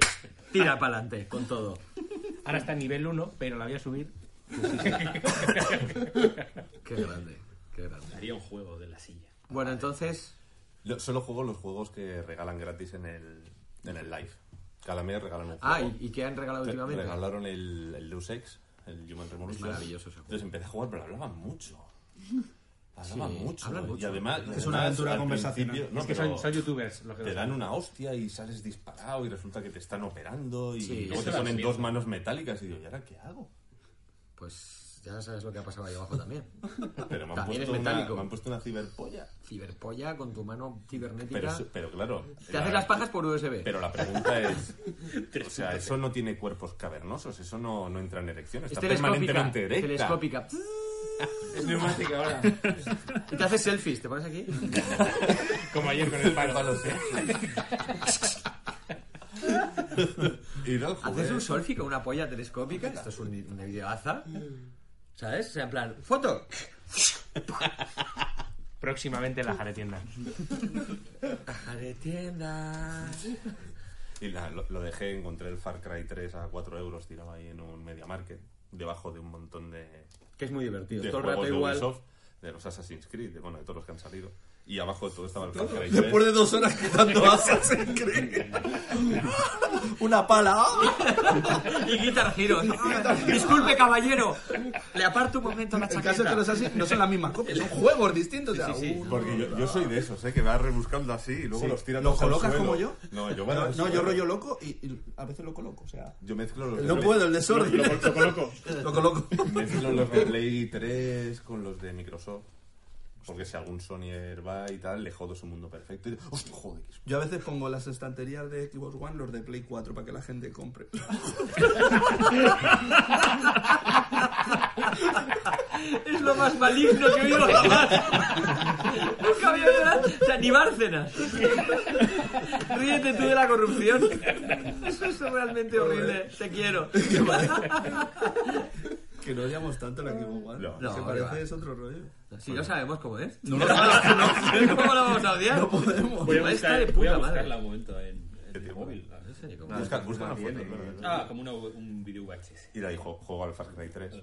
S1: tira para adelante con todo.
S8: Ahora está en nivel 1, pero la voy a subir.
S1: Qué grande, qué grande.
S2: Haría un juego de la silla.
S1: Bueno, entonces.
S5: Yo solo juego los juegos que regalan gratis en el, en el live. Cada mes regalan un juego.
S1: Ah, ¿y- y qué han regalado
S5: Re-
S1: últimamente?
S5: Regalaron el, el Deus Ex, el Human Revolution.
S1: maravilloso ese juego.
S5: Entonces empecé a jugar, pero hablaban mucho. Hablaban
S1: Sí,
S5: mucho.
S1: hablan mucho.
S5: Y además,
S8: Es una
S5: además,
S8: aventura
S5: al
S8: conversacional.
S5: principio-
S8: Es que son-
S5: pero
S8: son youtubers los que
S5: Te
S8: lo
S5: dan
S8: hacen.
S5: una hostia y sales disparado y resulta que te están operando y
S1: Sí,
S5: luego
S1: eso
S5: te
S1: era
S5: ponen
S1: cierto.
S5: dos manos metálicas y digo, ¿y ahora qué hago?
S1: Pues ya sabes lo que ha pasado ahí abajo también.
S5: Pero me han,
S1: También es
S5: puesto una,
S1: metálico.
S5: me han puesto una ciberpolla.
S1: Ciberpolla con tu mano cibernética.
S5: Pero, eso- pero claro.
S1: Te haces las pajas por USB.
S5: Pero la pregunta es. o sea, eso no tiene cuerpos cavernosos, eso no, no entra en erección. Está
S1: es telescópica.
S5: permanentemente erecta.
S1: Telescópica.
S5: Es neumática ahora.
S1: Y te haces selfies, te pones aquí.
S5: Como ayer con el palo. Y no,
S1: ¿Haces
S5: joder.
S1: un selfie con una polla telescópica? Esto es un- una videoaza. ¿Sabes? O sea, en plan, ¡foto!
S8: Próximamente en la jaretienda.
S1: Jare tienda.
S5: Y la- lo, lo dejé, encontré el Far Cry 3 a 4 euros tirado ahí en un Media Market, debajo de un montón de.
S1: Que es muy divertido.
S5: de
S1: Todo el
S5: juegos
S1: rato
S5: de
S1: igual.
S5: Ubisoft, de los Assassin's Creed, de, bueno, de todos los que han salido. Y abajo de todo estaba el Far Cry 3.
S3: Después de dos horas quitando asas, increíble. Una pala.
S1: y Guitar Hero. Disculpe, caballero. Le aparto un momento la
S3: El
S1: chaqueta.
S3: caso es que los así no son las mismas copias, son juegos distintos. o sea, uno-
S5: Porque yo, yo soy de esos, ¿eh? Que vas rebuscando así y luego
S3: Sí.
S5: los tiras
S3: ¿Lo
S5: todos al
S3: colocas
S5: suelo.
S3: como yo?
S5: No, yo me
S3: no,
S5: las-
S3: no, yo rollo loco y, y a veces lo coloco, o sea.
S5: Yo mezclo los.
S3: No
S5: de-
S3: puedo, el desorden.
S5: Lo, lo- lo coloco.
S3: Lo coloco.
S5: Mezclo los de Play 3 con los de Microsoft. Porque si algún Sonyer va y tal, le jodo su mundo perfecto. Y, ¡Hostia, joder!
S3: Yo a veces pongo las estanterías de Xbox One, los de Play 4, para que la gente compre.
S1: Es lo más maligno que he oído jamás. Nunca había oído nada. O sea, ni Bárcenas. Ríete tú de la corrupción. Eso es realmente horrible. Te quiero.
S3: Que no odiamos tanto la Xbox One.
S5: No,
S3: Se
S1: no, que
S3: parece,
S1: va.
S3: es otro rollo.
S1: Si no sabemos cómo es.
S3: No
S1: ¿Cómo
S3: lo
S1: la- ¿Cómo la vamos a odiar? No podemos.
S2: Voy a
S1: Está de
S2: buscar, voy a
S1: puta
S2: buscarla
S1: Ah, madre.
S2: un momento en, en mi móvil. Ah, a ver.
S1: Ah, No sé ni cómo.
S5: Busca, busca una foto, claro.
S2: Ah, como una- un video VHS.
S5: Y de ahí jo- juego al Far Cry 3.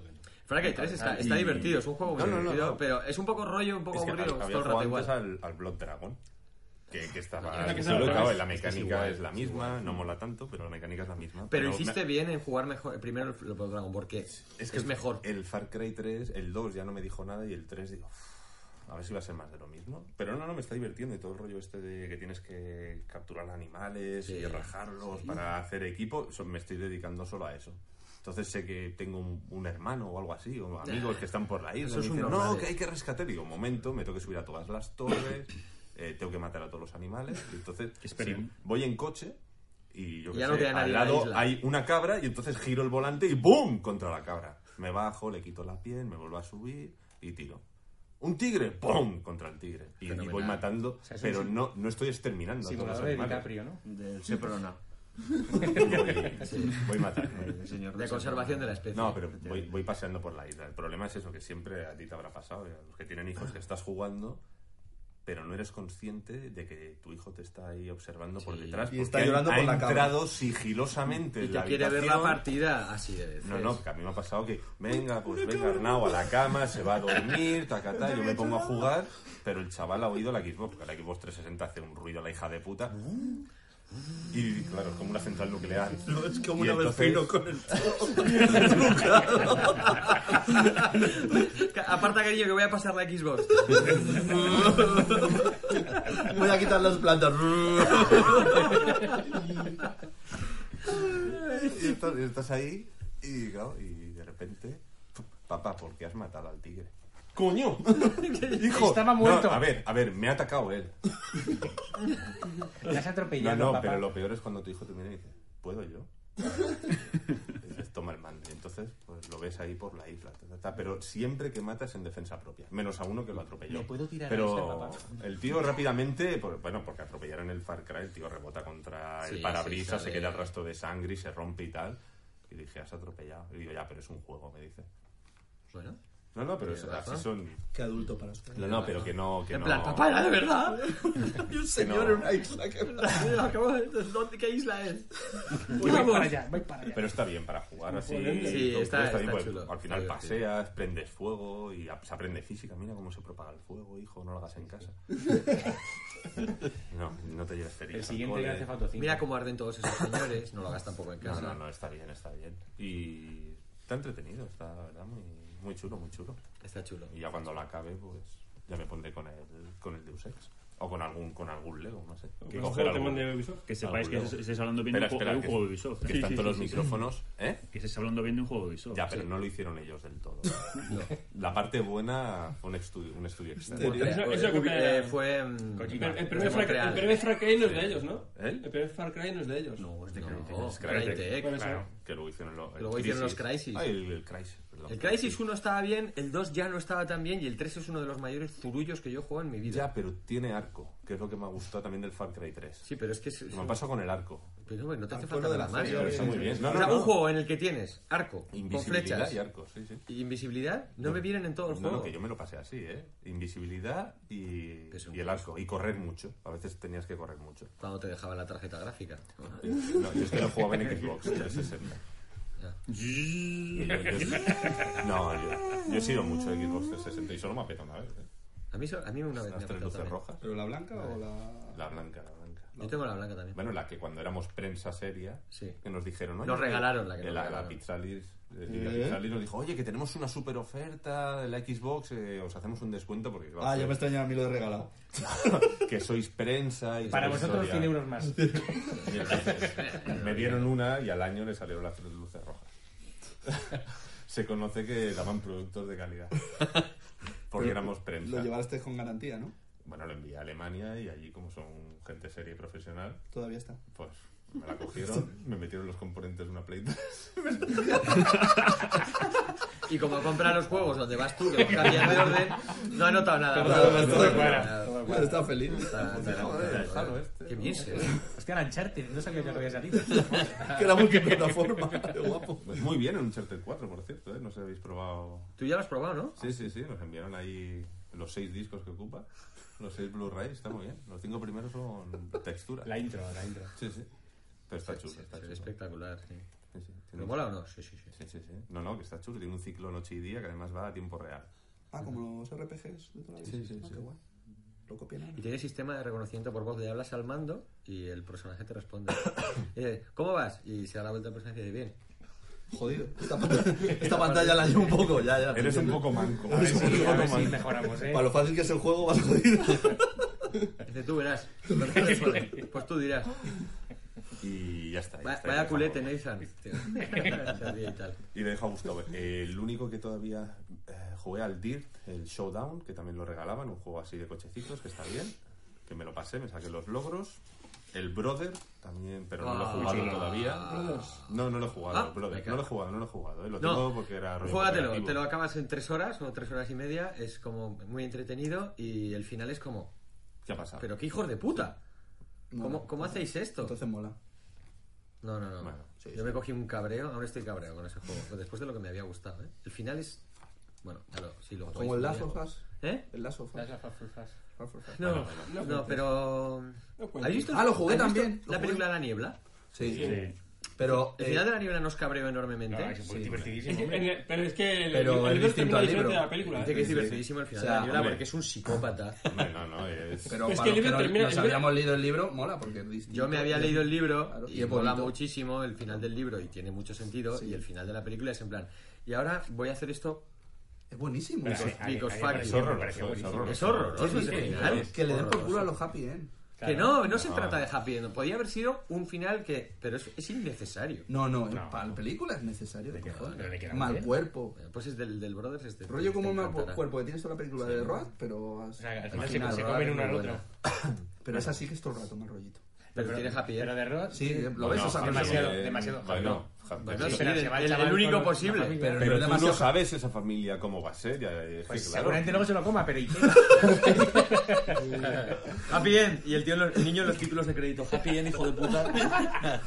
S1: Frank Cry 3 está, está
S5: Y-
S1: divertido, es un juego muy
S5: No, no, no,
S1: divertido,
S5: no.
S1: pero es un poco rollo, un poco
S5: Es que
S1: aburrido,
S5: había
S1: todo el rato
S5: jugado
S1: igual.
S5: antes al, al Blood Dragon. Que, que estaba.
S1: Ah, que
S5: que
S1: es
S5: solo,
S1: al
S5: claro,
S1: revés.
S5: la
S1: Es que es
S5: mecánica es,
S1: igual,
S5: la misma, no mola tanto, pero la mecánica es la misma.
S1: Pero
S5: me-
S1: hiciste bien en jugar mejor, eh, primero el Blood Dragon, porque es, que es mejor.
S5: El Far Cry 3, el 2 ya no me dijo nada y el 3 digo, "Uf, a ver si va a ser más de lo mismo. Pero no, no, me está divirtiendo y todo el rollo este de que tienes que capturar animales y rajarlos para hacer equipo, so- me estoy dedicando solo a eso. Entonces sé que tengo un, un hermano o algo así, o amigos que están por la isla.
S1: Eso
S5: y
S1: es
S5: me
S1: un
S5: dicen, no,
S1: normal,
S5: que
S1: eh".
S5: hay que rescatar. Y digo, momento, me tengo que subir a todas las torres, eh, tengo que matar a todos los animales. Y entonces
S4: Esperen.
S5: sí, voy en coche y yo que
S1: Ya no
S5: sé,
S1: queda nadie
S5: al
S1: en la
S5: lado
S1: isla.
S5: hay una cabra y entonces giro el volante y ¡boom! contra la cabra. Me bajo, le quito la piel, me vuelvo a subir y tiro. Un tigre, ¡pum! contra el tigre. Y, y voy
S1: Fenomenal.
S5: matando,
S8: sea, es un
S5: pero
S8: sim-
S5: no, no estoy exterminando a todos los
S8: Simulador de
S5: animales.
S8: DiCaprio, ¿no?
S30: Del Seprona.
S5: Voy, voy matando.
S30: El señor
S1: De conservación de la especie.
S5: No, pero voy, voy paseando por la isla. El problema es eso, que siempre a ti te habrá pasado. y a Los que tienen hijos que estás jugando, pero no eres consciente de que tu hijo te está ahí observando por detrás.
S3: Y
S5: porque
S3: está
S5: ha-
S3: llorando
S5: ha
S3: por la cama.
S5: entrado sigilosamente
S1: Y
S5: en
S1: te
S5: la
S1: quiere ver la
S5: habitación.
S1: partida así de veces.
S5: No, no, que a mí me ha pasado que, venga, pues venga Arnau a la cama, se va a dormir, tacatá, yo me pongo a jugar, pero el chaval ha oído la Xbox, porque la Xbox 360 hace un ruido a la hija de puta. Y claro, es como una central nuclear.
S3: Mm. No, es como
S5: Y
S3: un avecino
S5: entonces-
S3: con el
S1: Aparta, cariño, que voy a pasar la Xbox.
S3: Voy a quitar las plantas.
S5: y estás, y estás ahí y, claro, y de repente, papá, ¿por qué has matado al tigre? ¡Coño! ¡Hijo!
S8: Estaba muerto.
S5: No, a ver, a ver, me ha atacado él.
S8: Le has
S5: No,
S8: atropellado,
S5: no,
S8: papá.
S5: pero lo peor es cuando tu hijo te mira y dice, ¿puedo yo? Y dices, toma el mando. Y entonces, pues lo ves ahí por la isla. ta, ta, ta, pero siempre que matas en defensa propia, menos a uno que lo atropelló.
S31: ¿Le puedo tirar a ese
S5: pero
S31: papá?
S5: el tío rápidamente, por- bueno, porque atropellaron el Far Cry, el tío rebota contra
S31: Sí,
S5: el parabrisas,
S31: sí,
S5: se
S31: sale-
S5: queda el rastro de sangre y se rompe y tal. Y dije, has atropellado. Y digo, ya, pero es un juego, me dice.
S1: Bueno.
S5: No, no, pero
S1: Tiene
S5: es-
S1: razón.
S5: así son.
S3: Qué adulto para usted.
S5: No, no, pero que no. Que
S1: en
S5: no-
S1: plan, papá, ¿era de verdad?
S3: Y un
S5: señor en una
S3: isla que
S1: Acabo de- ¿dónde- ¿Qué isla es?
S5: Voy
S1: Vamos.
S5: para allá, Pero está bien para jugar así.
S1: Sí,
S5: Todo
S1: está,
S5: bien,
S1: está
S5: pues,
S1: chulo.
S5: Al final
S1: Está divertido.
S5: paseas, prendes fuego y ap- se aprende física. Mira cómo se propaga el fuego, hijo, no lo hagas en casa. no, no te lleves feliz.
S1: Mira cómo arden todos esos señores. No lo hagas tampoco en casa.
S5: No, no, no, está bien, está bien. Y está entretenido, está, la verdad, muy, muy chulo, muy chulo.
S1: Está chulo.
S5: Y ya cuando lo acabe, pues ya me pondré con el, con el Deus Ex. O con algún, con algún Lego, no sé.
S4: Con un juego que mande Ubisoft. Que sepáis que
S5: Lego.
S4: estáis hablando bien de un
S5: Espera,
S4: juego-
S5: espera,
S4: un juego
S5: que-
S4: de Ubisoft, ¿eh?
S5: Que
S4: Sí,
S5: están
S4: sí,
S5: todos los
S4: sí, sí.
S5: micrófonos, ¿eh?
S4: Que estáis hablando bien de un juego de Ubisoft.
S5: Ya, pero
S4: Sí.
S5: no lo hicieron ellos del todo. La parte buena fue un estudio, un estudio externo.
S28: Bueno, eso- eso que me-
S1: Eh, fue, mm,
S28: El,
S1: Kojima.
S28: el primer Far,
S1: Montreal.
S28: el primer Far Cry no es de ellos, ¿no?
S5: ¿Eh?
S28: El primer Far Cry no es de ellos.
S1: No, es de
S5: Es este Crytek, claro, que luego hicieron, lo- el
S1: Luego hicieron los Crysis.
S5: Ah, el, el Crysis, perdón.
S1: El Crisis 1 estaba bien, el 2 ya no estaba tan bien y el 3 es uno de los mayores zurullos que yo he jugado en mi vida.
S5: Ya, pero tiene arco, que es lo que me ha gustado también del Far Cry 3.
S1: Sí, pero es que... es-
S5: Me pasa con el arco.
S1: Pero bueno, no te hace
S5: Arco
S1: falta
S5: lo de
S1: nada
S5: la
S1: más.
S5: feria, está muy bien. No,
S1: O
S5: no,
S1: sea,
S5: no.
S1: un juego en el que tienes arco, con
S5: Invisibilidad
S1: flechas
S5: y arco, sí, sí.
S1: y invisibilidad, no, me vienen en todo el
S5: No,
S1: juego.
S5: no, que yo me lo pasé así, ¿eh? Invisibilidad y, y el arco. Y correr mucho. A veces tenías que correr mucho.
S1: Cuando te dejaba la tarjeta gráfica.
S5: No, yo es que lo jugaba en Xbox 360. Y yo- yo- no, yo, yo he sido mucho de Xbox 360 y solo me ha petado una vez. ¿eh?
S1: A mí, so- a mí una vez
S5: Las
S1: me ha
S5: tres
S1: petado
S5: luces
S1: también.
S5: rojas.
S3: ¿Pero la blanca o la.?
S5: La blanca, la blanca.
S1: Yo tengo la blanca también.
S5: Bueno, la que cuando éramos prensa seria, que nos dijeron, oye,
S1: Nos regalaron la
S5: la
S1: que
S5: la,
S1: nos regalaron.
S5: Pizzalis, eh,
S1: ¿Eh?
S5: la Pizzalis nos dijo, oye, que tenemos una super oferta de la Xbox, eh, os hacemos un descuento porque... claro,
S3: Ah, ya me
S5: pues,
S3: extrañaba a mí lo de regalado.
S5: que sois prensa y...
S8: Para
S5: toda
S8: vosotros,
S5: historia".
S8: 100 euros más.
S5: Y entonces, me dieron una y al año le salieron las tres luces rojas. Se conoce que daban productos de calidad. Porque
S3: Pero
S5: éramos prensa.
S3: Lo llevaste con garantía, ¿no?
S5: Bueno, lo envié a Alemania y allí, como son gente seria y profesional,
S3: Todavía está.
S5: pues me la cogieron, me metieron los componentes de una Play 3.
S1: Y como compra los juegos donde vas tú, que los cambias de orden, no he notado nada.
S3: Todo- todo
S1: Nada.
S3: cuadra,
S1: Nada.
S3: todo cuadra. Está feliz.
S1: Está- está-
S3: Joder,
S1: está-
S3: el Halo este.
S1: Qué bien se ve.
S8: Es que era Uncharted, no sabía yo que había salido.
S3: Que era multiplataforma, qué guapo.
S5: Pues muy bien en Uncharted 4, por cierto, ¿eh? No sé si habéis probado...
S1: Tú ya lo has probado, ¿no?
S5: Sí, sí, sí, nos enviaron ahí los seis discos que ocupa, los seis Blu-rays, está muy bien. Los cinco primeros son textura.
S8: La intro, la intro.
S5: Sí, sí. Pero está chulo, está chulo.
S1: espectacular, sí.
S5: Sí, sí.
S1: ¿Pero mola o no? Sí, sí, sí.
S5: Sí, sí, sí. No, no, que está chulo. Tiene un ciclo noche y día que además va a tiempo real.
S3: Ah, como los RPGs de toda la vida.
S5: Sí, sí,
S3: Ah,
S5: sí.
S3: qué guay. Lo copian ahora.
S1: Y tiene sistema de reconocimiento por voz. Le hablas al mando y el personaje te responde. Eh, ¿Cómo vas? Y se da la vuelta al personaje y dice, bien.
S3: Jodido. Esta, esta pantalla la llevo un poco, ya,
S1: Ah,
S3: ya.
S5: Eres un poco manco. A ver
S3: Eres un
S5: si-
S3: poco
S5: a ver si
S3: manco.
S8: mejoramos, ¿eh?
S3: Para lo fácil que es el juego, vas jodido.
S1: Dice, tú verás. Pues tú dirás.
S5: Y ya está. ya
S1: Va-
S5: está,
S1: Vaya
S5: ya
S1: culete,
S5: dejamos.
S1: Nathan. Tío. Se ríe y tal.
S5: Y le dejo a Gustavo. Eh, el único que todavía eh, jugué al Dirt, el Showdown, que también lo regalaban, un juego así de cochecitos, que está bien. Que me lo pasé, me saqué los logros. El Brother también, pero no lo he
S1: Ah,
S5: jugado
S1: chulo.
S5: todavía.
S1: Brothers.
S5: No, no lo he jugado,
S1: Ah,
S5: Brother.
S1: venga.
S5: No lo he jugado, no lo he jugado. eh, Lo tengo
S1: No,
S5: porque era rollo
S1: juégatelo,
S5: cooperativo.
S1: te lo acabas en tres horas o tres horas y media, es como muy entretenido y el final es como,
S5: ¿Qué ha pasado?
S1: pero qué hijos de puta,
S3: No,
S1: ¿cómo,
S3: no.
S1: cómo hacéis esto?
S3: Entonces mola.
S1: No, no, no.
S5: Bueno,
S1: Yo me cogí un cabreo, aún estoy cabreado con ese juego, después de lo que me había gustado. ¿eh? El final es, bueno, claro, si lo jugáis
S3: Como el
S1: un
S3: Last
S1: día,
S3: of
S1: ¿no?
S3: Us.
S1: ¿Eh?
S3: El Last of Us.
S1: No,
S3: Bueno,
S1: no,
S3: bueno.
S1: pero...
S3: cuenta.
S1: ¿Has visto-
S3: Ah, lo jugué
S1: has visto
S3: también, lo
S1: La
S3: jugué.
S1: película La Niebla.
S3: Sí.
S4: Sí.
S3: Pero,
S1: El
S3: eh,
S1: final de La Niebla nos cabreó enormemente.
S4: Ah, ese fue
S1: Sí.
S4: divertidísimo,
S28: Es que- en el- pero es que el,
S3: Pero
S28: el
S3: es
S28: libro es
S3: distinto
S28: totalmente
S3: al
S28: diferente
S3: libro.
S28: de la película.
S1: Dice
S28: ¿eh?
S1: que es divertidísimo el final de
S3: O sea,
S1: La Niebla
S3: hombre.
S1: porque es un psicópata.
S5: Hombre, no, no, es...
S3: Pero
S28: Es que
S3: para
S28: el
S3: los que
S28: libro
S3: no-
S28: termina-
S3: nos
S28: el libro-
S3: habíamos leído el libro, mola porque es distinto.
S1: Yo me había leído el libro
S3: Claro,
S1: y,
S3: es
S1: mola
S3: bonito.
S1: muchísimo el final del libro y tiene mucho sentido. Y el final de la película es en plan, y ahora voy a hacer esto.
S3: Es buenísimo.
S1: Pero
S3: Sí.
S1: a mí- Because a mí me fuck
S5: Es
S1: you.
S5: horroroso, es horroroso.
S1: Es horroroso
S3: Sí, sí,
S1: ese
S3: sí.
S1: final.
S3: Que le den por culo a
S1: Horroroso.
S3: los happy ¿eh? end.
S1: Que no, no se trata de happy end. Podía haber sido un final que. Pero es, es innecesario.
S3: No, no, para la película es necesario. cojones. mal cuerpo.
S1: Bueno, Pues es del, del Brothers. Este,
S3: Rollo
S1: te-
S3: como
S1: te
S3: mal
S1: encantará.
S3: cuerpo, que tienes toda la película
S1: Sí.
S3: de Road, pero. O
S8: sea, al final se- se comen uno al otro.
S3: Pero es así que es todo el rato, mal rollito.
S1: Pero tiene happy end.
S8: Pero de Rod.
S3: Sí, lo
S5: No,
S3: ves, o
S5: no,
S3: sea,
S5: happy
S8: demasiado,
S5: end,
S8: demasiado.
S5: eh, bueno, factor.
S1: Bueno, sí, pero se va el el- chaval el único con- posible, con la familia.
S5: Pero,
S1: pero no
S5: tú
S1: demasiado-
S5: no sabes esa familia cómo va a ser. ya es que,
S1: Pues
S5: claro.
S1: seguramente luego se lo coma, pero ¿y qué?
S27: Happy End. Y el, tío, en los- el niño en los títulos de crédito. Happy End, hijo de puta.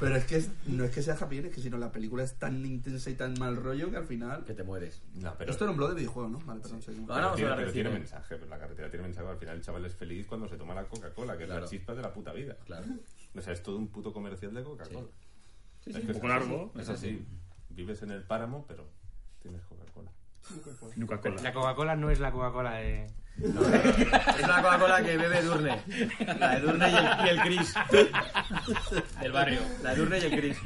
S3: Pero es que es- no es que sea happy end, es que sino la película es tan intensa y tan mal rollo que al final...
S1: Que te mueres.
S5: No, pero-
S3: Esto era un blog de videojuego, ¿no? Vale, perdón, seguimos.
S5: Pero tiene, pero tiene mensaje, pero la carretera tiene mensaje. Al final el chaval es feliz cuando se toma la Coca-Cola, que es la chispa de la puta vida.
S1: Claro.
S5: O sea, es todo un puto comercial de Coca-Cola.
S4: Sí,
S5: Es
S4: sí,
S5: que
S4: un
S5: es
S4: poco
S5: así.
S4: largo,
S5: Es
S4: es
S5: así.
S4: así.
S5: Vives en el páramo, pero tienes Coca-Cola.
S4: Coca-Cola.
S8: La Coca-Cola no es la Coca-Cola de...
S1: Es la Coca-Cola que bebe Durne. La de Durne y el, y el Chris.
S27: Del barrio.
S1: La de Durne y el Chris.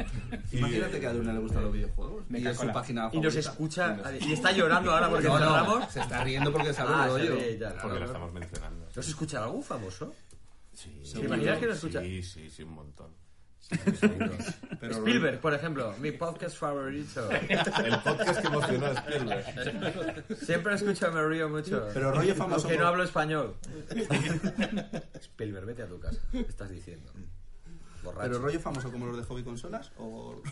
S3: Imagínate que a Duna le gustan los videojuegos.
S1: Me
S3: y es su
S1: calcola.
S3: página
S1: Y nos
S3: favorita.
S1: escucha, y está llorando ahora porque
S3: No, no,
S1: cerramos.
S3: Se está riendo porque sabe
S1: Ah,
S3: el
S1: se
S3: rollo.
S1: ríe, ya, claro,
S5: Porque lo
S1: claro.
S5: estamos mencionando.
S1: ¿No se escucha algún famoso?
S5: Sí.
S1: ¿Se imaginas que no escucha?
S5: Sí, sí, sí, un montón.
S3: Pero-
S1: Spielberg, por ejemplo, mi podcast favorito.
S5: El podcast que emocionó a Spielberg.
S1: Siempre escucho, me río mucho.
S3: Pero rollo famoso
S1: Aunque no
S3: por-
S1: hablo español. Spielberg, vete a tu casa. ¿Qué estás diciendo? Borracho.
S3: ¿Pero rollo famoso como los de hobby consolas? ¿O.?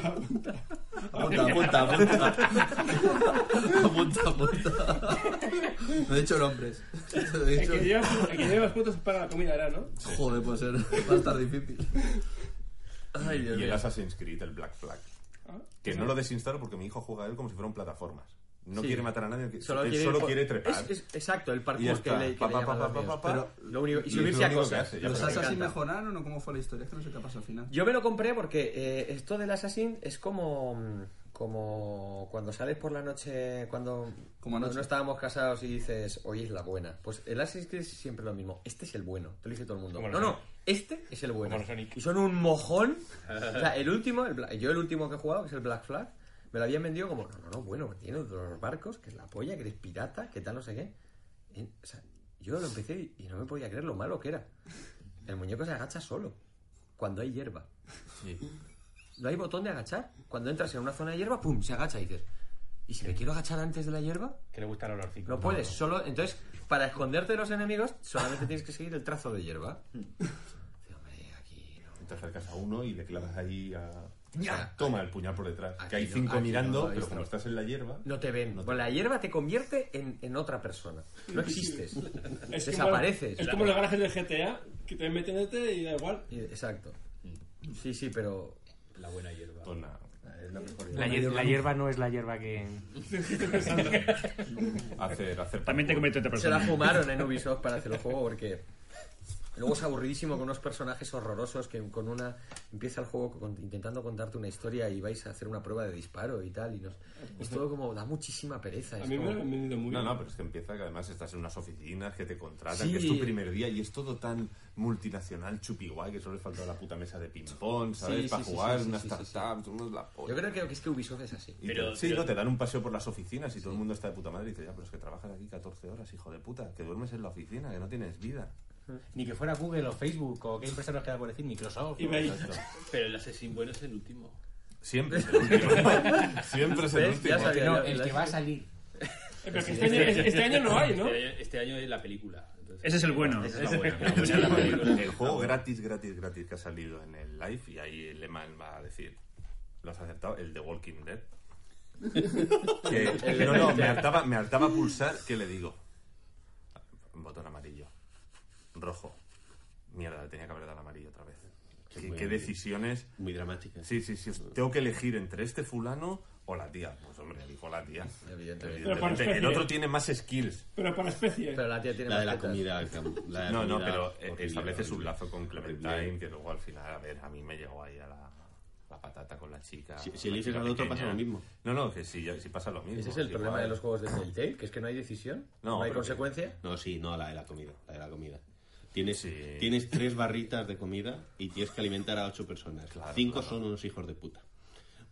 S3: apunta, apunta, apunta. apunta, apunta. No he dicho nombres. Lo he
S4: El
S3: dicho-
S4: que lleva, el que lleva las putas para la comida era, ¿no?
S3: Joder, puede ser. Va a estar difícil. Ay, Dios
S5: y el
S3: mío.
S5: Assassin's Creed, el Black Flag.
S1: Ah,
S5: Que no lo desinstalo porque mi hijo juega a él como si fueran plataformas. No
S1: Sí.
S5: quiere matar a nadie, que-
S1: Solo
S5: él
S1: quiere ir
S5: solo
S1: por-
S5: quiere trepar.
S1: Es- es- exacto, el parkour
S5: Y ya está.
S1: que le- que
S5: Pa,
S1: le
S5: pa, pa,
S1: llaman los
S5: pa, pa,
S1: míos.
S5: pa.
S1: Pero lo único- y
S5: es
S1: subirse
S5: lo
S1: a
S5: único que
S1: cosas.
S5: hace, ya,
S3: ¿Los
S5: pero me
S3: Assassin
S5: encanta.
S3: mejoraron o cómo fue la historia? Es que no sé qué pasa al final.
S1: Yo me lo compré porque eh, esto del Assassin es como, mm, como cuando sales por la noche, cuando
S3: Como
S1: no-
S3: anoche.
S1: no estábamos casasados y dices, hoy es la buena. Pues el Assassin's Creed es siempre lo mismo. Este es el bueno, te lo dice todo el mundo.
S8: Como el
S1: No, no,
S8: Sonic.
S1: este es el bueno.
S8: Como el Sonic.
S1: Y son un mojón. O sea, el último, el Bla- yo el último que he jugado, que es el Black Flag, me lo habían vendido como, no, no, no, bueno, tiene los barcos, que es la polla, que eres pirata, que tal, no sé qué. Y, o sea, yo lo empecé y- y no me podía creer lo malo que era. El muñeco se agacha solo cuando hay hierba. No hay botón de agachar. Cuando entras en una zona de hierba, pum, se agacha y dices, ¿y si me quiero agachar antes de la hierba?
S8: Que le gusta el olorcito.
S1: No puedes, solo. Entonces, para esconderte de los enemigos, solamente tienes que seguir el trazo de hierba.
S5: Te acercas a uno y le clavas ahí a...
S1: Ya.
S5: Toma el puñal por detrás. que hay
S1: no,
S5: cinco
S1: aquí
S5: mirando,
S1: no, ahí
S5: pero
S1: está.
S5: como estás en la hierba...
S1: No te ven. Bueno, la hierba te convierte en, en otra persona. No existes.
S4: Es como-
S1: Desapareces.
S4: es como los garajes del GTA, que te meten este y da igual.
S1: Y- Exacto. Sí, sí, pero.
S27: La buena hierba.
S5: Pues nada, es la mejor
S8: La, hier- la hierba no es la hierba que...
S5: Hacer, hacer
S4: También te comete otra
S1: Se
S4: persona.
S1: la fumaron en Ubisoft para hacer el juego porque luego es aburridísimo con unos personajes horrorosos que con una empieza el juego con- intentando contarte una historia y vais a hacer una prueba de disparo y tal y nos y es todo como da muchísima pereza.
S4: A
S1: es
S4: mí me
S1: como-
S4: lo han vendido muy
S5: No,
S4: bien.
S5: no, pero es que empieza que además estás en unas oficinas que te contratan,
S1: Sí.
S5: que es tu primer día y es todo tan multinacional, chupiguay, que solo le falta la puta mesa de ping-pong, ¿sabes?
S1: Sí,
S5: Para
S1: sí, sí,
S5: jugar,
S1: sí, sí,
S5: unas
S1: sí, sí, sí.
S5: startups, unos la polla.
S1: Yo creo que, que es que Ubisoft es así.
S5: Y
S27: Pero-
S5: te- sí,
S27: pero-
S5: no, te dan un paseo por las oficinas y todo el mundo está de puta madre y dice, ya, pero es que trabajas aquí 14 horas, hijo de puta, que duermes en la oficina, que no tienes vida.
S8: Ni que fuera Google o Facebook o qué empresa nos queda por decir, Microsoft.
S4: Y veis. eh,
S5: Exacto.
S27: Pero el asesino bueno es el último.
S5: Siempre es el último. Siempre es el
S1: ¿Ves? Ya
S5: último.
S1: sabía
S8: No,
S1: yo.
S8: el que va a salir.
S4: Eh, pero que este, año, es- este año no hay, ¿no?
S27: Este año, este año es la película. Entonces,
S4: Ese es el bueno.
S27: Esa es la buena. la
S5: Sí,
S27: buena, la película.
S5: El juego gratis, gratis, gratis que ha salido en el live y ahí el Lehman va a decir, lo has acertado, el de Walking Dead. Que- no, no, me hartaba, me hartaba pulsar, ¿qué le digo? Un botón amarillo, rojo. Mierda, le tenía que haber dado el amarillo otra vez. Qué, qué decisiones.
S27: Muy dramática.
S5: Sí, sí, sí. Tengo que elegir entre este fulano o la tía. Pues hombre, dijo la tía.
S1: Evidentemente.
S4: Pero por
S5: Evidentemente, el
S4: especie.
S5: otro tiene más skills.
S4: Pero por especie.
S1: Pero la tía tiene
S31: La
S1: más
S31: de la
S1: tetas.
S31: comida. cam- la de la
S5: No, no,
S31: comida
S5: pero eh,
S31: horrible,
S5: estableces un
S31: horrible.
S5: lazo con Clementine que luego al final, a ver, a mí me llegó ahí a la, la patata con la chica.
S31: Si- si
S5: la
S31: eliges
S5: chica
S31: al otro,
S5: pequeña.
S31: pasa lo mismo.
S5: No, no, que sí, ya- sí pasa lo mismo.
S1: Ese es el problema
S5: igual.
S1: de los juegos de Telltale, que es que no hay decisión,
S5: No,
S1: no, hay
S5: pero-
S1: consecuencia.
S31: No, sí, no, la de la comida. La de la comida. Tienes,
S5: Sí.
S31: tienes tres barritas de comida y tienes que alimentar a ocho personas. Cinco son unos hijos de puta.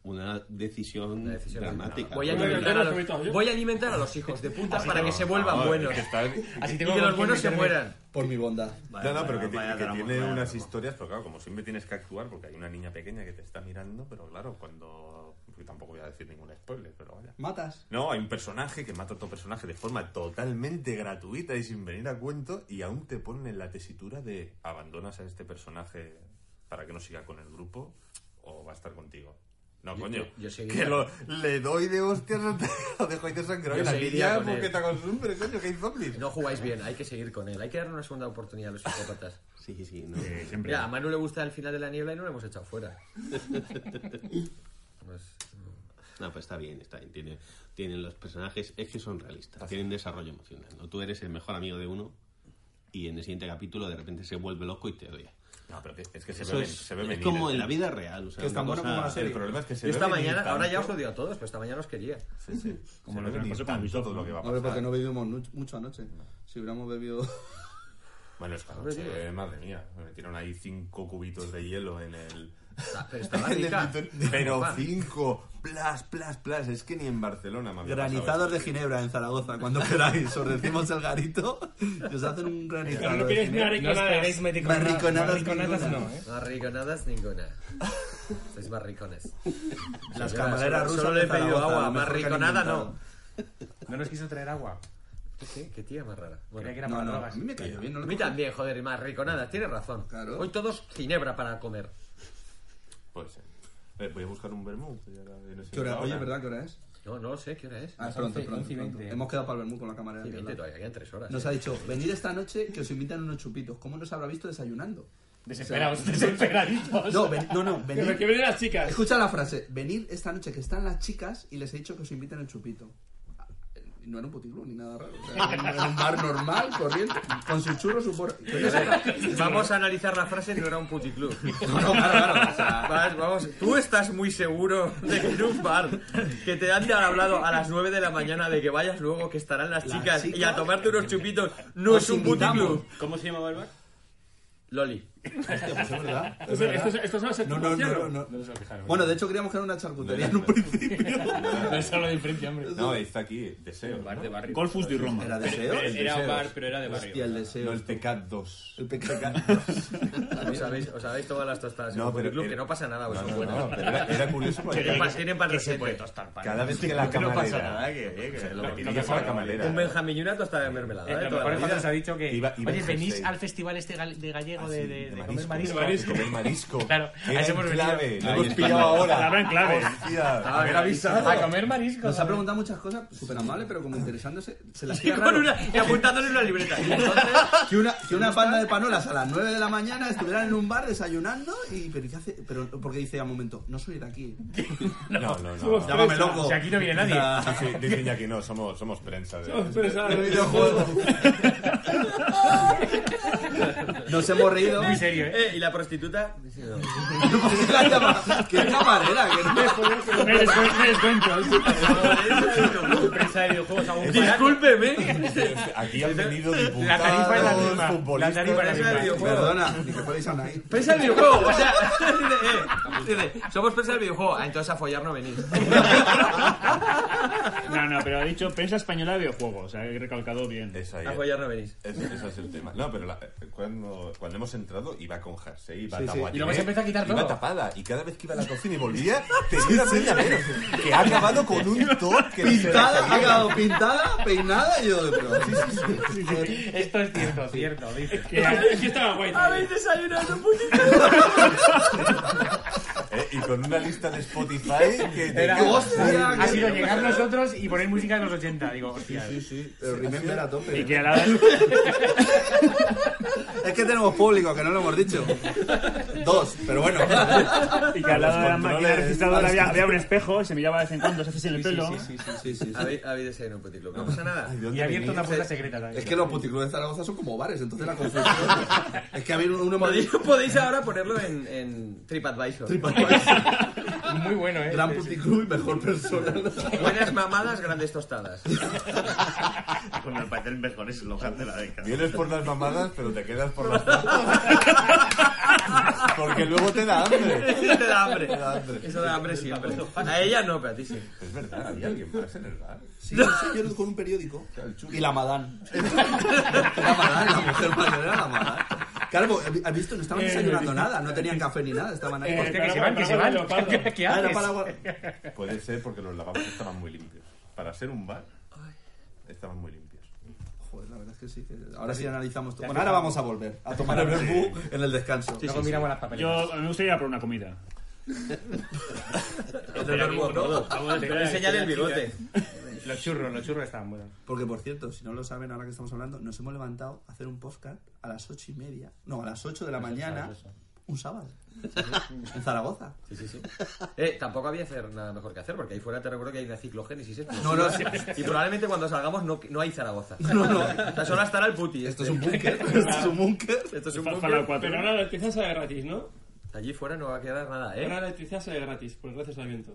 S31: Una decisión,
S1: Una decisión
S31: dramática.
S1: Voy a,
S4: Bueno,
S1: alimentar
S4: ya
S1: a
S4: lo he
S1: los,
S8: ¿eh?
S4: comentado yo.
S1: voy a alimentar a los hijos de puta para que se vuelvan
S5: No, es
S1: buenos.
S5: que está-
S8: Así
S1: Y
S8: tengo
S1: que los
S8: con quién
S1: buenos se
S8: meterme.
S1: mueran.
S3: Por mi bondad.
S5: No, no, pero que, ti- que tiene
S29: drama.
S5: unas historias, pero claro, como siempre tienes que actuar porque hay una niña pequeña que te está mirando, pero claro, cuando. porque Tampoco voy a decir ningún spoiler, pero vaya.
S3: ¿Matas?
S5: No, hay un personaje que mata a otro personaje de forma totalmente gratuita y sin venir a cuento y aún te ponen en la tesitura de abandonas a este personaje para que no siga con el grupo o va a estar contigo. No,
S1: Yo-
S5: coño.
S1: yo seguiría-
S5: que lo, le doy de hostias hasta lo dejo ahí de sangre.
S1: Yo
S5: La
S1: seguiría
S5: niña
S1: con él.
S5: moqueta con lumbre, coño, que hay zombies.
S1: No jugáis bien, hay que seguir con él. Hay que darle una segunda oportunidad a los psicópatas.
S31: Sí, sí,
S5: siempre.
S1: Mira, a Manu le gusta el final de la niebla y no lo hemos echado fuera. Pues,
S31: No, pues está bien, está bien. Tiene, tienen los personajes, es que son realistas, tienen desarrollo emocional. ¿no? Tú eres el mejor amigo de uno y en el siguiente capítulo de repente se vuelve loco y te odia.
S5: No, pero que- es que se
S31: Eso
S5: ve,
S31: es,
S5: ven- se ve
S31: es
S5: venir,
S31: como
S5: ¿eh?
S31: en la vida real. O sea,
S5: Que es tan
S31: una
S5: bueno
S31: cosa-
S5: como una serie. El problema es que se
S1: yo esta
S5: ve venir
S1: mañana, ahora ya os
S5: tanto.
S1: odio a todos, pero esta mañana os quería.
S5: Sí, sí.
S1: Como
S5: Se
S1: lo
S5: ve venir
S1: que nos
S5: tanto
S1: pasó con
S5: todo lo que va a
S3: Hombre, porque
S5: pasar.
S3: no bebimos nu- mucho anoche. Si hubiéramos bebido.
S5: Bueno, esta
S3: Hombre,
S5: noche,
S3: tío.
S5: madre mía, me metieron ahí cinco cubitos de hielo en el...
S1: pero
S3: estaba rica.
S5: Pero cinco, plas, plas, plas, es que ni en Barcelona me había
S3: Granizados de Ginebra en Zaragoza, cuando queráis. Os decimos el garito y os hacen un granizado.
S1: Pero no
S3: de
S1: pidáis
S3: Ginebra.
S1: mariconadas. No os peguéis mariconadas.
S3: Mariconadas
S1: Mariconadas
S3: ninguna.
S1: no, ¿eh? Barriconadas ninguna. Sois barricones.
S3: Las
S1: Señora,
S3: camareras
S1: solo-
S3: rusas
S1: Solo le he
S3: de
S1: pedido
S3: Zaragoza,
S1: agua,
S3: lo mejor que han
S1: barriconada no.
S3: inventado.
S8: ¿No nos quiso traer agua?
S1: ¿Qué? ¿Qué tía más rara?
S8: Creía que era para drogas.
S1: A mí me cayó bien. a mí también, joder, y más riconadas. Tienes razón. Hoy todos ginebra para comer.
S5: Pues sí. Eh, voy a buscar un vermouth. ya la- no sé
S3: ¿Qué hora?
S5: la
S3: Oye, ¿verdad? ¿Qué hora es?
S1: No, no lo sé, ¿qué hora es?
S3: Ah, es
S1: Las
S3: pronto,
S1: once-
S3: pronto,
S1: once y
S3: pronto.
S1: veinte.
S3: Hemos quedado para el vermú con la camarera.
S1: Sí,
S3: que
S1: 20
S3: habla.
S1: todavía quedan 3 horas.
S3: Nos
S1: eh.
S3: ha dicho, venid esta noche que os invitan unos chupitos. ¿Cómo nos habrá visto desayunando?
S4: Desesperados,
S3: O sea,
S4: desesperaditos.
S3: No, ven- no, no, venid.
S4: Pero que vienen las chicas.
S3: Escucha la frase, venid esta noche que están las chicas y les he dicho que os inviten el chupito. Ah, No era un puticlub ni nada raro. o sea, era un bar normal, corriente, con su churro, su por...
S1: Vamos a analizar la frase no era un puticlub.
S3: no, claro, claro, o sea-
S1: Vas, vamos, tú estás muy seguro de que en un bar que te han hablado a las 9 de la mañana de que vayas luego, que estarán las
S27: Las
S1: chicas,
S27: chicas.
S1: y a tomarte unos chupitos, no
S27: Os
S1: es un
S27: invitamos.
S1: puticlub.
S2: ¿Cómo se llamaba el bar?
S1: Loli.
S3: pues es verdad.
S4: Es verdad. Esto es- esto es una sección
S3: No, no,
S4: marciana.
S3: no, no.
S4: No nos lo quejaron.
S3: Bueno, de hecho queríamos que era una charcutería en un principio.
S4: Esa es la diferencia, hombre.
S5: No, está aquí, Deseo.
S4: bar
S5: ¿no?
S4: de barrio. Golfus de Roma.
S3: Era deseo.
S4: Pero- pero- era
S5: Deseos.
S4: bar, pero era de barrio.
S3: Hostia, el deseo.
S5: No, el Tecat 2.
S3: El Tecat
S1: Os habéis, os habéis tomado las tostadas en
S5: No,
S1: un
S5: pero
S1: puticlub,
S5: era-
S1: que no pasa nada, pues
S5: No,
S1: son
S5: no,
S1: buenas.
S5: no, pero era- era curioso porque-
S1: Tienen pa- tienen pan
S5: que se
S1: reciente.
S5: puede tostar pan. Cada vez que la
S1: Que no pasa
S5: camarera-
S1: nada, que- que- que-
S5: O sea,
S1: lo-
S5: lo que
S1: lo
S5: dice
S1: mejor-
S5: la camarera.
S1: Un benjamín y una tostada de mermelada.
S8: Eh,
S1: de
S8: lo
S1: toda la
S8: mejor es cuando
S1: vida.
S8: se ha dicho que.
S5: Iba- iba
S8: Oye,
S5: en
S8: venís
S5: jersey.
S8: al festival este gal- de
S4: Ah,
S8: gallego de, de- de comer
S5: marisco,
S8: marisco.
S5: Ah, de comer marisco.
S8: Claro,
S5: Era
S8: a eso hemos
S5: en
S8: venido.
S5: clave, lo
S8: Ahí
S5: hemos
S8: está.
S5: pillado ahora.
S8: Palabra en clave.
S5: Hostia.
S8: Estaba bien avisado. A comer marisco.
S3: Nos ha preguntado muchas cosas súper amables, pero como interesándose. Se las
S1: Y,
S3: queda
S1: con
S3: raro.
S1: una- y apuntándole en una libreta. Y entonces-
S3: que una, que una banda de panolas a las 9 de la mañana estuvieran en un bar desayunando y pero ¿y qué hace? Pero porque dice al momento, no soy de aquí.
S5: No, no, no.
S3: Somos Llámame prensa. loco.
S5: Si
S3: Si aquí no viene nadie.
S5: Sí, sí, dice Iñaki, no, somos, somos prensa. de-
S4: Somos prensa de-
S5: de
S3: Nos hemos reído.
S1: Muy serio, ¿eh? Y la prostituta.
S3: ¡Qué camarera!
S4: Me descuen- me
S1: descuento.
S4: Prensa de videojuegos aún
S1: Discúlpeme.
S5: Aquí han venido diputados,
S4: La tarifa es la misma.
S5: futbolistas,
S4: La tarifa es la
S5: prensa de
S4: misma.
S5: videojuegos.
S3: Perdona, ni que fuerais a una ahí.
S1: Pensa el videojuego, o sea, dice, eh, dice, somos pensa del videojuego, ah, entonces a follar no venís.
S4: No, no, pero ha dicho prensa española de videojuegos. O sea, he recalcado bien.
S5: Esa es. eh.
S1: A follar no venís.
S5: Es- Ese es el tema. No, pero la- cuando, cuando hemos entrado iba con jersey, iba
S4: Sí, sí.
S5: taguatinés,
S4: Y luego se empezó a quitar
S5: iba
S4: todo.
S5: tapada. Y cada vez que iba a la cocina y volvía, tenía una media menos. Que ha acabado con un top que no se
S3: Pintada,
S5: le
S3: ha
S5: salía.
S3: quedado pintada, peinada y yo de pro.
S8: Esto es cierto, cierto. Dice.
S4: Aquí estaba guay.
S1: Habéis desayunado un poquito.
S5: Eh, Y con una lista de Spotify que te
S8: Era,
S5: cagas.
S8: ha sido llegar nosotros y poner música de los 80. Digo, hostia.
S3: Sí, sí, pero remember a tope.
S4: Y que a la
S3: Es que tenemos público, que no lo hemos dicho. Dos, pero bueno.
S4: Y que al lado de la
S3: Los
S4: máquina
S3: controles.
S4: registradora había, había un espejo y se miraba de vez en cuando, se hacía el pelo.
S1: Habéis habéis desayunado un puticlub, no pasa nada.
S8: Y ha abierto una puerta secreta también.
S3: Es que los puticlubes de Zaragoza son como bares, entonces la confusión. es que a mí uno me ha
S1: Podéis,
S3: dicho.
S1: podéis ahora ponerlo en, en TripAdvisor.
S8: Muy bueno, ¿eh?
S3: Gran puticlub y mejor persona.
S1: Buenas mamadas, grandes tostadas.
S29: Pues me parece el mejor eslogan de la década.
S5: Vienes por las mamadas, pero te quedas por las Porque luego te da hambre.
S1: Eso te da hambre.
S5: Te da hambre.
S1: Eso da hambre siempre. A ella no, pero a ti sí.
S5: Es verdad, había alguien más en el bar.
S3: Sí, un señor con un periódico. Y la madán. La madán, la mujer mayor era la madán. Claro, porque, ¿has visto? No estaban
S4: Eh,
S3: desayunando nada, no tenían café ni nada, estaban ahí.
S4: Eh,
S3: Hostia,
S4: que se van, que se van. ¿Qué- qué
S3: Ah, era
S4: haces?
S3: para agua-
S5: Puede ser porque los lavabos estaban muy limpios. Para ser un bar, estaban muy limpios.
S3: Joder, la verdad es que sí. que Ahora sí analizamos todo. Bueno, ahora vamos a volver a tomar el vermú en el descanso.
S8: Luego miramos las papeles.
S4: Yo a mí me gustaría ir a por una comida.
S1: Enseñale el bigote.
S8: Los churros, los churros están buenos.
S3: Porque, por cierto, si no lo saben ahora que estamos hablando, nos hemos levantado a hacer un podcast a las ocho y media. No, a las ocho de la
S1: Eso,
S3: mañana,
S1: eso,
S3: un sábado. En Zaragoza.
S1: Sí, sí, sí. Eh, tampoco había hacer nada mejor que hacer, porque ahí fuera te recuerdo que hay una ciclogénesis. explosiva.
S3: No, no, sí.
S1: Y probablemente cuando salgamos no, no hay Zaragoza.
S3: No, no.
S1: O sea, solo estará el puti.
S3: Esto es un búnker. Esto es un búnker.
S1: Esto es un
S4: Para-
S1: búnker.
S4: para la cuatro.
S28: Pero ahora la electricidad sale gratis, ¿no?
S1: Allí fuera no va a quedar nada,
S28: Ahora la
S1: ¿eh?
S28: electricidad sale gratis, pues gracias al viento.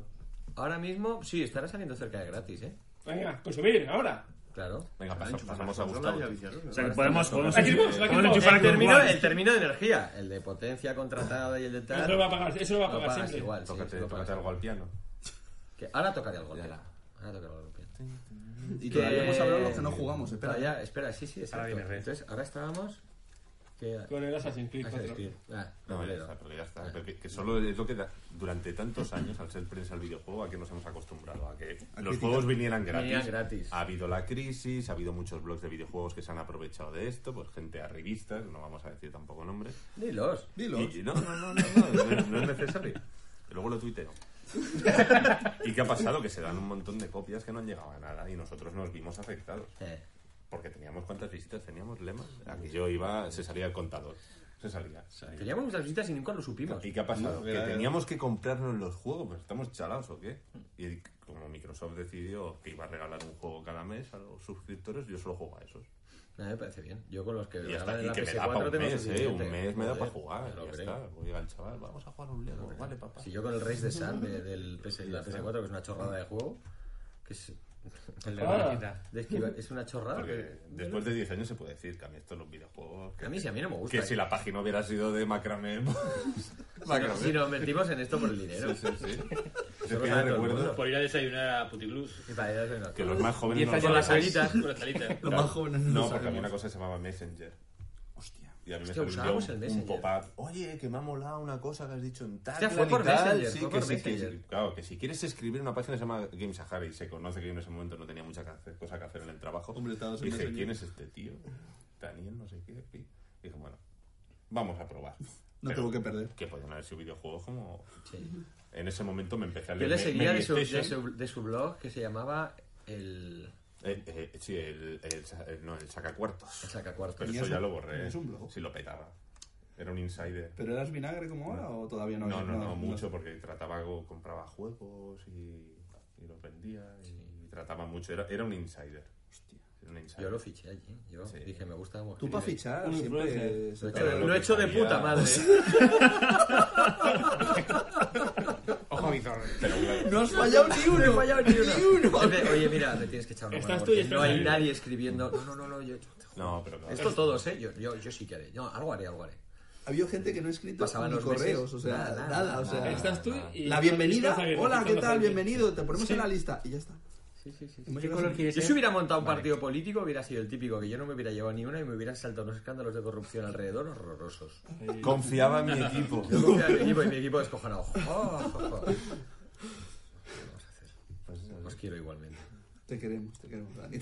S1: Ahora mismo, sí, estará saliendo cerca de gratis, ¿eh?
S28: Venga, consumir, ahora.
S1: Claro.
S5: Venga,
S1: Ahora
S5: pasa-
S1: enchufamos
S5: pasamos
S1: la
S5: a
S1: consola
S5: Gustavo.
S1: y avisaros.
S5: O sea, que
S1: Ahora
S5: podemos-
S1: estamos
S5: podemos
S1: con-
S5: enchufar-
S1: Eh,
S5: podemos enchufar
S1: el
S5: con
S1: término,
S5: Juan.
S1: el término de energía, el de potencia contratada y el de tal.
S5: Eso lo va a pagar- eso lo va a
S1: Lo
S5: pagar
S1: pagas
S5: siempre.
S1: igual, sí,
S5: Tócate-
S1: eso lo pagas
S5: tócate algo
S1: igual.
S5: al piano.
S1: Que ahora tocaré algo al piano. Ahora tocaré algo al piano.
S3: Y todavía hemos hablado de los que no jugamos, espera.
S1: Todavía- espera, sí, sí, exacto.
S3: Ahora viene
S1: Entonces, ahora estábamos... que-
S28: Con el Assassin's Creed
S1: Assassin's
S28: 4.
S1: Creed. Ah,
S5: No, ya
S1: Valero.
S5: está, pero ya está. Pero que, que solo es lo que da- durante tantos años, al ser prensa el videojuego, a que nos hemos acostumbrado a que
S1: A
S5: los
S1: criticar.
S5: juegos vinieran gratis.
S1: Vinieran gratis.
S5: Ha habido la crisis, ha habido muchos blogs de videojuegos que se han aprovechado de esto, pues gente a revistas, no vamos a decir tampoco nombres.
S1: Dilos.
S5: Y- y no, no, no, no, no, no, no es necesario. Y Luego lo tuiteo. ¿Y qué ha pasado? Que se dan un montón de copias que no han llegado a nada y nosotros nos vimos afectados. Porque teníamos cuántas visitas teníamos, Lema. Aquí yo iba, se salía el contador. Se salía.
S1: Teníamos muchas visitas y nunca lo supimos.
S5: ¿Y qué ha pasado?
S1: No,
S5: que
S1: era-
S5: teníamos que comprarnos los juegos, pues estamos chalados o qué. Y como Microsoft decidió que iba a regalar un juego cada mes a los suscriptores, yo solo juego a esos.
S1: No, me parece bien. Yo con los que
S5: Y ya
S1: regalan
S5: está,
S1: en
S5: y
S1: la
S5: que me da
S1: PS4
S5: para un
S1: tengo
S5: mes, ¿eh?
S1: suficiente.
S5: Un mes me da para
S1: Joder,
S5: jugar,
S1: me lo
S5: ya
S1: creo.
S5: está. Voy al chaval, vamos a jugar un Lego, vale papá.
S1: Si yo con el Race de Sun de- del PS, la PS4, que es una chorrada de juego, que es... El de
S5: Ah.
S1: la- de esquivar, es una chorrada.
S5: Porque
S1: que-
S5: después de 10 años se puede decir que a mí estos los videojuegos... Que,
S1: A mí sí, a mí no me gusta,
S5: Que
S1: ¿eh?
S5: si la página hubiera sido de macramé... pues,
S1: Si, no- si nos metimos en esto por el dinero.
S5: Sí, sí, sí.
S1: Eso
S5: Yo
S1: lo sabe
S5: que
S1: todo el
S5: recuerdo-
S1: mundo.
S2: Por ir a desayunar a Puticlus.
S5: Que los más jóvenes
S1: Diez años
S5: lo
S1: las
S5: saben.
S1: alitas.
S2: Con las alitas. Los
S5: Claro.
S2: más jóvenes no lo
S5: No, porque
S2: sabemos.
S5: había una cosa que se llamaba Messenger. Hostia. Y a mí me
S1: Hostia,
S5: salió un día
S1: usábamos
S5: un-
S1: el
S5: un
S1: Messenger.
S5: pop-up. Oye, que me ha molado una cosa que has dicho en tal.
S1: Hostia, fue
S5: y
S1: por
S5: tal.
S1: Messenger,
S5: Sí,
S1: fue
S5: que
S1: por
S5: sí, que
S1: Messenger.
S5: sí. Claro, que si quieres escribir una página que se llama Game Sahara y se conoce que yo en ese momento no tenía mucha que hacer- cosa que hacer en el trabajo.
S3: Hombre, estabas en
S5: Dije,
S3: Messenger.
S5: ¿quién es este tío? Daniel, no sé qué. Y dije, bueno, vamos a probar.
S3: No
S5: Pero
S3: tengo que perder.
S5: Que podían haber sido videojuegos como... En ese momento me empecé a
S1: Yo
S5: leer...
S1: le
S5: me-
S1: seguía de su, de
S5: MediStation.
S1: su- de su blog que se llamaba El...
S5: Eh, eh, sí, el, el, sa- el- no, el sacacuartos. El
S1: sacacuartos.
S5: Pero
S3: ¿Tenías
S5: eso ya
S3: un-
S5: lo borré.
S3: tenías un
S5: Si lo petaba. Era un insider.
S3: ¿Pero eras vinagre como ahora o todavía no
S5: No, no,
S3: había?
S5: no, mucho porque trataba, go- compraba juegos y, y los vendía y, trataba mucho. Era, era un insider. Era un insider.
S1: Yo lo fiché allí. Yo dije, me gusta mucho.
S3: Tú pa' fichar
S1: Un
S3: siempre
S1: influencer.
S3: se
S1: Lo he
S3: te
S1: hecho,
S3: da
S1: de,
S3: lo
S1: lo
S3: que
S1: he hecho de
S3: sabía.
S1: puta madre.
S8: Ojo a mi zorro.
S3: No has fallado ni uno.
S1: No he fallado ni uno.
S3: Ni uno.
S1: Oye, Oye, mira, me tienes que echar una mano.
S3: Estás tú y
S1: porque
S3: estás
S1: No hay
S3: ahí.
S1: nadie escribiendo. No, no, no, no. Yo,
S5: No, pero claro.
S1: Esto todos, ¿eh? Yo, yo, yo sí que haré. No, algo haré, algo haré.
S3: Había gente que no ha escrito
S1: Pasaban
S3: ni
S1: los
S3: correos,
S1: meses.
S3: o sea,
S1: Nada,
S3: nada,
S1: nada,
S3: o sea,
S1: nada, Estás tú y-
S3: la bienvenida,
S1: y-
S3: hola, ¿qué tal?
S1: Sí.
S3: Bienvenido, te ponemos en la lista y ya está.
S1: Sí, sí, sí.
S3: Hemos
S1: ¿Qué
S3: llegado
S1: color
S3: a-
S1: quieres Yo si hubiera montado un partido político hubiera sido el típico, que yo no me hubiera llevado ni una y me hubieran saltado unos escándalos de corrupción alrededor horrorosos.
S5: Confiaba en mi equipo.
S1: Yo confiaba en mi equipo y mi equipo descojonado. Jo, jo, jo. Os quiero igualmente.
S3: Te queremos, te queremos, Dani.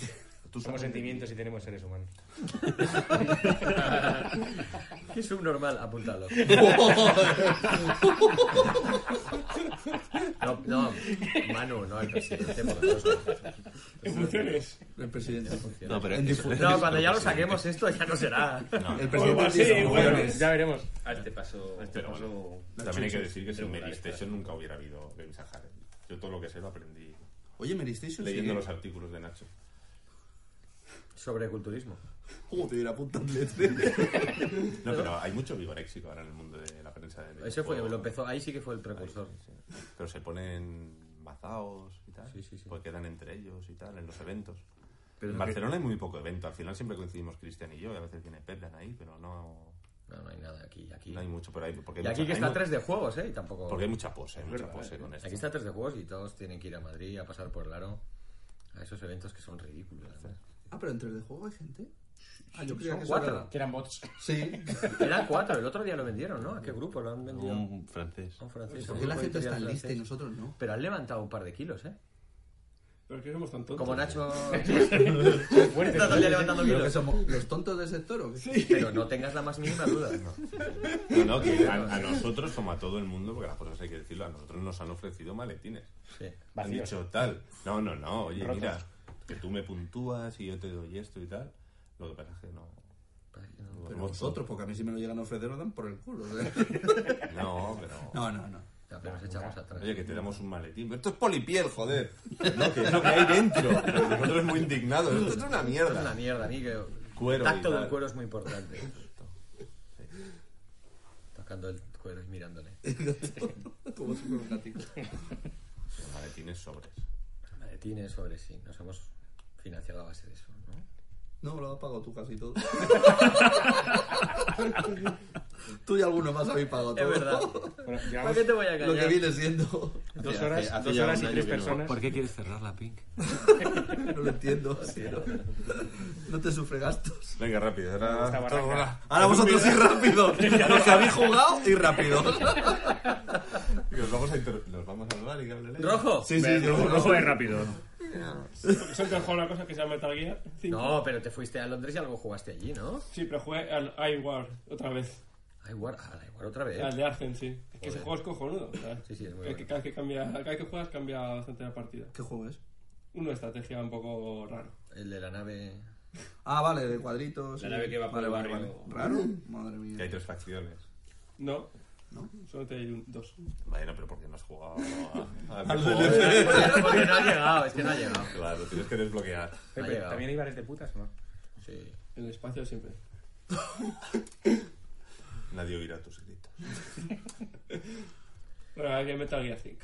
S8: Tú somos sentimientos y tenemos seres humanos.
S1: ¿Qué subnormal? Apúntalo. No, no, Manu, no, el presidente, por Dios.
S3: En funciones. El presidente. pues.
S1: No,
S31: pero
S3: En
S31: eso-
S3: difunciones.
S1: No, cuando ya lo saquemos esto ya no será.
S3: El presidente dice, "Bueno, pues
S8: veremos.
S2: A este paso. A este
S5: Pero
S2: paso.
S5: bueno,
S3: Las
S5: también hay que
S3: chuches.
S5: decir que sin
S3: Regular,
S5: MediStation nunca hubiera habido Game Sahara. Yo todo lo que sé lo aprendí
S3: Oye, Meristation sigue.
S5: leyendo los artículos de Nacho.
S1: Sobre culturismo.
S3: Joder, apúntale. este.
S5: No, pero hay mucho vigoréxico ahora en el mundo de la prensa de
S1: Eso fue,
S5: videojuegos.
S1: lo empezó, ahí sí que fue el precursor.
S5: Pero se ponen mazaos y tal. Porque quedan entre ellos y tal, en los eventos.
S1: Pero
S5: en
S1: no
S5: Barcelona
S1: que-
S5: hay muy poco evento. Al final siempre coincidimos Cristian y yo. Y a veces viene Peplan ahí, pero no...
S1: No, no hay nada aquí. aquí.
S5: No hay mucho por ahí. Porque hay
S1: Y aquí
S5: mucha-
S1: que
S5: hay
S1: está
S5: mu-
S1: 3 de juegos, ¿eh? Y tampoco...
S5: Porque hay mucha pose, hay
S1: Es
S5: mucha
S1: verdad, eh.
S5: pose con esto.
S1: Aquí está 3 de juegos y todos tienen que ir a Madrid a pasar por el aro a esos eventos que son ridículos. además.
S3: Ah, pero entre el de juego hay gente. Ah, yo creía
S1: Son
S3: que eso
S1: cuatro.
S3: era-
S8: eran bots.
S3: Sí.
S1: Eran cuatro, el otro día lo vendieron, ¿no? ¿A qué grupo lo han vendido?
S31: Un francés.
S1: A Un francés.
S3: Pues, ¿Por qué la
S1: Un
S3: gente
S1: editorial
S3: está lista y
S1: francés.
S3: nosotros no?
S1: Pero han levantado un par de kilos, ¿eh?
S4: Pero es que somos tan tontos.
S1: Como Nacho.
S4: Fuerte,
S1: Está todavía levantando
S3: Pero que
S1: kilos.
S3: somos los tontos del sector, ¿o qué?
S1: Pero no tengas la más mínima duda.
S5: No, no, que a, a nosotros, como a todo el mundo, porque las cosas hay que decirlo, a nosotros nos han ofrecido maletines. Han
S8: Vacíos.
S5: dicho tal. No, no, no, oye,
S8: Rotos.
S5: mira, que tú me puntúas y yo te doy esto y tal. Lo que pasa es que no.
S3: Pero vosotros, porque a mí si me lo llegan a ofrecer, lo dan por el culo. ¿eh?
S5: No, pero.
S3: No, no, no.
S1: pero nos echamos atrás.
S5: Oye, que te damos un maletín. Pero esto es polipiel, joder. No, que es lo que hay dentro. Nosotros muy indignados. Esto es una mierda.
S1: Es una mierda, a mí que
S5: Cuero
S1: el
S5: y
S1: tacto
S5: tal.
S1: del cuero es muy importante. Sí. Tocando el cuero y mirándole.
S5: Eh.
S3: Como si fuera un gatito.
S5: Maletines sobres.
S1: Maletines, sobre sí. Nos hemos financiado a base de eso, ¿no?
S3: No, lo has pagado tú casi todo. tú y alguno más habéis pagado todo.
S1: Es verdad.
S8: Bueno, llevamos-
S1: ¿Para qué te voy a engañar?
S3: Lo que viene siendo.
S8: Dos Hace- horas- hace dos ya horas un y año tres que no. personas.
S32: ¿Por qué quieres cerrar la Pink?
S3: No lo entiendo. sí, no. No te sufre gastos.
S5: Venga, rápido. Ahora,
S3: Esta barraca.
S5: ahora-
S3: Ahora vosotros sí, rápido. Los que habéis jugado y rápido.
S5: Y Los vamos a, inter- los vamos a hablar y que hable Leo.
S1: ¿Rojo?
S5: Sí, sí,
S4: Venga,
S5: yo
S4: rojo es rápido.
S5: Eso
S4: te juego una cosa que se llama Metal Gear. cinco.
S1: No, pero te fuiste a Londres y algo jugaste allí, ¿no?
S4: Sí, pero jugué al iWar otra vez.
S1: Ay, guar, ah, la igual otra vez.
S4: Al de Argen, sí. Es que ese
S1: Joder.
S4: juego es cojonudo. ¿sabes?
S1: Sí, sí, es muy
S4: Es que
S1: bueno.
S4: cada, vez que cambia, cada vez que juegas cambia bastante la partida.
S3: ¿Qué juego es?
S4: Uno de estrategia un poco raro.
S1: El de la nave.
S3: Ah, vale, de cuadritos.
S4: La
S3: sí.
S4: nave que va por
S3: vale,
S4: el
S3: vale,
S4: barrio.
S3: vale. Raro. Madre mía.
S5: Que hay tres facciones.
S4: No. Solo te hay un- dos.
S5: Bueno, pero ¿por qué no has jugado a- a...
S4: Al
S5: videojuegos?
S4: DLC.
S1: Porque- porque no ha llegado, es que no ha llegado.
S5: Claro, tienes que desbloquear.
S8: Oye, pero ¿También hay bares de putas o no?
S1: Sí.
S4: En el espacio siempre.
S5: Nadie oirá tus gritos.
S4: Bueno, hay que Metal Gear 5.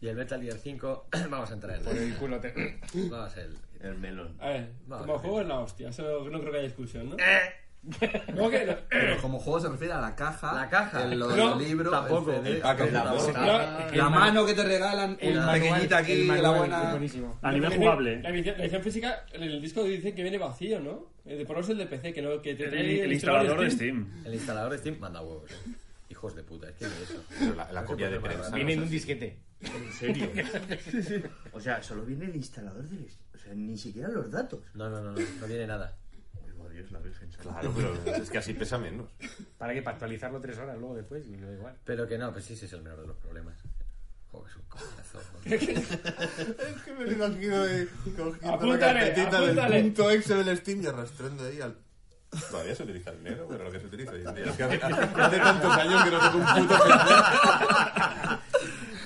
S1: Y el Metal Gear 5, vamos a entrar en
S4: Por
S1: él.
S4: el culo te-
S1: Vamos a el.
S29: El melón.
S4: A ver,
S1: Vale.
S4: como juego es la hostia. Eso no creo que haya discusión, ¿no?
S1: Eh.
S4: ¿Cómo que no?
S3: Pero como juego se refiere a la caja.
S1: La caja.
S3: Ah, El, lo
S4: No, Ah,
S3: del libro.
S1: tampoco.
S3: el CD,
S1: El pack,
S3: el
S1: la
S3: tapón.
S1: bolsa.
S3: la,
S4: El manual.
S3: mano que te regalan.
S8: El
S3: una
S8: manual,
S3: pequeñita aquí.
S8: el
S3: la
S8: manual, es
S3: buena.
S8: buenísimo.
S4: A nivel jugable. La edición, la edición física, en el disco dice que viene vacío, ¿no? El de por lo menos el de PC, que no que te El- trae el instalador de Steam.
S1: El instalador de Steam manda huevos. Hijos de puta, es que es eso.
S5: Pero la, la
S1: No se
S5: copia
S1: puede
S5: de
S1: preparar.
S5: prensa.
S8: Viene en
S5: no
S8: un
S5: sé si-
S8: disquete.
S29: ¿En serio? O sea, solo viene el instalador del... O sea, ni siquiera los datos.
S1: No, no, no, no, no viene nada.
S29: Oh, Dios, la Virgen.
S5: Claro,
S31: pues,
S5: pero es que así pesa menos.
S8: ¿Para qué? Para actualizarlo tres horas luego después y lo da igual.
S1: Pero que no, pues sí, sí, es el menor de los problemas. Joder, es un coñazo.
S5: Es que me lo imagino de cogiendo
S4: Apúntale,
S5: carpetita
S4: apúntale.
S5: exe del Steam y arrastrando ahí al... Todavía se utiliza el negro, pero lo que se utiliza hoy en día. Es que hace, hace tantos años que no tengo un puto... pendejo.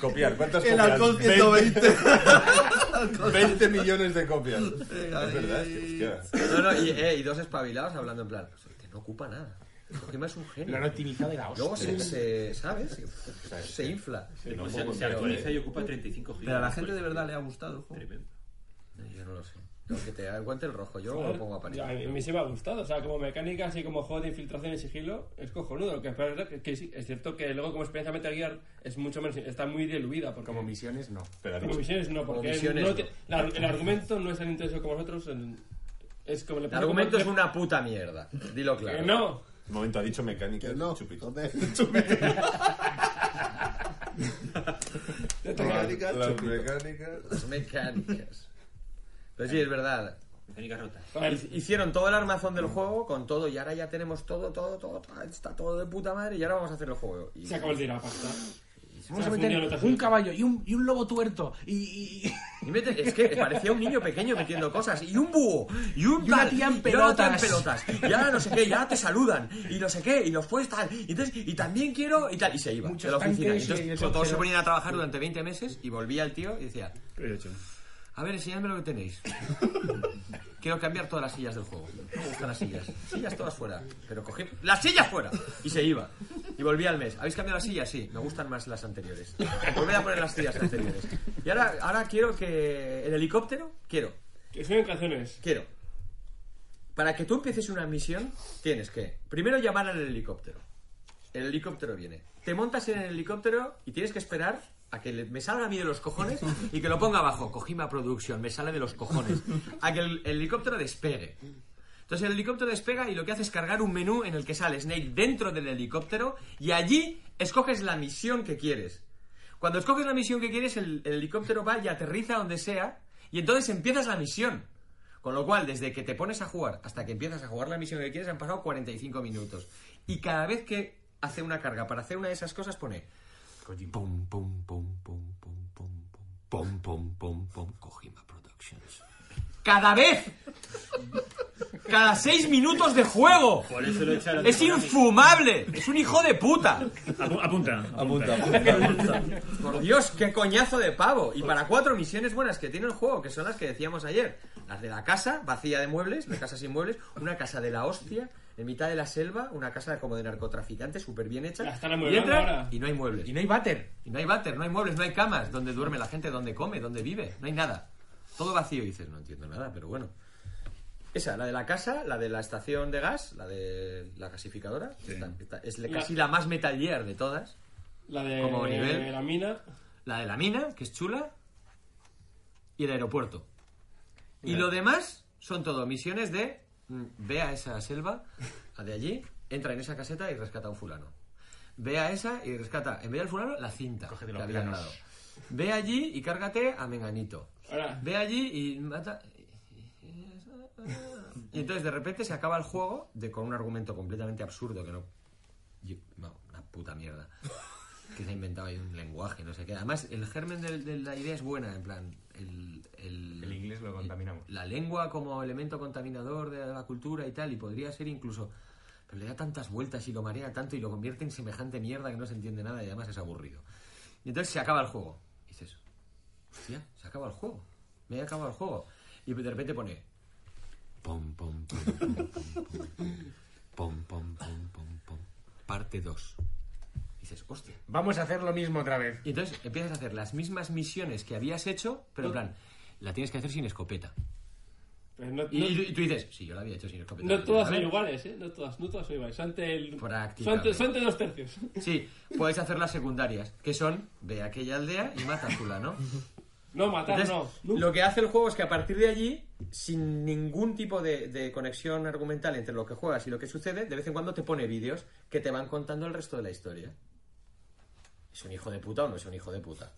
S5: copiar, ¿cuántas
S3: El
S5: copias?
S3: alcohol
S5: 20,
S3: 120.
S5: 20 millones de copias. Es verdad, es que, hostia.
S1: No, no, y, eh, y dos espabilados hablando en plan, "Hostia, que no ocupa nada. Kojima es un
S8: Lo
S1: genio.
S8: han optimizado de la hostia.
S1: Luego se, se- ¿sabes? Se, se infla.
S5: no
S2: O sea,
S5: puedo
S2: se
S5: entender,
S2: actualiza
S5: ¿eh?
S2: y ocupa 35 gigas.
S3: Pero a la gente de verdad le ha gustado el juego.
S2: Tremendo.
S1: Eh, Yo no lo sé. Tengo que te aguante el rojo, yo lo pongo a parir.
S4: Ya, a mí a mí sí me ha gustado, o sea, como mecánica, así como juego de infiltración y sigilo, es cojonudo. Lo que pasa es que, que sí, es cierto que luego, como experiencia Metal Gear, es mucho menos, está muy diluida. Porque,
S8: Como misiones, no.
S5: Pero
S4: como misiones, no, porque
S1: misiones,
S4: no
S1: no.
S4: te- la- el argumento no es tan intenso como nosotros. en- es como le
S1: El argumento es una puta mierda. Dilo
S4: Que
S1: claro.
S4: no,
S5: Un momento, ha dicho mecánica.
S31: Que no,
S5: chupito.
S31: joder.
S4: te toca.
S5: Mecánicas, Las mecánicas...
S1: Las mecánicas. Pero Pues sí, es verdad.
S2: Mecánicas rotas.
S1: Hi- Hicieron todo el armazón del juego con todo y ahora ya tenemos todo, todo, todo, todo, está todo de puta madre y ahora vamos a hacer el juego. Y-
S4: Se acabó el dinero la pasta.
S8: Vamos
S4: Se
S8: a
S4: ha fundido la
S8: meter
S4: tarjeta.
S8: un caballo y un, y un lobo tuerto y... y-
S1: y mete- es que parecía un niño pequeño metiendo cosas y un búho y un
S8: Y una
S1: tal,
S8: tía en
S1: y ahora tía en
S8: pelotas.
S1: pelotas, y ahora no sé qué, y ahora te saludan y no sé qué y los puedes tal y, entonces, y también quiero y tal y se iba
S8: Muchos
S1: de la oficina. Y
S8: tanques y
S1: entonces,
S8: el
S1: todos
S8: cochero.
S1: se ponían a trabajar durante 20 meses y volvía el tío y decía
S4: Pero he hecho.
S1: A ver, enseñadme lo que tenéis. Quiero cambiar todas las sillas del juego. No me gustan las sillas. Sillas todas fuera. Pero cogí... ¡Las sillas fuera! Y se iba. Y volví al mes. ¿Habéis cambiado las sillas? Sí. Me gustan más las anteriores. Volver a poner las sillas anteriores. Y ahora, ahora quiero que... ¿El helicóptero? Quiero.
S4: Que suenan canciones.
S1: Quiero. Para que tú empieces una misión, tienes que... Primero llamar al helicóptero. El helicóptero viene. Te montas en el helicóptero y tienes que esperar a que le- me salga a mí de los cojones y que lo ponga abajo. Kojima Production, me sale de los cojones. A que el, el helicóptero despegue. Entonces el helicóptero despega y lo que hace es cargar un menú en el que sale Snake dentro del helicóptero y allí escoges la misión que quieres. Cuando escoges la misión que quieres, el, el helicóptero va y aterriza donde sea Y entonces empiezas la misión. Con lo cual, desde que te pones a jugar hasta que empiezas a jugar la misión que quieres, han pasado 45 minutos. Y cada vez que hace una carga para hacer una de esas cosas, pone.
S32: Pum, pum, pum, pum, pum, pum, pum, pum, pum, pum, pum, Kojima Productions.
S1: ¡Cada vez! ¡Cada seis minutos de juego!
S2: Por eso lo echaron.
S1: ¡Es infumable! ¡Es un hijo de puta!
S33: Apunta,
S1: apunta, Por Dios, qué coñazo de pavo. Y para cuatro misiones buenas que tiene el juego, que son las que decíamos ayer. Las de la casa, vacía de muebles, la casa sin muebles, una casa de la hostia, en mitad de la selva, una casa como de narcotraficante, súper bien hecha.
S4: La están
S1: y
S4: amueblando
S1: entra
S4: ahora.
S1: y no hay muebles. Y no hay váter. Y no hay váter, no hay muebles, no hay camas, donde duerme la gente, donde come, donde vive. No hay nada. Todo vacío. Y dices, no entiendo nada, pero bueno. Esa, la de la casa, la de la estación de gas, la de la gasificadora. esta- esta- es la-
S4: La-
S1: casi la más Metal Gear de todas.
S4: La de
S1: Como nivel.
S4: la mina.
S1: La de la mina, que es chula. Y el aeropuerto. Y lo demás son todo misiones de mm, ve a esa selva, a de allí, entra en esa caseta y rescata a un fulano. Ve a esa y rescata, en vez del fulano, la cinta que
S4: los
S1: había al
S4: planos.
S1: lado. Ve allí y cárgate a Menganito.
S4: Ahora.
S1: Ve allí y mata. Y entonces de repente se acaba el juego de, con un argumento completamente absurdo que no. yo- no, una puta mierda. Que se ha inventado ahí un lenguaje, no sé qué. Además, el germen del- de, la idea es buena, en plan. El, el,
S8: inglés lo contaminamos.
S1: La lengua como elemento contaminador de la cultura y tal, y podría ser incluso. Pero le da tantas vueltas y lo marea tanto y lo convierte en semejante mierda que no se entiende nada y además es aburrido. Y entonces se acaba el juego. Y dices, hostia, se acaba el juego. Me he acabado el juego. Y de repente pone,
S32: Pom, pom, pom, pom, pom, pom. Pom, pom, pom, pom, pom. Parte 2.
S1: dices, hostia.
S8: Vamos a hacer lo mismo otra vez.
S1: Y entonces empiezas a hacer las mismas misiones que habías hecho, pero en plan, la tienes que hacer sin escopeta.
S4: Pues no-
S1: Y,
S4: no-
S1: y tú- y tú dices, sí, yo la había hecho sin escopeta.
S4: No todas
S1: A ver,
S4: son iguales, ¿eh? No todas, no todas son iguales. Son ante el... son,
S1: Prácticamente.
S4: de, son de dos tercios.
S1: Sí, puedes hacer las secundarias, que son ve a aquella aldea y mata a fulano.
S4: No, matar
S1: Entonces, Lo que hace el juego es que a partir de allí, sin ningún tipo de, de conexión argumental entre lo que juegas y lo que sucede, de vez en cuando te pone vídeos que te van contando el resto de la historia. ¿Es un hijo de puta o no es un hijo de puta?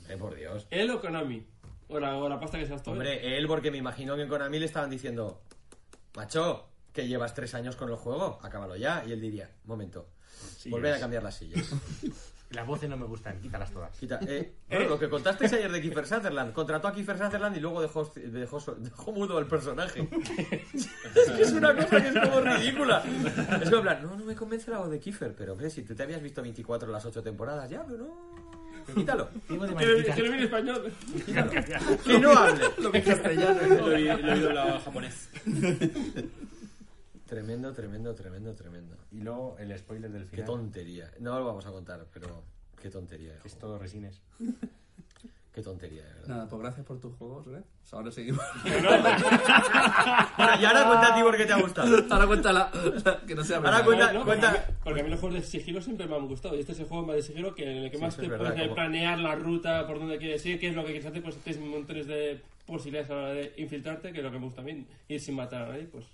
S1: Hombre, por Dios.
S4: ¿Él o Konami? O la, o la pasta que se has tomado.
S1: Hombre, él, porque me imagino que en Konami le estaban diciendo, Pacho, que llevas tres años con el juego, acábalo ya. Y él diría, momento, volver a
S8: es.
S1: cambiar las sillas.
S8: Las voces no me gustan, quítalas todas.
S1: Quita- eh, bueno, lo que contasteis ayer de Kiefer Sutherland. Contrató a Kiefer Sutherland y luego dejó, dejó, so- dejó mudo al personaje. es que es una cosa que es como ridícula. Es como en plan, no, no me convence la voz de Kiefer, pero hombre, si tú te habías visto 24 de las 8 temporadas, ya, pero no. Quítalo.
S4: Que que lo viene español.
S1: Que no hable.
S4: Lo que es castellano. Lo he-
S2: lo he doblado japonés.
S1: Tremendo, tremendo, tremendo, tremendo.
S8: Y luego el spoiler del
S1: Qué
S8: final.
S1: tontería. No lo vamos a contar, pero qué tontería.
S8: Es todo resines.
S1: Qué tontería, de verdad.
S3: Nada, pues gracias por tus juegos, ¿eh? Pues ahora seguimos.
S1: Bueno, y ahora cuenta a ti por qué te ha gustado.
S3: Ahora cuenta la... la- que no sea
S1: Ahora
S3: verdad.
S1: cuenta-
S4: No, no,
S1: cuenta-
S4: porque a mí- Porque a mí los juegos de sigilo siempre me han gustado. Y este es el juego más de sigilo que en el que
S1: Sí,
S4: más
S1: eso
S4: te
S1: es
S4: puedes
S1: verdad,
S4: eh,
S1: como-
S4: planear la ruta, por dónde quieres ir, qué es lo que quieres hacer. Pues tienes montones de posibilidades a la hora de infiltrarte, que es lo que me gusta a mí. Ir sin matar a nadie, pues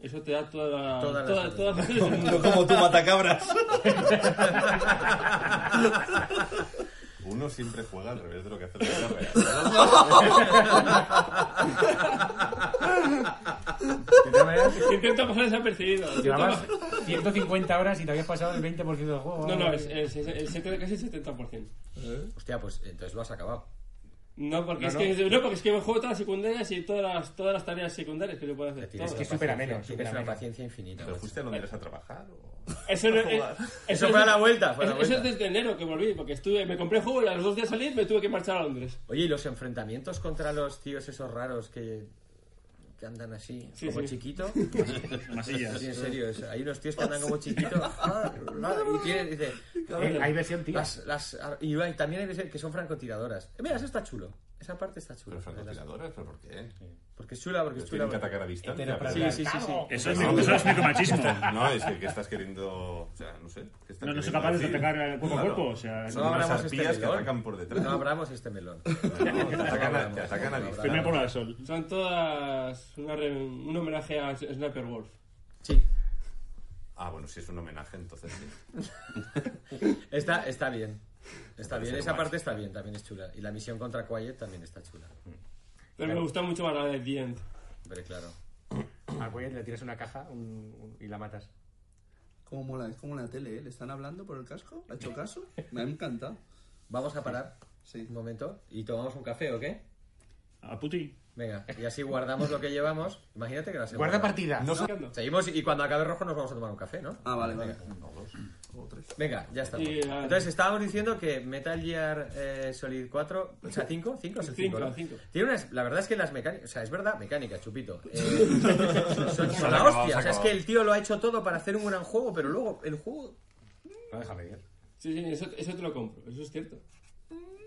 S4: eso te da toda,
S1: Todas las
S4: toda, todas las opciones del mundo.
S33: Como tú matacabras.
S5: Uno siempre juega al revés de lo que hace la carrera.
S8: De todas maneras,
S4: Intento pasar desapercibido.
S8: llevabas 150 horas y te habías pasado el 20% del juego.
S4: No, no, es,
S8: eh,
S4: es- es- el set- casi el 70%.
S1: Hostia, pues entonces lo has acabado.
S4: No, porque,
S8: No,
S4: es
S8: no.
S4: Que, no, porque es que me juego todas las secundarias y todas las, todas las tareas secundarias que se pueden hacer.
S1: Tienes
S4: todas.
S1: una
S8: supera
S1: paciencia-
S8: menos,
S1: Tienes
S8: supera
S1: una
S8: menos.
S1: paciencia infinita.
S5: ¿Pero
S1: macho.
S5: fuiste a Londres a trabajar? O...
S4: Eso, no,
S5: A jugar.
S4: eh,
S1: Eso fue a la vuelta, fue a la
S4: eso- eso
S1: vuelta.
S4: es desde enero que volví, porque estuve, me compré el juego y a los dos días salir me tuve que marchar a Londres.
S1: Oye, ¿y los enfrentamientos contra los tíos esos raros que, que andan así,
S4: Sí,
S1: como
S4: sí.
S1: chiquito?
S33: Masillas.
S1: Sí, en serio, es- hay unos tíos que andan como chiquitos. Ah, y tienen, dice,
S8: Eh, hay versión tío.
S1: las- las- y hay- también hay veces que son francotiradoras. Eh, mira, eso está chulo. Esa parte está chula.
S5: ¿Pero francotiradores? ¿Pero por qué?
S1: Porque es chula, porque es
S5: Los
S1: chula.
S5: tienen que atacar a distancia.
S8: Pero
S5: pero-
S1: Sí, sí, sí, sí.
S33: Eso es, mi- eso es micromachismo.
S5: No, es que, que estás queriendo. O sea, no sé. ¿qué estás
S33: No, no soy
S5: queriendo
S33: capaz de
S5: decir?
S33: atacar cuerpo a
S5: Claro.
S33: cuerpo. O sea,
S1: No abramos este
S5: arpías que
S1: melón.
S5: atacan por detrás.
S1: No abramos este melón.
S5: No, te atacan a- te atacan a
S33: primera
S1: Primera
S5: distancia.
S33: prueba de sol.
S4: Son todas una re- un homenaje a Sniper Wolf.
S1: Sí.
S5: Ah, bueno, si es un homenaje, entonces sí.
S1: Está, está bien. Está bien,
S5: Parece
S1: esa
S5: guay.
S1: parte está bien, también es chula. Y la misión contra Quiet también está chula.
S4: Pero me gusta mucho más la de The End.
S1: Pero claro.
S8: Al Poyet le tiras una caja un- un- y la matas.
S3: Cómo mola, es como la tele, ¿eh? ¿Le están hablando por el casco? ¿Le ha hecho caso? Me ha encantado.
S1: Vamos a parar un momento y tomamos un café, ¿o qué?
S33: A puti.
S1: Venga, y así guardamos lo que llevamos. Imagínate que la semana.
S8: Guarda partida.
S1: No,
S8: No.
S1: Seguimos y cuando acabe rojo nos vamos a tomar un café, ¿no?
S3: Ah, vale,
S1: Venga.
S3: O tres.
S1: Venga, ya estamos.
S4: Sí, vale.
S1: Entonces estábamos diciendo que Metal Gear eh, Solid 4, o sea, 5, 5 es el
S4: Cinco,
S1: 5. ¿no?
S4: cinco.
S1: Tiene unas, la verdad es que las mecánicas, o sea, es verdad, mecánicas, chupito. Eh, son, son
S8: Se ha
S1: la
S8: acabado, se
S1: hostia,
S8: ha
S1: o sea, es
S8: acabado.
S1: que el tío lo ha hecho todo para hacer un gran juego, pero luego el juego
S8: No deja pedir.
S4: Sí, sí, eso, eso te lo compro, eso es cierto.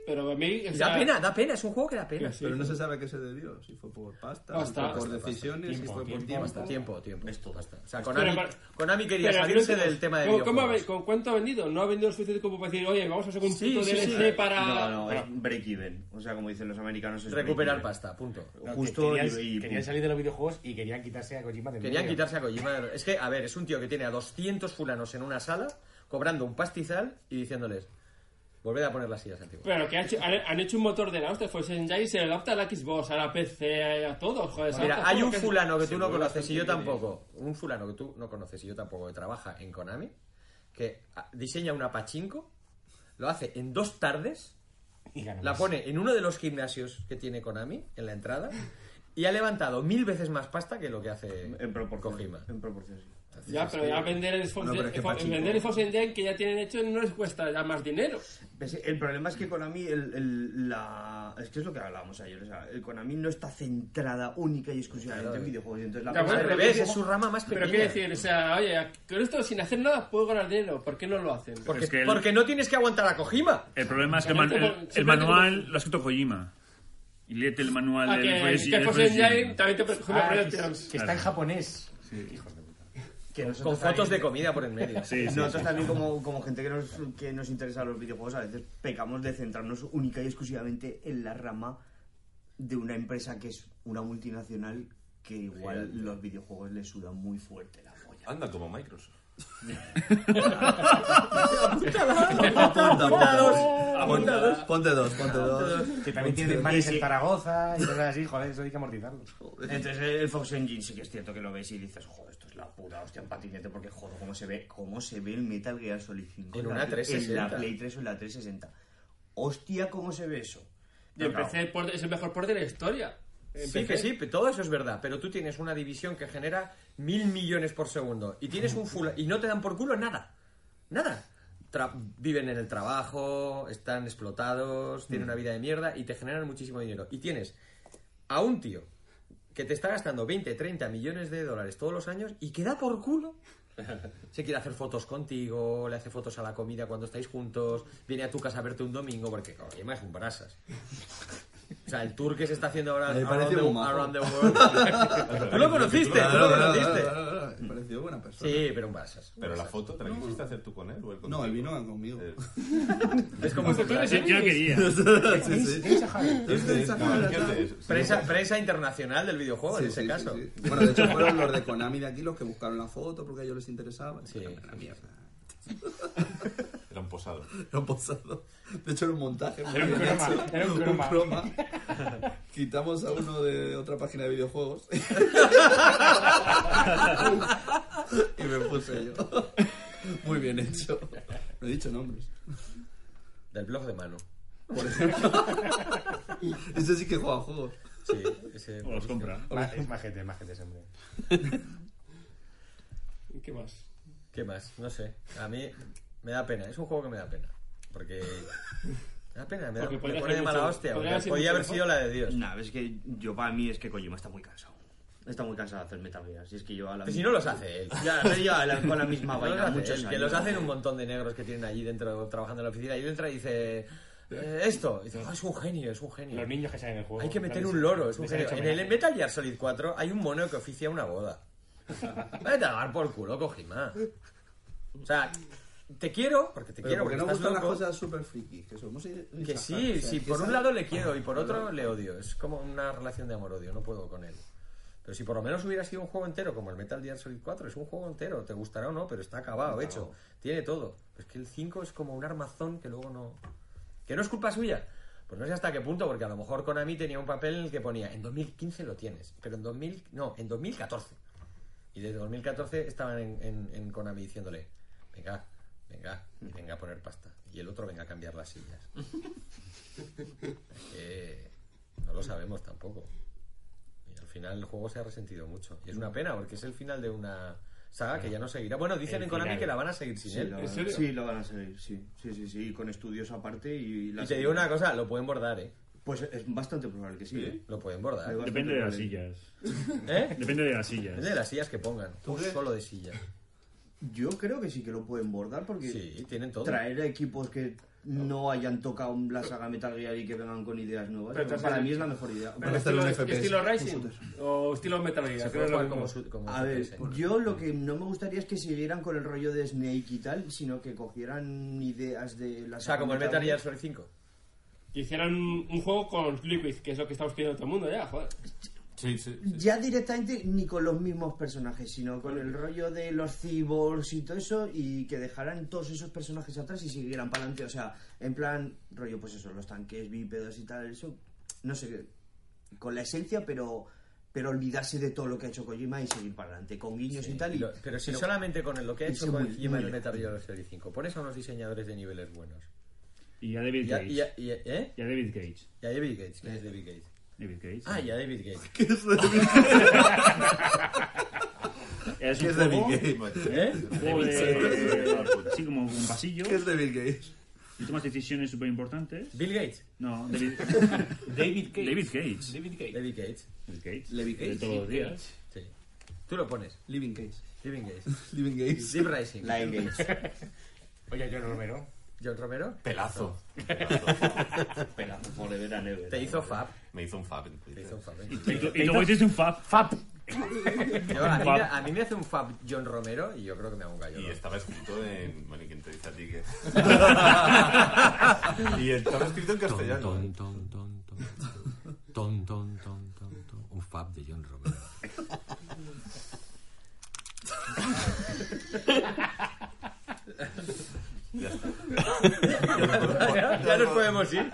S4: Pero a mí. o
S1: da
S4: sea,
S1: pena, da pena, es un juego que da pena.
S3: Pero no se sabe a qué se debió, si fue por pasta, si
S1: Pasta,
S3: fue por
S1: pasta,
S3: decisiones,
S1: pasta.
S3: si fue por
S1: Tiempo,
S3: tiempo.
S1: tiempo, tiempo, tiempo, pasta. O sea,
S4: Pero
S1: Konami,
S4: para-
S1: Konami quería
S4: pero
S1: salirse
S4: fíjate,
S1: del tema de
S4: ¿cómo, cómo ha
S1: videojuegos.
S4: ve- ¿Con cuánto ha vendido? No ha vendido lo suficiente como para decir, oye, vamos a sacar un
S1: Sí,
S4: puto
S1: sí, sí.
S4: DLC para.
S29: No, no, es
S4: Bueno,
S29: break-even. O sea, como dicen los americanos, es
S1: Recuperar
S29: break-even.
S1: pasta, punto.
S8: No, que
S29: Justo
S8: querían,
S29: y- y-
S8: querían salir de los videojuegos y querían quitarse a Kojima del
S1: Querían
S8: medio.
S1: quitarse a Kojima. de- Es que, a ver, es un tío que tiene a 200 fulanos en una sala, cobrando un pastizal y diciéndoles, volved a poner las sillas antiguas.
S4: Pero que han hecho, han, han hecho un motor de la hostia, fue Senjai y se le adapta a la Xbox, a la PC, a todo, joder. se
S1: Mira,
S4: adapta a
S1: hay
S4: todo,
S1: un
S4: que es-
S1: fulano que
S4: se
S1: tú no
S4: mueve
S1: conoces
S4: bastante
S1: y yo
S4: bien.
S1: tampoco, un fulano que tú no conoces y yo tampoco, que trabaja en Konami, que ah, diseña una pachinko, lo hace en dos tardes,
S8: Y ganamos.
S1: la pone en uno de los gimnasios que tiene Konami, en la entrada, y ha levantado mil veces más pasta que lo que hace Kojima.
S29: En proporción, sí.
S4: Ya, pero ya vender el Fox,
S29: No, pero es que
S4: el Fo-
S29: pachinko.
S4: vender el Fox Engine que ya tienen hecho no les cuesta ya más dinero.
S29: Pues El problema es que Konami, el, el- la... es que es lo que hablábamos ayer, o sea, el Konami no está centrada única y exclusivamente en videojuegos, entonces la
S4: Ya, bueno,
S29: cosa-
S4: pero que- Pero quiero
S29: decir,
S4: decir, o sea, oye, con esto sin hacer nada puedo ganar dinero, ¿por qué no lo hacen?
S33: Porque- Es que el- porque
S1: no tienes que aguantar a Kojima.
S33: El problema Pues es que
S4: Bueno,
S33: man- el,
S4: como-
S33: el
S4: siempre
S33: manual lo ha escrito Kojima. Y léete el manual
S4: Ah,
S33: del
S4: que-
S33: Fresh-
S4: que
S33: del
S4: Fox
S33: Fresh
S4: Engine
S33: Gym.
S4: también te pre-
S8: Ah,
S4: Pero-
S8: que,
S4: pero-
S8: que está en japonés.
S29: que nosotros
S1: con
S29: también-
S1: fotos de comida por en medio.
S29: nosotros también como, como gente que nos, que nos interesa los videojuegos a veces pecamos de centrarnos única y exclusivamente en la rama de una empresa que es una multinacional que igual
S5: Gigante.
S29: los videojuegos le sudan muy fuerte la polla.
S5: Anda, como Microsoft.
S3: Ponte dos, ponte dos, ponte dos.
S8: Que también
S29: Ponte
S8: tiene
S29: dos.
S8: bares
S29: Sí,
S8: en
S29: sí.
S8: Zaragoza y cosas así, joder, eso hay que amortizarlos.
S29: Entonces el Fox Engine sí que es cierto que lo ves y dices, joder, esto es la puta hostia en patinete porque joder, cómo se ve, cómo se ve el Metal Gear Solid 5
S1: En
S29: la-
S1: una
S29: en
S1: 360.
S29: la Play 3 o en la 360. Hostia, cómo se ve eso.
S4: Y empecé por, es el mejor port de la historia.
S1: Sí,
S4: Empecé-
S1: que sí, pero todo eso es verdad, pero tú tienes una división que genera mil millones por segundo y tienes un full y no te dan por culo nada, nada. Tra- viven en el trabajo, están explotados, tienen una vida de mierda y te generan muchísimo dinero. Y tienes a un tío que te está gastando 20, 30 millones de dólares todos los años y que da por culo. Se quiere hacer fotos contigo, le hace fotos a la comida cuando estáis juntos, viene a tu casa a verte un domingo, porque Kojima es un brasas. O sea, el tour que se está haciendo ahora
S3: Me
S1: around
S3: parece
S1: the,
S3: muy majo.
S1: around the world. tú lo conociste, tú lo conociste.
S3: No, no, no, no, Me pareció buena persona.
S1: Sí, pero un brasas.
S5: Pero la foto, ¿te la quisiste hacer tú con él o él
S3: No, él
S5: contigo? Eh,
S3: vino conmigo.
S1: Es como
S4: Pues
S1: si fuera-
S33: Yo ya quería.
S3: Sí, sí.
S5: Este es, no, es que este es-
S1: Prensa, prensa internacional del videojuego,
S3: Sí,
S1: en ese
S3: sí, sí,
S1: caso.
S3: sí. Bueno, de hecho fueron los de Konami de aquí los que buscaron la foto porque a ellos les interesaba.
S1: Sí.
S3: Una mierda.
S5: Era un posado.
S3: Era un posado. De hecho, era un montaje. muy
S8: Era un
S3: bien
S8: croma,
S3: hecho.
S8: era un croma.
S3: croma. Quitamos a uno de otra página de videojuegos. y me puse yo. Muy bien hecho. No he dicho nombres.
S1: Del blog de mano.
S3: Por ejemplo. Ese sí que juega a juegos.
S1: Sí, ese-
S33: O los compra.
S8: Ma- Es majete, es majete, ese hombre.
S4: ¿Qué más?
S1: ¿Qué más? No sé. A mí me da pena. Es un juego que me da pena. Porque. Me da pena, me, da,
S4: Porque
S1: me
S4: podría
S1: pone
S4: ser
S1: de
S4: mucho-
S1: mala hostia.
S4: podría
S1: porque
S4: ser
S1: podía
S4: mucho
S1: haber
S4: mejor.
S1: sido la de Dios.
S29: Nah, Pues es que yo para mí es que Kojima está muy cansado. Está muy cansado de hacer Metal Gear. Si es que yo a la
S1: Pues si no los hace él.
S29: Ya, pero ya la- con la misma
S1: No los
S29: vaina
S1: hace
S29: muchos
S1: él,
S29: años.
S1: que los hacen un montón de negros que tienen allí dentro trabajando en la oficina. Y entra y dice. eh, esto. Y dice, "Ah, es un genio, es un genio.
S8: Los niños que salen en el juego.
S1: Hay que meter
S8: les-
S1: un loro, es un
S8: les han
S1: genio.
S8: hecho
S1: En el
S8: homenaje.
S1: Metal Gear Solid 4 hay un mono que oficia una boda. Vete a dar por culo, Kojima. O sea, te quiero porque te
S3: Pero
S1: quiero,
S3: porque
S1: porque
S3: no
S1: estás
S3: gustan las
S1: loco.
S3: cosas super frikis. Que somos
S1: Que sí, si por un lado le quiero y por otro le odio. Es como una relación de amor-odio, no puedo con él. Pero si por lo menos hubiera sido un juego entero, como el Metal Gear Solid 4, es un juego entero, te gustará o no, pero está acabado, hecho, tiene todo. Pero es que el 5 es como un armazón que luego no... Que no es culpa suya. Pues no sé hasta qué punto, porque a lo mejor Konami tenía un papel en el que ponía, en 2015 lo tienes, pero en 2000, no, en 2014. Y desde 2014 estaban en, en- en Konami diciéndole, venga, venga, y venga a poner pasta. Y el otro venga a cambiar las sillas. Es que no lo sabemos tampoco. Y al final el juego se ha resentido mucho. Y es una pena, porque es el final de una saga que ya no seguirá. Bueno, dicen
S29: El
S1: en Konami
S29: final.
S1: que la van a seguir sin
S29: Sí,
S1: él.
S29: la van- Sí, la van a seguir, sí. Sí, sí, sí, con estudios aparte y...
S1: Y te digo una cosa, lo pueden bordar, ¿eh?
S29: Pues es bastante probable que sí, ¿eh?
S1: Lo pueden bordar.
S33: Depende de las sillas.
S1: ¿Eh?
S33: Depende de las sillas.
S1: Depende de las sillas que pongan.
S29: ¿Tú
S1: Un
S29: crees?
S1: solo de sillas.
S29: Yo creo que sí que lo pueden bordar porque
S1: Sí, tienen todo.
S29: traer a equipos que no hayan tocado la saga Metal Gear y que vengan con ideas nuevas
S4: Pero
S29: para
S4: entonces-
S29: mí es la mejor idea.
S4: Pero estilo, estilo Rising o estilo Metal Gear. que no es lo mismo.
S29: a ver,
S4: ¿eh?
S29: yo lo que no me gustaría es que siguieran con el rollo de Snake y tal, sino que cogieran ideas de la
S1: O sea, como el Metal Gear Solid 5.
S4: Que hicieran un, un juego con Liquid, que es lo que estamos pidiendo todo el mundo ya, joder.
S5: Sí, sí.
S29: Ya directamente ni con los mismos personajes, sino con el rollo de los cyborgs y todo eso, y que dejaran todos esos personajes atrás y siguieran para adelante. O sea, en plan, rollo, pues eso, los tanques, bípedos y tal, eso, no sé, con la esencia, pero pero olvidarse de todo lo que ha hecho Kojima y seguir para adelante, con guiños y tal. y-
S1: Pero, pero si solamente con el- lo que ha
S29: y
S1: hecho
S29: ser
S1: con
S29: muy-
S1: encima
S29: muy
S1: el
S29: lejos.
S1: Metal Gear Solid 5, pones a unos diseñadores de niveles buenos.
S33: Y a David
S1: Y a-
S33: Cage.
S1: y a- y a- ¿eh?
S33: Y a David Cage.
S1: Y a David Gates. ¿Quién es David Gates?
S33: David Gates.
S1: Ah, y a David Gates.
S33: ¿Qué es David
S1: Gates?
S33: Es un juego- ¿Eh? Un juego de-
S1: Gates.
S33: Sí, como un pasillo.
S1: ¿Qué es
S33: de Bill Gates? Y tomas decisiones súper importantes.
S1: ¿Bill Gates?
S33: No, David...
S1: David Gates.
S33: David Gates.
S1: David Gates. David Gates.
S33: David Gates. De todos los días.
S1: Sí. Tú lo pones.
S3: Living Gates.
S1: Living Gates.
S3: Living Gates.
S1: Deep Rising.
S3: Live Gates.
S1: Oye, John Romero. John Romero.
S5: Pelazo.
S1: Pelazo
S5: forever and ever.
S1: Te hizo fab.
S5: Me hizo un fab en Twitter.
S1: Te hizo un fab. ¿eh?
S5: Y tú- y luego hiciste un
S33: fab. Fab.
S1: Yo, a, mí, me- a mí me hace un fab John Romero y yo creo que me hago un gallo.
S5: Y estaba escrito en. Bueno, ¿y quién te dice a ti que.? y estaba escrito en castellano.
S32: Ton, ton, ton, ton, ton, ton, ton, ton, ton, ton. Un fab de John Romero.
S5: Ya está.
S3: Ya,
S1: nos podemos ir.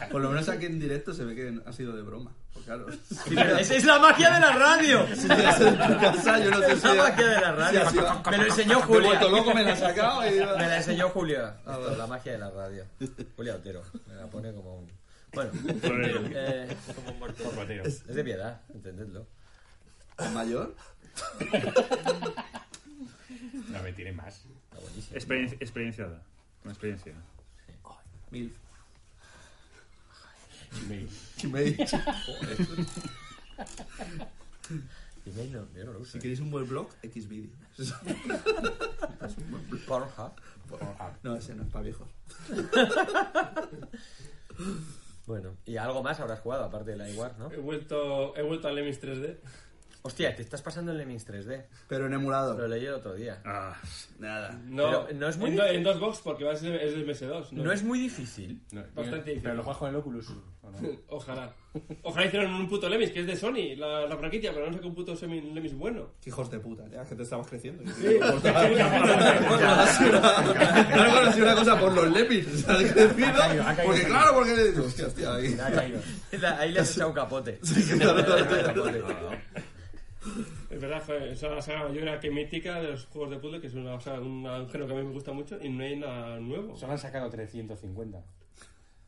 S3: Por lo menos aquí en directo se ve que ha sido de broma. Pues claro.
S1: pero esa es la magia de la radio.
S3: Si llegas en tu casa, yo no sé
S1: Es la
S3: si-
S1: magia de la radio.
S3: si ha sido-
S1: Me lo enseñó
S3: Me he
S1: Julia.
S3: vuelto loco, me la ha sacado y-
S1: Me la enseñó Julia.
S3: Ah,
S1: Esto,
S3: vale.
S1: la magia de la radio. Julia Otero. Me la pone como un. Bueno,
S3: Florero.
S1: eh,
S3: Como un muerto.
S1: formatero. Es de piedad, entendedlo.
S3: ¿Mayor?
S33: No, me tiene más.
S1: buenísimo.
S33: Experiencia, experienciada. Con experiencia.
S3: Mil.
S33: Gmail.
S3: Gmail.
S1: Gmail no, yo no lo uso.
S3: Si queréis un buen blog, Xvideo.
S1: Pornhub.
S3: No, ese no es para viejos.
S1: Bueno, y algo más habrás jugado aparte de la igual, ¿no?
S4: He vuelto, he vuelto al Lemmings 3D.
S1: Hostia, te estás pasando el Lemmings 3D.
S3: Pero en emulador.
S1: Lo leí el otro día.
S33: Ah,
S3: nada.
S4: No,
S1: Pero no es muy
S4: en, do-
S1: difícil.
S4: en dos box porque va a ser- es del MS2.
S1: No es muy difícil.
S4: Bastante difícil.
S8: Pero lo juegas con el Oculus. ¿o no?
S4: Ojalá. Ojalá hicieran un puto Lemmings, que es de Sony, la, la franquicia, pero no sé qué un puto semi- Lemmings bueno.
S3: Qué hijos de puta, ya que te estamos creciendo.
S4: Sí.
S3: Hijos de puta. No ha sido una- no ha conocido una cosa por los lepis. O sea, has crecido.
S1: Ha caído, ha caído,
S3: Porque
S1: ha caído.
S3: claro, porque. Hostia, hostia, ahí.
S1: Ha caído. Ahí le has echado un capote.
S4: Es verdad, joder, es una saga mayor que mítica de los juegos de puzzle, que es una, saga- un género que a mí me gusta mucho y no hay nada nuevo.
S8: Solo han sacado 350.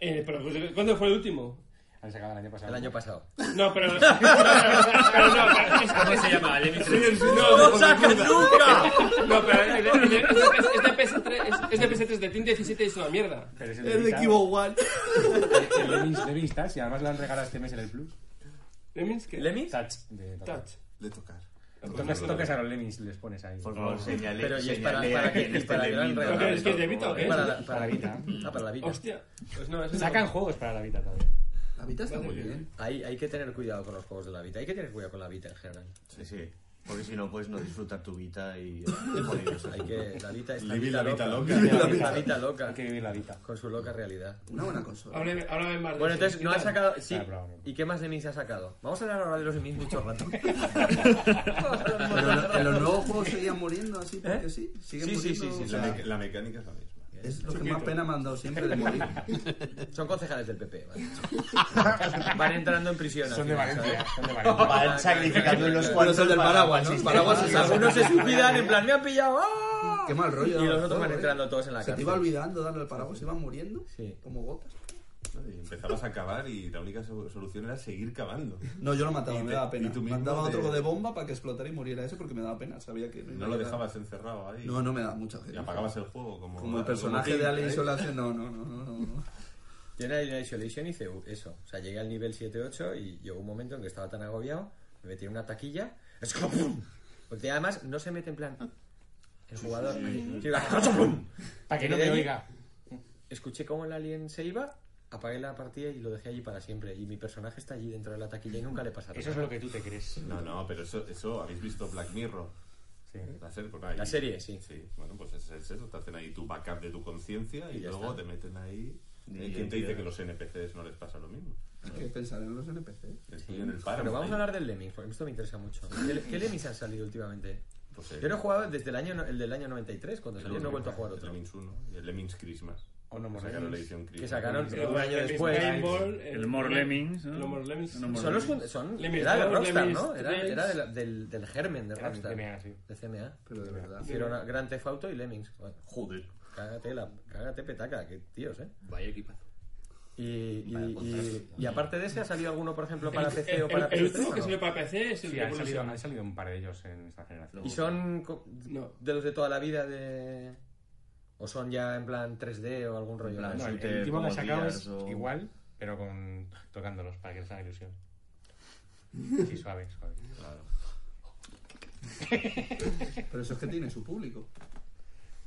S4: Eh, pero, pues, ¿Cuándo fue el último?
S8: Han sacado el año pasado.
S1: El año pasado.
S4: No, pero. no, pero- pero no, pero-
S1: ¿Cómo se llama? ¿El M3?
S4: Sí, sí,
S1: ¡No lo sacas nunca!
S4: No, pero el- el- el- este PS3 es- es de PS3 de Team 17 y es una mierda.
S8: Pero es
S4: Es de Equivo
S3: One.
S8: El Lemmings de Vistas y además le han regalado este mes en el Plus.
S4: ¿Lemmings qué?
S1: ¿Lemmings?
S8: Touch. De tocar.
S4: Touch.
S5: De tocar.
S8: Tocas, tocas a los Lemmings y les pones ahí.
S5: Por favor, señale-
S1: Pero y es para, para
S2: este
S1: que es para gran regalo.
S4: ¿Pero es que es de Vita o qué?
S1: Para la,
S8: Para la Vita.
S1: Ah, para la Vita.
S4: Hostia. Pues no, eso no.
S8: Sacan juegos para la Vita todavía.
S3: La Vita está muy bien.
S1: Hay, hay que tener cuidado con los juegos de la Vita. Hay que tener cuidado con la Vita en general.
S5: Sí, sí. Porque si no, puedes no disfrutar tu vida y.
S1: Hay que... La Vita es
S5: Vivir la vida loca.
S1: La Vita, loca.
S8: Hay que vivir la Vita.
S1: Con su loca realidad.
S3: Una buena consola.
S4: Háblame, háblame más de
S1: Bueno,
S4: eso.
S1: entonces no
S4: ¿Qué
S1: ha
S4: tal?
S1: sacado. Sí.
S8: Ah, bravo.
S1: ¿Y qué más Lemmings ha sacado? Vamos a hablar ahora de los Lemmings mucho rato.
S3: Pero en los nuevos juegos seguían muriendo así porque sí. Siguen
S1: Sí, sí,
S3: muriendo.
S1: sí, sí,
S3: o
S1: ¿Eh? sí.
S5: La,
S3: sea,
S5: meca- la mecánica es la misma.
S3: Es lo que más pena me han dado siempre de morir.
S1: Son concejales del PP. ¿vale? Van entrando en prisión. al
S3: Son de
S1: final,
S3: Valencia,
S1: ¿sabes?
S3: son de Valencia.
S1: Van sacrificando unos cuantos
S3: Los del
S1: para-
S3: paraguas, ¿no?
S1: sí, sí.
S3: Paraguas es-
S1: Algunos se suicidan en plan, me han pillado. ¡ah!
S3: Qué mal rollo.
S1: Y los
S3: daba
S1: otros van
S3: todo, ¿eh?
S1: entrando todos en la
S3: Se te
S1: cárcel.
S3: iba olvidando darle al paraguas, se iban muriendo como gotas.
S5: Y empezabas a cavar y la única so- solución era seguir cavando.
S3: No, yo lo mataba,
S5: Y
S3: me
S5: te-
S3: daba pena.
S5: y tú mismo
S3: Mandaba
S5: te-
S3: otro de bomba para que explotara y muriera eso porque me daba pena. Sabía que
S5: No lo dejabas encerrado ahí.
S3: No, no me da mucha pena.
S5: Y apagabas el juego como...
S3: Como el personaje de Alien
S5: ¿eh?
S3: Isolation. No, no, no, no, no, no.
S1: Yo en Alien Isolation hice eso. O sea, llegué al nivel 7-8 y llegó un momento en que estaba tan agobiado, me metí en una taquilla. Es como ¡pum! Porque además no se mete en plan. El jugador.
S8: Sí.
S1: Sí, va, ¡cacho, pum!
S8: Pa' que no
S1: Y de
S8: me
S1: ahí
S8: oiga.
S1: Escuché cómo el alien se iba, apagué la partida y lo dejé allí para siempre. Y mi personaje está allí dentro de la taquilla y nunca le pasa nada.
S5: Eso es lo que
S8: tú te crees.
S5: No, no, pero eso, eso habéis visto Black Mirror.
S8: Sí.
S5: La serie, pues, ahí-
S1: La serie, sí.
S5: Bueno, pues es, es eso. Te hacen ahí tu backup de tu conciencia y,
S1: Y ya
S5: luego
S1: está.
S5: te meten ahí.
S1: De
S5: ¿Y ¿Quién
S1: identidad.
S5: te dice que los NPCs no les pasa lo mismo?
S3: Hay que pensar en los NPCs.
S5: Estoy en el páramo,
S1: Pero vamos
S5: ahí.
S1: a hablar del Lemmings, porque esto me interesa mucho. ¿Qué, qué Lemmings han salido últimamente?
S5: Pues el-
S1: Yo no he jugado desde el año, no- el del año 93, cuando salió, no he vuelto a jugar
S5: El
S1: otro.
S5: Lemmings 1 y el Lemmings Christmas.
S1: O no,
S5: Que
S1: More
S5: sacaron la
S1: Lemmings.
S5: edición
S1: Que
S5: Christmas.
S1: sacaron El un año Lemmings después. Paintball, el- El More Lemmings, ¿no?
S4: El More Lemmings.
S1: Son
S4: Lemmings.
S1: los fun- son-
S4: Lemmings
S1: era de
S4: dos,
S1: Rockstar,
S4: Lemmings
S1: ¿no? Era,
S4: tres.
S1: era de la- del, del germen de
S4: Era de
S1: Rockstar.
S4: CMA, sí.
S1: De CMA.
S3: Pero de verdad.
S1: Hicieron a- Grand Theft Auto y Lemmings. Bueno,
S5: Joder.
S1: Cágate, la, cágate petaca, que tíos, ¿eh?
S2: Vaya equipazo.
S1: Y, y, y- y aparte de ese, ¿ha salido alguno, por ejemplo, para
S4: El-
S1: PC o
S4: el-
S1: para
S4: el
S1: PS3
S4: último
S1: o
S4: que
S1: no?
S4: salió para PC es el
S8: Sí,
S4: de
S8: han salido,
S4: Evolution.
S8: han salido un par de ellos en esta generación.
S1: ¿Y son co- de los de toda la vida de... o son ya en plan 3D o algún rollo?
S8: No, el, el último que han sacado es igual, pero con tocándolos para que les haga ilusión. Sí, suave, suave.
S3: Pero eso es que tiene su público.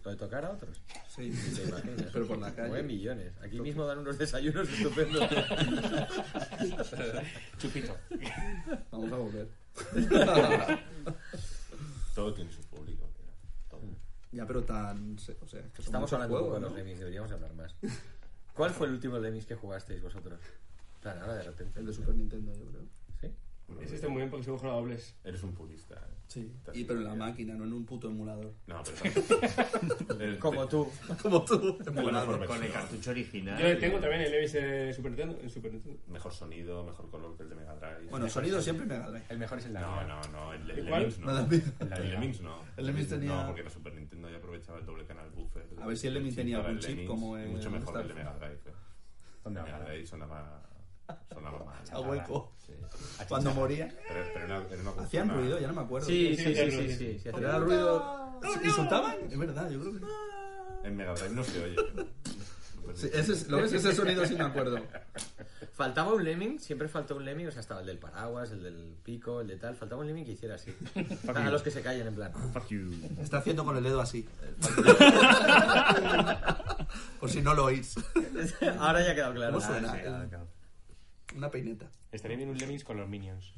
S1: ¿Lo de tocar a otros?
S3: Sí.
S1: ¿Te imaginas?
S3: Pero por la calle.
S1: Mueve millones. Aquí mismo dan unos desayunos estupendos.
S8: Chupito.
S3: Vamos a volver.
S5: Todo tiene su público. mira,
S1: Mm.
S5: todo.
S3: ya, pero tan. se- O sea, es que son
S1: Estamos
S3: muchos
S1: hablando un poco
S3: juegos,
S1: de los
S3: ¿no?
S1: Lemmings, deberíamos hablar más. ¿Cuál fue el último Lemmings que jugasteis vosotros? Claro, ahora de repente.
S3: El de Super Nintendo, yo creo.
S1: ¿Sí?
S5: pues
S4: Ese está muy bien porque se juega a dobles.
S5: Eres un purista. ¿eh?
S3: Sí.
S5: Te has
S3: Y pero en la
S5: ido bien.
S3: máquina, no en un puto emulador.
S5: No, Eh, pero... El-
S1: Como tú.
S3: Como tú.
S5: mejor
S3: Con el
S5: versión.
S3: cartucho
S1: Ah,
S3: original.
S4: Yo le tengo también el Lemmings de Super Nintendo. en Super Nintendo.
S5: Mejor sonido, mejor color que el de Mega Drive.
S3: Bueno,
S5: Mejor
S3: sonido
S5: sal-
S3: siempre Mega Drive.
S8: El mejor es el de
S5: No,
S8: Amiga.
S5: no, no. El,
S3: ¿El
S5: el
S3: cuál?
S5: Lemmings no.
S3: No, el Amiga.
S5: El, Lemmings no.
S3: El Lemmings tenía-
S5: No, porque la Super Nintendo ya aprovechaba el doble canal buffer.
S3: A ver si el Lemmings
S5: chip
S3: tenía
S5: para
S3: algún
S5: el
S3: chip
S5: Lemmings,
S3: como
S5: y
S3: el
S5: Mucho mejor que el de Mega
S3: Star.
S5: Drive. ¿eh? El Mega Drive sonaba... Sonaba mal.
S3: A hueco. Ah.
S5: Sí.
S3: Cuando moría.
S5: Pero, pero era, era una
S3: Hacían
S5: consola-
S3: ruido, ya no me acuerdo.
S1: Sí, sí, sí, sí, sí, sí, sí, hacían ruido.
S3: ¿Y soltaban? Es verdad, yo creo que.
S5: En Mega Drive no se oye.
S3: Sí, ese, es- lo ves, ese sonido sí me acuerdo.
S1: Faltaba un lemming, siempre faltó un lemming, o sea, estaba el del paraguas, el del pico, el de tal, faltaba un lemming que hiciera así. a los que se callen en plan.
S3: Está haciendo con el dedo así. Por si no lo oís.
S1: Ahora ya ha quedado claro.
S3: ¿Cómo suena?
S1: Ah, sí,
S8: claro,
S3: Una peineta.
S8: Estaría bien un Lemmings con los Minions.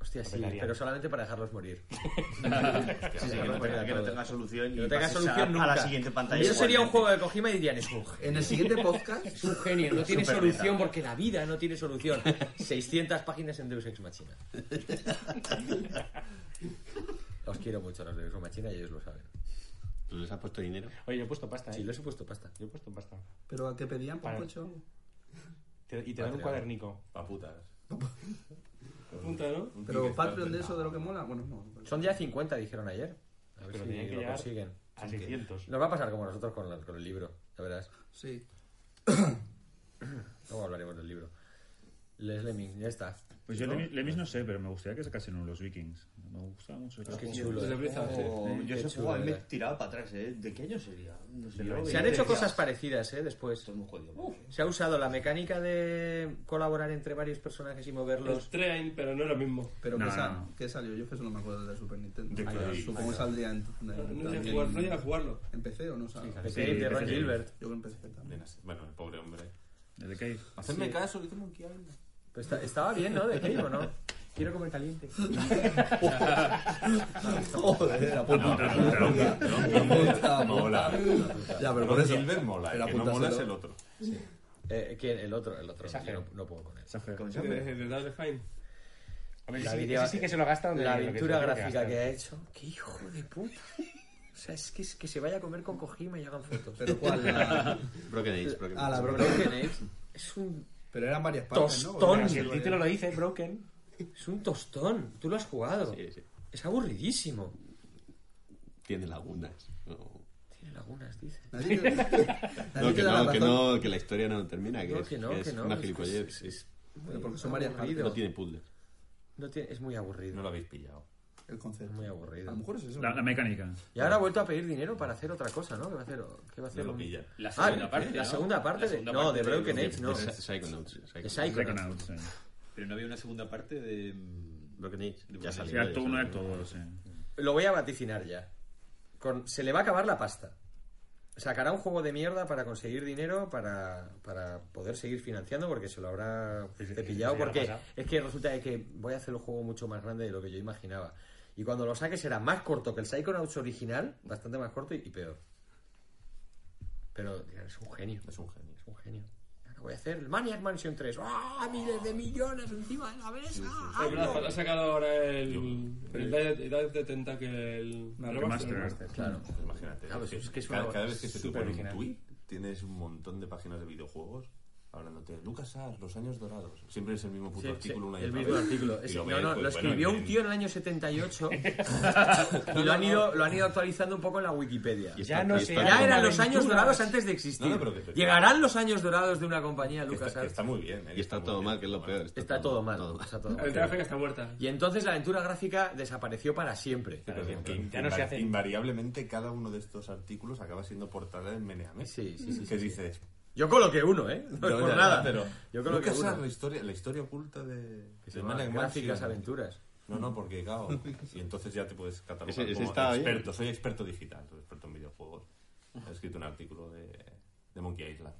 S1: Hostia, sí,
S8: Apelaría.
S1: pero solamente para dejarlos morir.
S8: Hostia,
S1: Sí,
S8: sí,
S1: sí,
S8: que no
S1: morir a
S8: tenga- que no
S1: todos.
S8: tenga solución y
S1: Que no tenga
S8: pases a-
S1: solución
S8: a la
S1: nunca.
S8: siguiente pantalla
S1: Y eso sería un
S8: igualmente.
S1: juego de Kojima y dirían, es un genio.
S3: En el siguiente podcast.
S1: Es un genio, no
S3: Es
S1: tiene
S3: súper
S1: solución
S3: letal.
S1: porque la vida no tiene solución. 600 páginas en Deus Ex Machina. Os quiero mucho a los de Deus Ex Machina y ellos lo saben.
S31: ¿Tú les has puesto dinero?
S8: Oye, yo he puesto pasta, ¿eh?
S1: Sí, les he puesto pasta.
S8: Yo he puesto pasta.
S3: ¿Pero a qué pedían,
S8: Para-
S3: Poncocho?
S8: Te- y te dan un
S5: Patreon.
S8: cuadernico.
S5: Pa' putas.
S4: Punta, ¿no?
S5: Un
S3: ¿Pero
S5: ticket
S3: Patreon de
S5: Starter.
S3: eso, de lo que mola? Bueno, no.
S1: Son ya 50, dijeron ayer. A ver
S8: Pero
S1: si
S8: tienen que
S1: lo
S8: llegar
S1: consiguen.
S8: a 600.
S1: Nos va a pasar como nosotros con, la- con el libro, ya verás.
S3: Sí.
S1: Luego hablaremos del libro. Les Lemmings, ya está.
S34: Pues yo
S1: ¿No?
S34: Lemis no sé, pero me gustaría que sacasen uno de los Vikings. Me gustaba mucho.
S1: Es que chulo, ¿eh?
S34: Sí.
S1: Qué
S29: Yo ese
S1: chulo
S29: juego a mí me
S1: era.
S29: tiraba para atrás, ¿eh? ¿De qué año sería? No sé, yo-
S1: Se han hecho
S29: Decía,
S1: cosas parecidas, ¿eh? Después.
S29: "Uf,
S1: Se ha usado la mecánica de colaborar entre varios personajes y moverlos.
S4: Los traen, pero no es lo mismo.
S3: ¿Pero
S1: No,
S3: qué, sal-
S1: no, no.
S3: qué salió? Yo es que solo me acuerdo del Super Nintendo.
S1: De
S3: Ah,
S1: Play.
S3: Supongo que saldría en. en-
S4: No
S3: también-
S4: llegué a jugar- no llegué a jugarlo.
S3: ¿Empecé o no salió?
S1: salió. Sí, de Ron Gilbert.
S3: Yo empecé también.
S5: Bien, así. Bueno, el pobre hombre.
S34: ¿De qué?
S5: Hacedme
S1: Sí.
S5: caso, que tengo un Island.
S1: Pero está- estaba bien, ¿no? ¿De qué o no? Quiero comer caliente.
S3: Joder, la puta.
S5: No, no, no, no, no, no,
S3: La puta.
S5: mola.
S3: Ya, pero
S5: Ron
S3: por eso.
S5: Gilbert mola,
S3: Pero
S5: el que no mola es
S3: apúntaselo.
S5: el otro.
S1: Eh, ¿quién? El otro, el otro.
S8: Exagero.
S1: Yo no, no puedo con él.
S4: El de- el Eh, de Daryl Hine.
S8: Hombre, ese sí que- ese sí que se lo gasta donde-
S1: La
S8: lo que se
S1: aventura
S8: lo tiene que
S1: gráfica que,
S8: gastar.
S1: ha hecho. ¡Qué hijo de puta! O O sea, es que, es que se vaya a comer con Kojima y hagan fotos.
S31: ¿Pero cuál? La- Broken Age, Broken
S1: Ah, la
S31: Age.
S1: Broken
S31: Broken
S1: Age. Es un.
S3: Pero eran varias partes, ¿no?
S1: Tostón.
S3: Porque el título lo
S1: dice, Broken. Es un tostón. Tú lo has jugado. Es aburridísimo.
S31: Tiene lagunas. No.
S1: Tiene lagunas, dice.
S31: Nadie te- No, que no, que no, que la historia no termina, que
S1: No,
S31: es,
S1: que no,
S31: que es
S1: que no,
S31: una
S1: es que
S31: gilipollez.
S1: es- es muy
S31: Bueno,
S1: aburrido.
S31: No tiene puzzle.
S1: No tiene- es muy aburrido. No
S5: lo habéis pillado.
S3: El concepto.
S1: Muy aburrido.
S5: A lo mejor es eso. La- la mecánica.
S1: Y ahora ha vuelto a pedir dinero para hacer otra cosa, ¿no? ¿Qué va a hacer? ¿Qué va a hacer?
S5: No lo
S1: Un-
S5: pilla.
S1: La segunda parte. La
S2: ¿no?
S1: segunda parte.
S2: Ah, eh,
S1: de-
S2: La segunda
S1: no,
S2: parte
S1: de
S2: de
S1: Broken
S2: Broken
S1: Age, no.
S2: Age.
S1: De
S2: De Psychonauts, de Psychonauts.
S1: Psychonauts.
S34: Psychonauts, sí.
S2: Pero no había una segunda parte de. mm,
S31: Broken Age.
S2: de
S1: Ya
S2: Broken
S1: salió,
S2: Age.
S1: ya Acto uno, salió. acto dos, Lo voy a vaticinar ya. Con- se le va a acabar la pasta. Sacará un juego de mierda para conseguir dinero para, para poder seguir financiando porque se lo habrá cepillado.
S8: sí, ya
S1: Porque
S8: pasa.
S1: es que resulta que voy a hacer un juego mucho más grande de lo que yo imaginaba. Y cuando lo saque será más corto que el Psychonauts original, bastante más corto y, y peor. Pero dirán, es un genio.
S5: Es un genio.
S1: Es un genio. Ahora Voy a hacer el Maniac Mansion 3. ¡Ah! Miles de millones encima de la ¡Ah, mesa. ¡Ay, no!
S4: Ha sacado ahora el. El Dive de Tentacle. El
S5: Remaster.
S1: claro.
S5: Imagínate.
S1: Claro, pues es que es
S5: cada,
S1: una-
S5: cada vez que se te
S1: súper
S5: pone un
S1: original.
S5: tweet, tienes un montón de páginas de videojuegos hablándote de Lucas los años dorados. Siempre es el mismo puto
S1: Sí,
S5: artículo
S1: sí,
S5: una y
S1: el
S5: otra
S1: mismo
S5: vez.
S1: artículo.
S5: Y
S1: Ese-
S5: lo
S1: no, no,
S5: ves, pues,
S1: lo
S5: bueno,
S1: escribió
S5: en-
S1: un tío en el año 78 y lo han, ido, lo han ido actualizando un poco en la Wikipedia.
S5: Y está- Ya no y sé, está-
S1: Ya eran
S5: como
S1: los años
S5: aventuras.
S1: dorados antes de existir.
S5: No, no, pero que te-
S1: Llegarán los años dorados de una compañía, Lucas. Está,
S5: muy bien.
S31: Y está todo mal, que es lo peor. Está,
S1: todo, mal. Está todo
S4: La
S1: mal.
S4: gráfica Pues está muerta.
S1: Y entonces la aventura gráfica desapareció para siempre.
S5: Que invari- Invariablemente cada uno de estos artículos acaba siendo portada en Meneame.
S1: Sí, sí, sí.
S5: ¿Qué dices?
S1: Yo coloqué uno, ¿eh? No, es por nada.
S5: pero
S1: Yo creo que
S5: Lucas
S1: uno.
S5: Arts, la historia, la historia oculta de...
S1: Que se
S5: de
S1: llama
S5: Maniac
S1: Gráficas
S5: Mansion.
S1: Aventuras.
S5: No, no, porque claro, y entonces ya te puedes catalogar
S31: Ese- ese
S5: como
S31: estaba bien.
S5: experto. Soy experto digital, soy experto en videojuegos. He escrito un artículo de, de Monkey Island.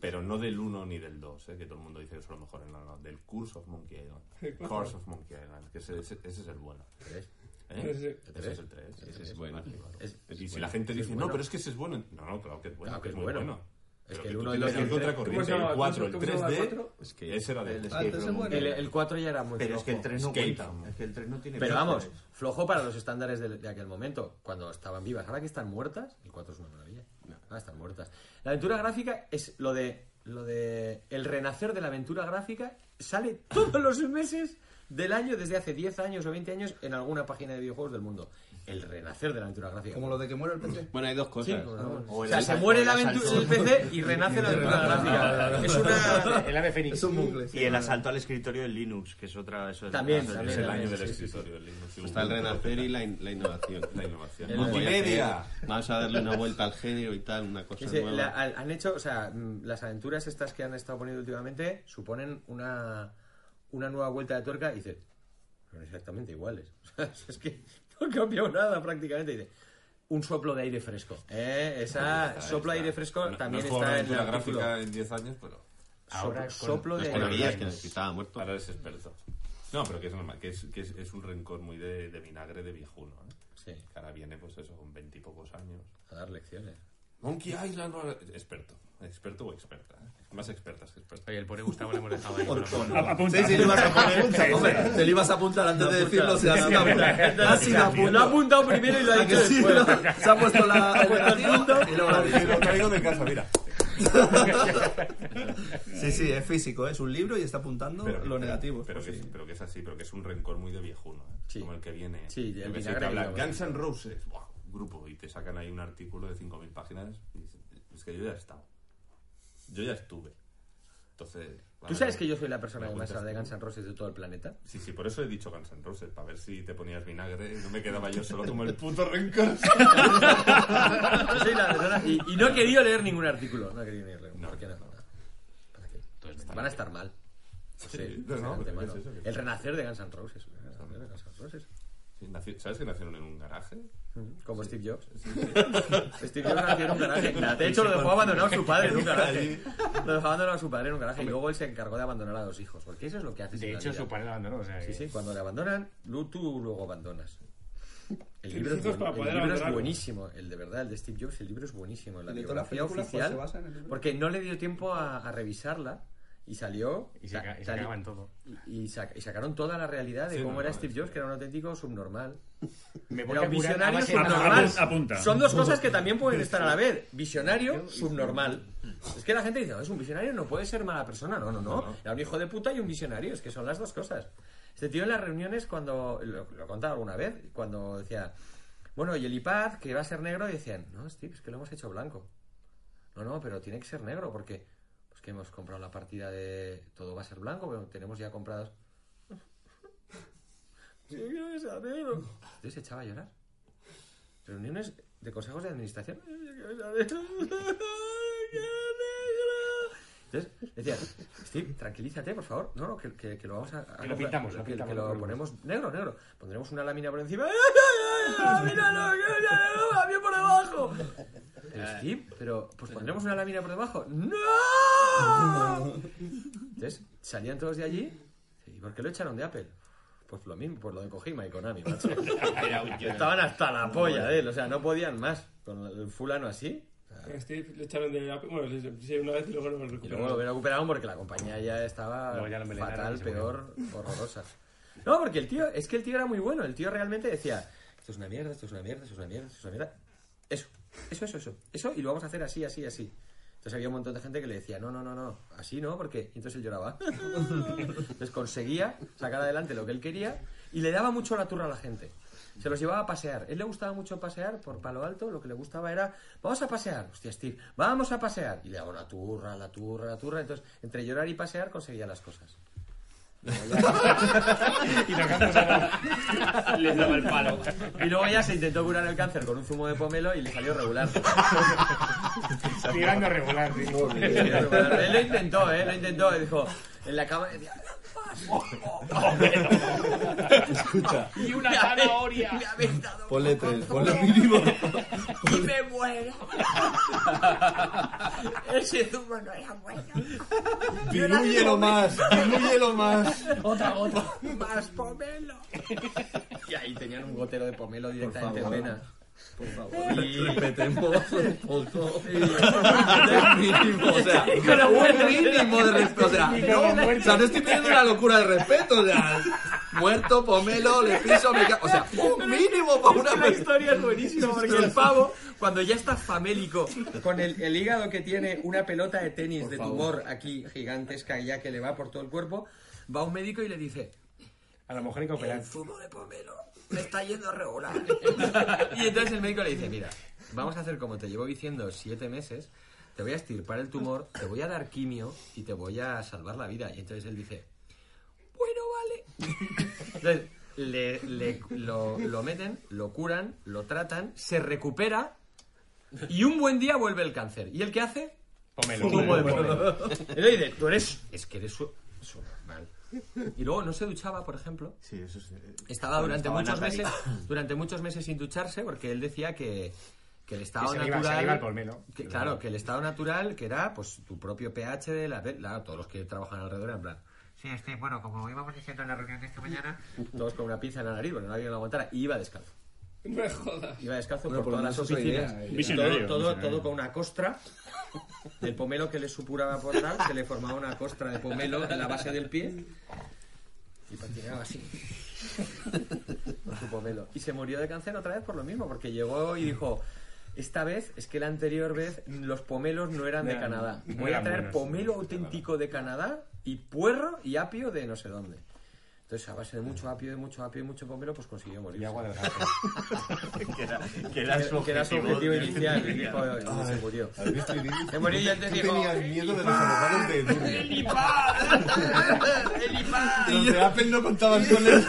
S5: Pero no del 1 ni del 2, ¿eh? que todo el mundo dice que son los mejores. No, no, del Curse of Monkey
S4: ¿Qué
S5: Island.
S4: cosa?
S5: Curse of Monkey Island, que ese, ese- ese es el bueno.
S1: ¿Tres?
S4: Ese es el-
S5: ¿Eh? Ese es el 3.
S31: Ese es bueno. Es- es
S5: y si
S31: bueno.
S5: la gente
S31: Es
S5: dice,
S31: bueno.
S5: no, pero es que ese es bueno. No, no, claro que es bueno,
S31: Claro
S5: que es muy bueno.
S1: Es
S5: Pero
S1: que el
S5: tú
S1: 1, el 2 y
S5: tienes
S1: el
S5: que
S1: 3.
S5: otra corriente,
S1: ¿Cómo se
S5: el
S1: llama?
S5: 4, el
S1: ¿Cómo se llama el
S5: 3D.
S1: cuatro?
S5: Es que ese era del
S1: Ah, entonces es bueno. El- el 4 ya era muy
S30: Pero es que el
S1: flojo.
S30: 3 no
S1: Escape
S30: cuenta.
S1: from-
S30: Es que el 3 no tiene
S1: Pero
S30: plazo.
S1: vamos, flojo para los estándares de, de aquel momento, cuando estaban vivas. Ahora que están muertas, el 4 es una maravilla. Ahora están muertas. La aventura gráfica es lo de, lo de el renacer de la aventura gráfica. Sale todos los meses del año, desde hace 10 años o 20 años, en alguna página de videojuegos del mundo. El renacer de la aventura gráfica.
S3: Como lo de que muere el PC.
S31: Bueno, hay dos
S1: Sí,
S31: cosas.
S1: como-
S31: O
S1: o
S31: el
S1: sea, se
S31: Alfa-
S1: muere
S31: o el
S1: la aventura
S31: Alfa-
S1: del PC y renace la aventura gráfica. Es una... El ave fénix.
S30: Y el asalto al escritorio del Linux, que es otra. Eso es-
S1: También,
S30: eso es
S1: también,
S30: el
S1: también,
S30: año
S1: sí,
S30: del
S1: sí,
S30: escritorio del Linux.
S31: Está el renacer y la, in- la innovación.
S5: La innovación.
S31: Vamos a
S5: ¡Multimedia!
S31: hacer- Vamos a darle una vuelta al género y tal, una cosa
S1: Ese,
S31: nueva.
S1: la- han han hecho, o sea, mm, las aventuras estas que han estado poniendo últimamente suponen una, una nueva vuelta de tuerca y dice, son exactamente iguales. O sea, es que no ha cambiado nada prácticamente. Y dice, un soplo de aire fresco. Eh, Esa
S5: Ahí está,
S1: soplo de
S5: ahí
S1: aire
S5: está.
S1: fresco
S5: No- no
S1: también
S5: es como
S1: está
S5: una
S1: en el
S5: aventura
S1: artículo.
S5: gráfica en 10 años, pero...
S1: Ahora Soplo- con- soplo
S5: Las
S1: de-
S5: tecnologías
S1: de-
S5: que estaba muerto. Ahora es experto. No, pero que es normal, que es, que es, es un rencor muy de, de vinagre de viejuno, ¿eh?
S1: Sí.
S5: Que ahora viene, pues eso, con veintipocos años.
S1: A dar lecciones.
S5: Monkey Island, no, experto. Experto o experta. ¿eh? Más expertas que expertas.
S8: Oye, el pobre Gustavo le hemos dejado ahí.
S3: Sí, sí, lo ibas a poner. Hombre, te lo ibas a apuntar antes de decirlo. Se la apunta.
S33: Ah,
S3: Ha sido apuntado.
S1: pues, Lo ha apuntado primero y lo ha
S3: ¿A que
S1: dicho
S3: sí,
S1: después.
S3: no? Se ha puesto la-
S1: Ha puesto el
S3: el gatillo
S1: punto.
S3: y luego la
S5: Te lo traigo de casa, mira.
S3: Sí, sí, es físico. ¿eh? Es un libro y está apuntando
S5: Pero que-
S3: lo negativo.
S5: Pero, que, es- pero que es así, pero que es un rencor muy de viejuno, ¿eh? Como el que viene.
S1: Sí,
S5: yo
S1: el
S5: que sé,
S1: vinagre
S5: te hablan,
S1: y la-
S5: Guns N' Roses, ¡buah! un grupo, y te sacan ahí un artículo de 5.000 páginas. Y dices, es que yo ya he estado. Yo ya estuve. Entonces.
S1: ¿Tú
S5: vale,
S1: sabes que yo soy la persona
S5: me
S1: que más
S5: cuentas
S1: sabe de
S5: tú.
S1: Guns N' Roses de todo el planeta?
S5: Sí, sí, por eso he dicho Guns N' Roses, para ver si te ponías vinagre y no me quedaba yo solo como el puto rencor.
S1: Yo soy la persona- y, y no he querido leer ningún artículo. No he querido leer ningún ¿Por qué no? ¿Para qué? Van a estar mal. No sé,
S5: Sí,
S1: no sé
S5: no,
S1: pues de
S5: pero
S1: antemano.
S5: ¿qué es eso?
S1: el renacer de Guns N' Roses. El renacer de Guns N' Roses.
S5: Sí, nació- ¿Sabes que nacieron en un garaje?
S1: Como Steve Jobs.
S5: Sí, sí.
S1: Steve Jobs nació en un garaje. De hecho, lo dejó abandonado a su padre en un garaje. Lo dejó abandonado a su padre en un garaje. Y luego él se encargó de abandonar a los hijos. Porque eso es lo que hace.
S8: De hecho, su padre lo abandonó, o sea
S1: Sí,
S8: que-
S1: sí, cuando le abandonan, lu- tú luego abandonas. El
S8: Tienes
S1: libro, es,
S8: hijos
S1: buen-
S8: para
S1: el
S8: poder
S1: libro es
S8: abandonarlo.
S1: buenísimo, el de verdad, el de Steve Jobs, el libro es buenísimo. La
S3: ¿Y de toda la
S1: biografía
S3: película, cuál
S1: oficial,
S3: se basa en el libro?
S1: porque no le dio tiempo a, a revisarla Y salió.
S8: Y se ca- y se cagaban todo.
S1: Y, y sac- y sacaron toda la realidad de
S8: Sí,
S1: cómo
S8: no,
S1: era
S8: no,
S1: Steve Jobs, que era un auténtico subnormal.
S8: Me voy
S1: Era
S8: a
S1: un
S8: curar a
S1: visionario
S8: base de-
S1: subnormal.
S8: Apunta, apunta.
S1: Son dos cosas que también pueden estar a la vez. Visionario, subnormal. Es que la gente dice, no, es un visionario, no puede ser mala persona. No, no, no. Era un hijo de puta y un visionario. Es que son las dos cosas. Este tío en las reuniones, cuando. Lo, lo he contado alguna vez, cuando decía. Bueno, y el IPAD, que iba a ser negro, y decían, no, Steve, es que lo hemos hecho blanco. No, no, pero tiene que ser negro, porque. Pues que hemos comprado la partida de. Todo va a ser blanco, pero tenemos ya compradas. Yo quiero que sea negro. Entonces se echaba a llorar. Reuniones de consejos de administración. Entonces decía, Steve, tranquilízate, por favor. No, no, que, que- que lo vamos a. a
S8: Que lo pintamos, lo
S1: que,
S8: pintamos,
S1: que
S8: lo
S1: lo
S8: ponemos.
S1: ponemos negro, negro. Pondremos una lámina por encima.
S33: ¡Míralo,
S1: va bien por abajo! Pero
S33: Eh.
S1: Steve, pero pues pondremos una lámina por debajo. ¡No! Entonces salían todos de allí. ¿Y por qué lo echaron de Apple? Pues lo mismo, por lo de Kojima y Konami, macho. Estaban hasta la polla de él, o sea, no podían más con el fulano así.
S4: A Steve Este le echaron de la... Bueno, le- sí, una vez y luego lo
S1: Y luego lo
S4: recuperaron.
S1: recuperaron porque la compañía ya estaba
S4: Luego ya lo envenenaron
S1: fatal,
S4: y se
S1: peor, horrorosa. No, porque el tío, es que el tío era muy bueno. El tío realmente decía, esto es una mierda, esto es una mierda, esto es una mierda, esto es una mierda. Eso, eso, eso, eso. Eso y lo vamos a hacer así, así, así. Entonces había un montón de gente que le decía, no, no, no, no, así no, porque y entonces él lloraba. Entonces conseguía sacar adelante lo que él quería y le daba mucho la turra a la gente. Se los llevaba a pasear. Él le gustaba mucho pasear por Palo Alto. Lo que le gustaba era, vamos a pasear. Hostia, Steve, vamos a pasear. Y le daba la turra, la turra, la turra. Entonces, entre llorar y pasear conseguía las cosas.
S33: Y tocando saco. Les daba el palo.
S1: Y luego ya se intentó curar el cáncer con un zumo de pomelo y le salió regular.
S8: Tirando a regular, sí.
S1: Él lo intentó, ¿eh? Lo intentó. Y dijo, en la cama decía...
S33: Escucha.
S1: Y
S33: una
S1: zanahoria.
S33: Ponle tres, ponle mínimo.
S1: ¡Y me muero! Ese zumo no era bueno.
S33: Dilúyelo más, dilúyelo más.
S1: Otra gota. Más pomelo. Y ahí tenían un gotero de pomelo directamente en
S33: favor.
S1: venas.
S33: Por favor.
S1: Y-
S33: Respetemos un poco.
S1: Y-
S33: mínimo, o sea,
S1: Y con lo bueno.
S33: un mínimo de respeto. O sea,
S1: Y con
S33: no,
S1: lo bueno.
S33: o sea, no estoy pidiendo una locura de respeto. O sea, muerto, pomelo, le piso, me ca- O sea, un mínimo para una
S1: La historia es buenísima porque el pavo, cuando ya está famélico, con el, el hígado que tiene una pelota de tenis de tumor aquí gigantesca ya que le va por todo el cuerpo, va un médico y le dice:
S8: A la mujer hay que
S1: El
S8: operar.
S1: zumo de pomelo me está yendo regular. y entonces el médico le dice: Mira, vamos a hacer como te llevo diciendo siete meses. Te voy a estirpar el tumor, te voy a dar quimio y te voy a salvar la vida. Y entonces él dice, Entonces, le, le- lo, lo meten, lo curan, lo tratan, se recupera y un buen día vuelve el cáncer. ¿Y el qué hace?
S8: Pomelo.
S1: Zumo de
S8: Pomelo.
S1: pomelo. Y le dice, tú eres... Es que eres su... su- mal. Y luego no se duchaba, por ejemplo.
S5: Sí, eso sí.
S1: Estaba durante
S5: Estaba
S1: muchos
S5: Nathalie.
S1: meses durante muchos meses sin ducharse porque él decía que, que el estado
S8: se le iba-
S1: natural...
S8: se le iba el polmelo.
S1: que- claro, que el estado natural, que era pues tu propio pH de la... la- todos los que trabajan alrededor, en plan... Sí, este, bueno, como íbamos diciendo en la reunión de esta mañana, todos con una pinza en la nariz, porque no había una montana, y iba descalzo.
S4: No me jodas.
S1: Iba descalzo
S4: Bueno,
S1: por,
S4: por lo
S1: todas las
S4: menos esa
S1: oficinas.
S4: idea, eh.
S1: Todo-
S4: Visionario,
S1: todo,
S4: visionario.
S1: todo con una costra. El pomelo que le supuraba por dar, se le formaba una costra de pomelo en la base del pie. Y patinaba así. Con su pomelo. Y se murió de cáncer otra vez por lo mismo, porque llegó y dijo. Esta vez, es que la anterior vez, los pomelos no eran de
S8: No,
S1: Canadá.
S8: no
S1: Voy a
S8: eran
S1: traer
S8: buenos.
S1: pomelo auténtico de Canadá y puerro y apio de no sé dónde. Entonces, a base de mucho apio, de mucho apio y mucho pomelo, pues consiguió morir. Y agua de
S5: Que era- que era su
S1: que era su
S5: objetivo.
S1: objetivo inicial. Y dijo, y se murió. Se murió y antes
S33: Tú
S1: dijo...
S33: tenías miedo de los abogados de Edurne.
S1: ¡El IPAD! ¡El IPAD!
S33: Los de Apple no contaban con eso.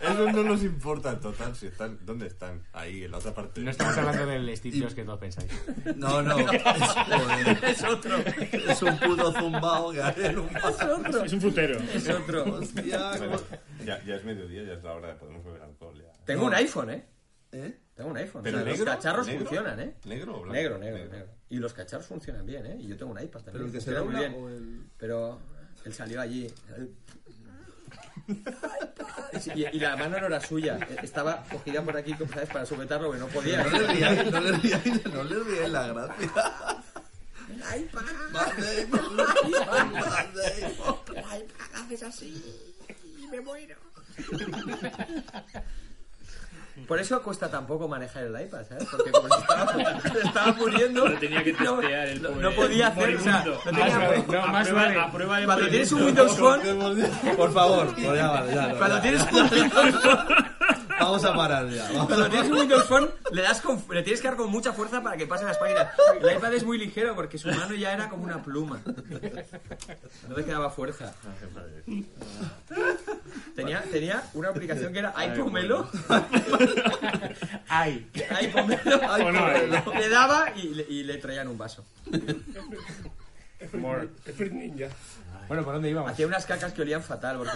S33: Eso no nos importa en total. Si están, ¿Dónde están? Ahí, en la otra parte.
S8: No estamos hablando del Steve Jobs que todos pensáis.
S33: No, no.
S1: Es otro.
S33: Es un puto zumbao. Gael, un-
S34: Es un frutero.
S1: Es otro.
S5: Bueno, ya, ya es mediodía, ya es la hora de podemos beber alcohol. Ya.
S1: Tengo un iPhone, ¿eh? Tengo un iPhone.
S5: ¿Pero
S1: O sea,
S5: negro?
S1: los cacharros
S5: ¿Negro?
S1: funcionan, ¿eh?
S5: ¿Negro o blanco?
S1: Negro, negro,
S5: Negro.
S1: negro. Y los cacharros funcionan bien, ¿eh? Y yo tengo un iPad también.
S3: ¿Pero el que se
S1: funciona
S3: dobla
S1: muy
S3: o el-
S1: Pero él salió allí. Y, y la mano no era suya. Estaba cogida por aquí, como sabes, para sujetarlo, que no podía.
S33: No le ríais, no le ríais, no le ríais la gracia.
S35: haces así y me muero.
S1: Por eso cuesta tampoco manejar el iPad, ¿sabes? Porque como se estaba, se estaba muriendo.
S2: Lo tenía que
S1: no-
S2: testear el
S1: no,
S2: pobre
S1: no podía hacer. O sea,
S2: moribundo.
S1: no tenía-
S2: Ah, vale, no, más A prueba- vale. a prueba de
S1: Cuando tienes un
S2: moribundo.
S1: Windows Phone.
S3: Por favor, no, ya vale, ya, no,
S1: Cuando
S3: ya.
S1: tienes un Windows Phone.
S3: Vamos a parar ya. Vamos
S1: Cuando
S3: a
S1: tienes un Windows Phone, le, das con- le tienes que dar con mucha fuerza para que pasen las páginas. El iPad es muy ligero porque su mano ya era como una pluma. No le quedaba fuerza. Tenía, tenía una aplicación que era
S27: Ay,
S1: iPomelo.
S27: Ay.
S1: iPomelo.
S27: O no, eh. ay.
S1: Le daba y le, y le traían un vaso.
S4: More. Fruit Ninja.
S1: Bueno, ¿por dónde íbamos? Hacía unas cacas que olían fatal porque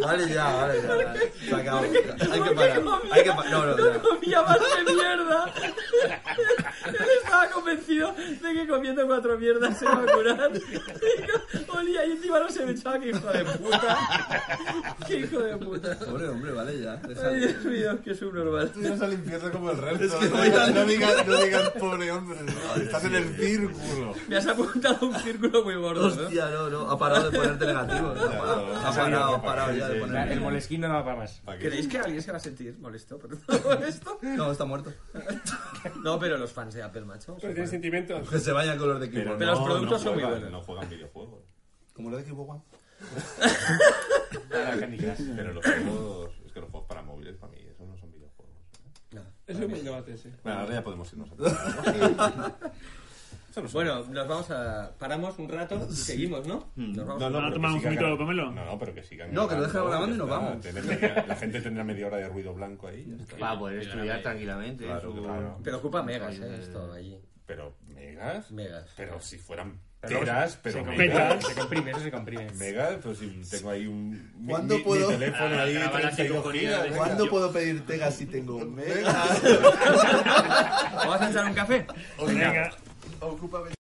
S3: Vale ya, vale ya. vale. Se acabó. Hay que parar. Hay que parar. No, no, ya.
S1: comía más que mierda. Él estaba convencido de que comiendo cuatro mierdas se iba a curar. Y co- Olía y encima no se me echaba, que hijo de puta. Qué hijo de puta.
S3: Pobre hombre, vale ya.
S1: Ay, Dios mío, qué subnormal.
S33: Tú ibas al infierno como el resto.
S3: Es que
S33: no,
S3: voy a-
S33: no digas, no digas, pobre hombre. no, Estás en el círculo.
S1: Me has apuntado un círculo muy gordo, ¿no?
S3: Hostia, no, no. Ha parado de ponerte negativo. Ha parado, Ah, ha parado, ha parado ya de ponerme.
S8: El molesquín no va para más.
S1: ¿Creéis que alguien se va a sentir molesto por todo esto?
S3: No, está muerto.
S1: No, pero los fans de Apple, macho.
S4: Pero tiene sentimientos.
S3: Que se vaya el color de Kibo.
S1: Pero, los productos son muy buenos.
S5: No juegan videojuegos.
S3: Como lo de Kibo One.
S5: Pero los juegos. Es que los juegos para móviles, para mí, eso no son videojuegos. ¿eh?
S4: Es un buen debate, sí.
S5: Bueno, ahora ya podemos irnos a
S1: Bueno, nos vamos a. Paramos un rato y seguimos, ¿no?
S33: Mm.
S1: Nos vamos
S5: pero que
S34: tomar un
S5: sigan
S34: zumito,
S5: grabando.
S34: Pomelo?
S5: No, no, pero que sigan.
S3: No, que lo deje
S5: grabando,
S3: grabando y
S5: ya
S3: nos
S5: está.
S3: vamos.
S5: Te deja- La gente tendrá media hora de ruido blanco ahí. ya está.
S30: Para poder estudiar tranquilamente.
S5: Claro,
S30: su-
S5: claro.
S1: Pero ocupa megas, ¿eh? Esto allí.
S5: Pero megas.
S1: Megas.
S5: Pero si fueran
S8: Pero
S5: teras,
S8: se-
S5: pero
S8: se
S5: megas.
S8: comprime, se comprime, eso se comprime.
S5: Megas, pero si tengo ahí un. mi-
S3: ¿Cuándo
S5: mi- mi
S3: puedo-
S5: teléfono ahí,
S2: Grabar la
S5: 32
S2: psicofonía
S5: gigas,
S2: de-
S5: venga.
S3: ¿Cuándo puedo pedir tegas si tengo megas?
S1: ¿Vamos a echar un café?
S3: Ocúpame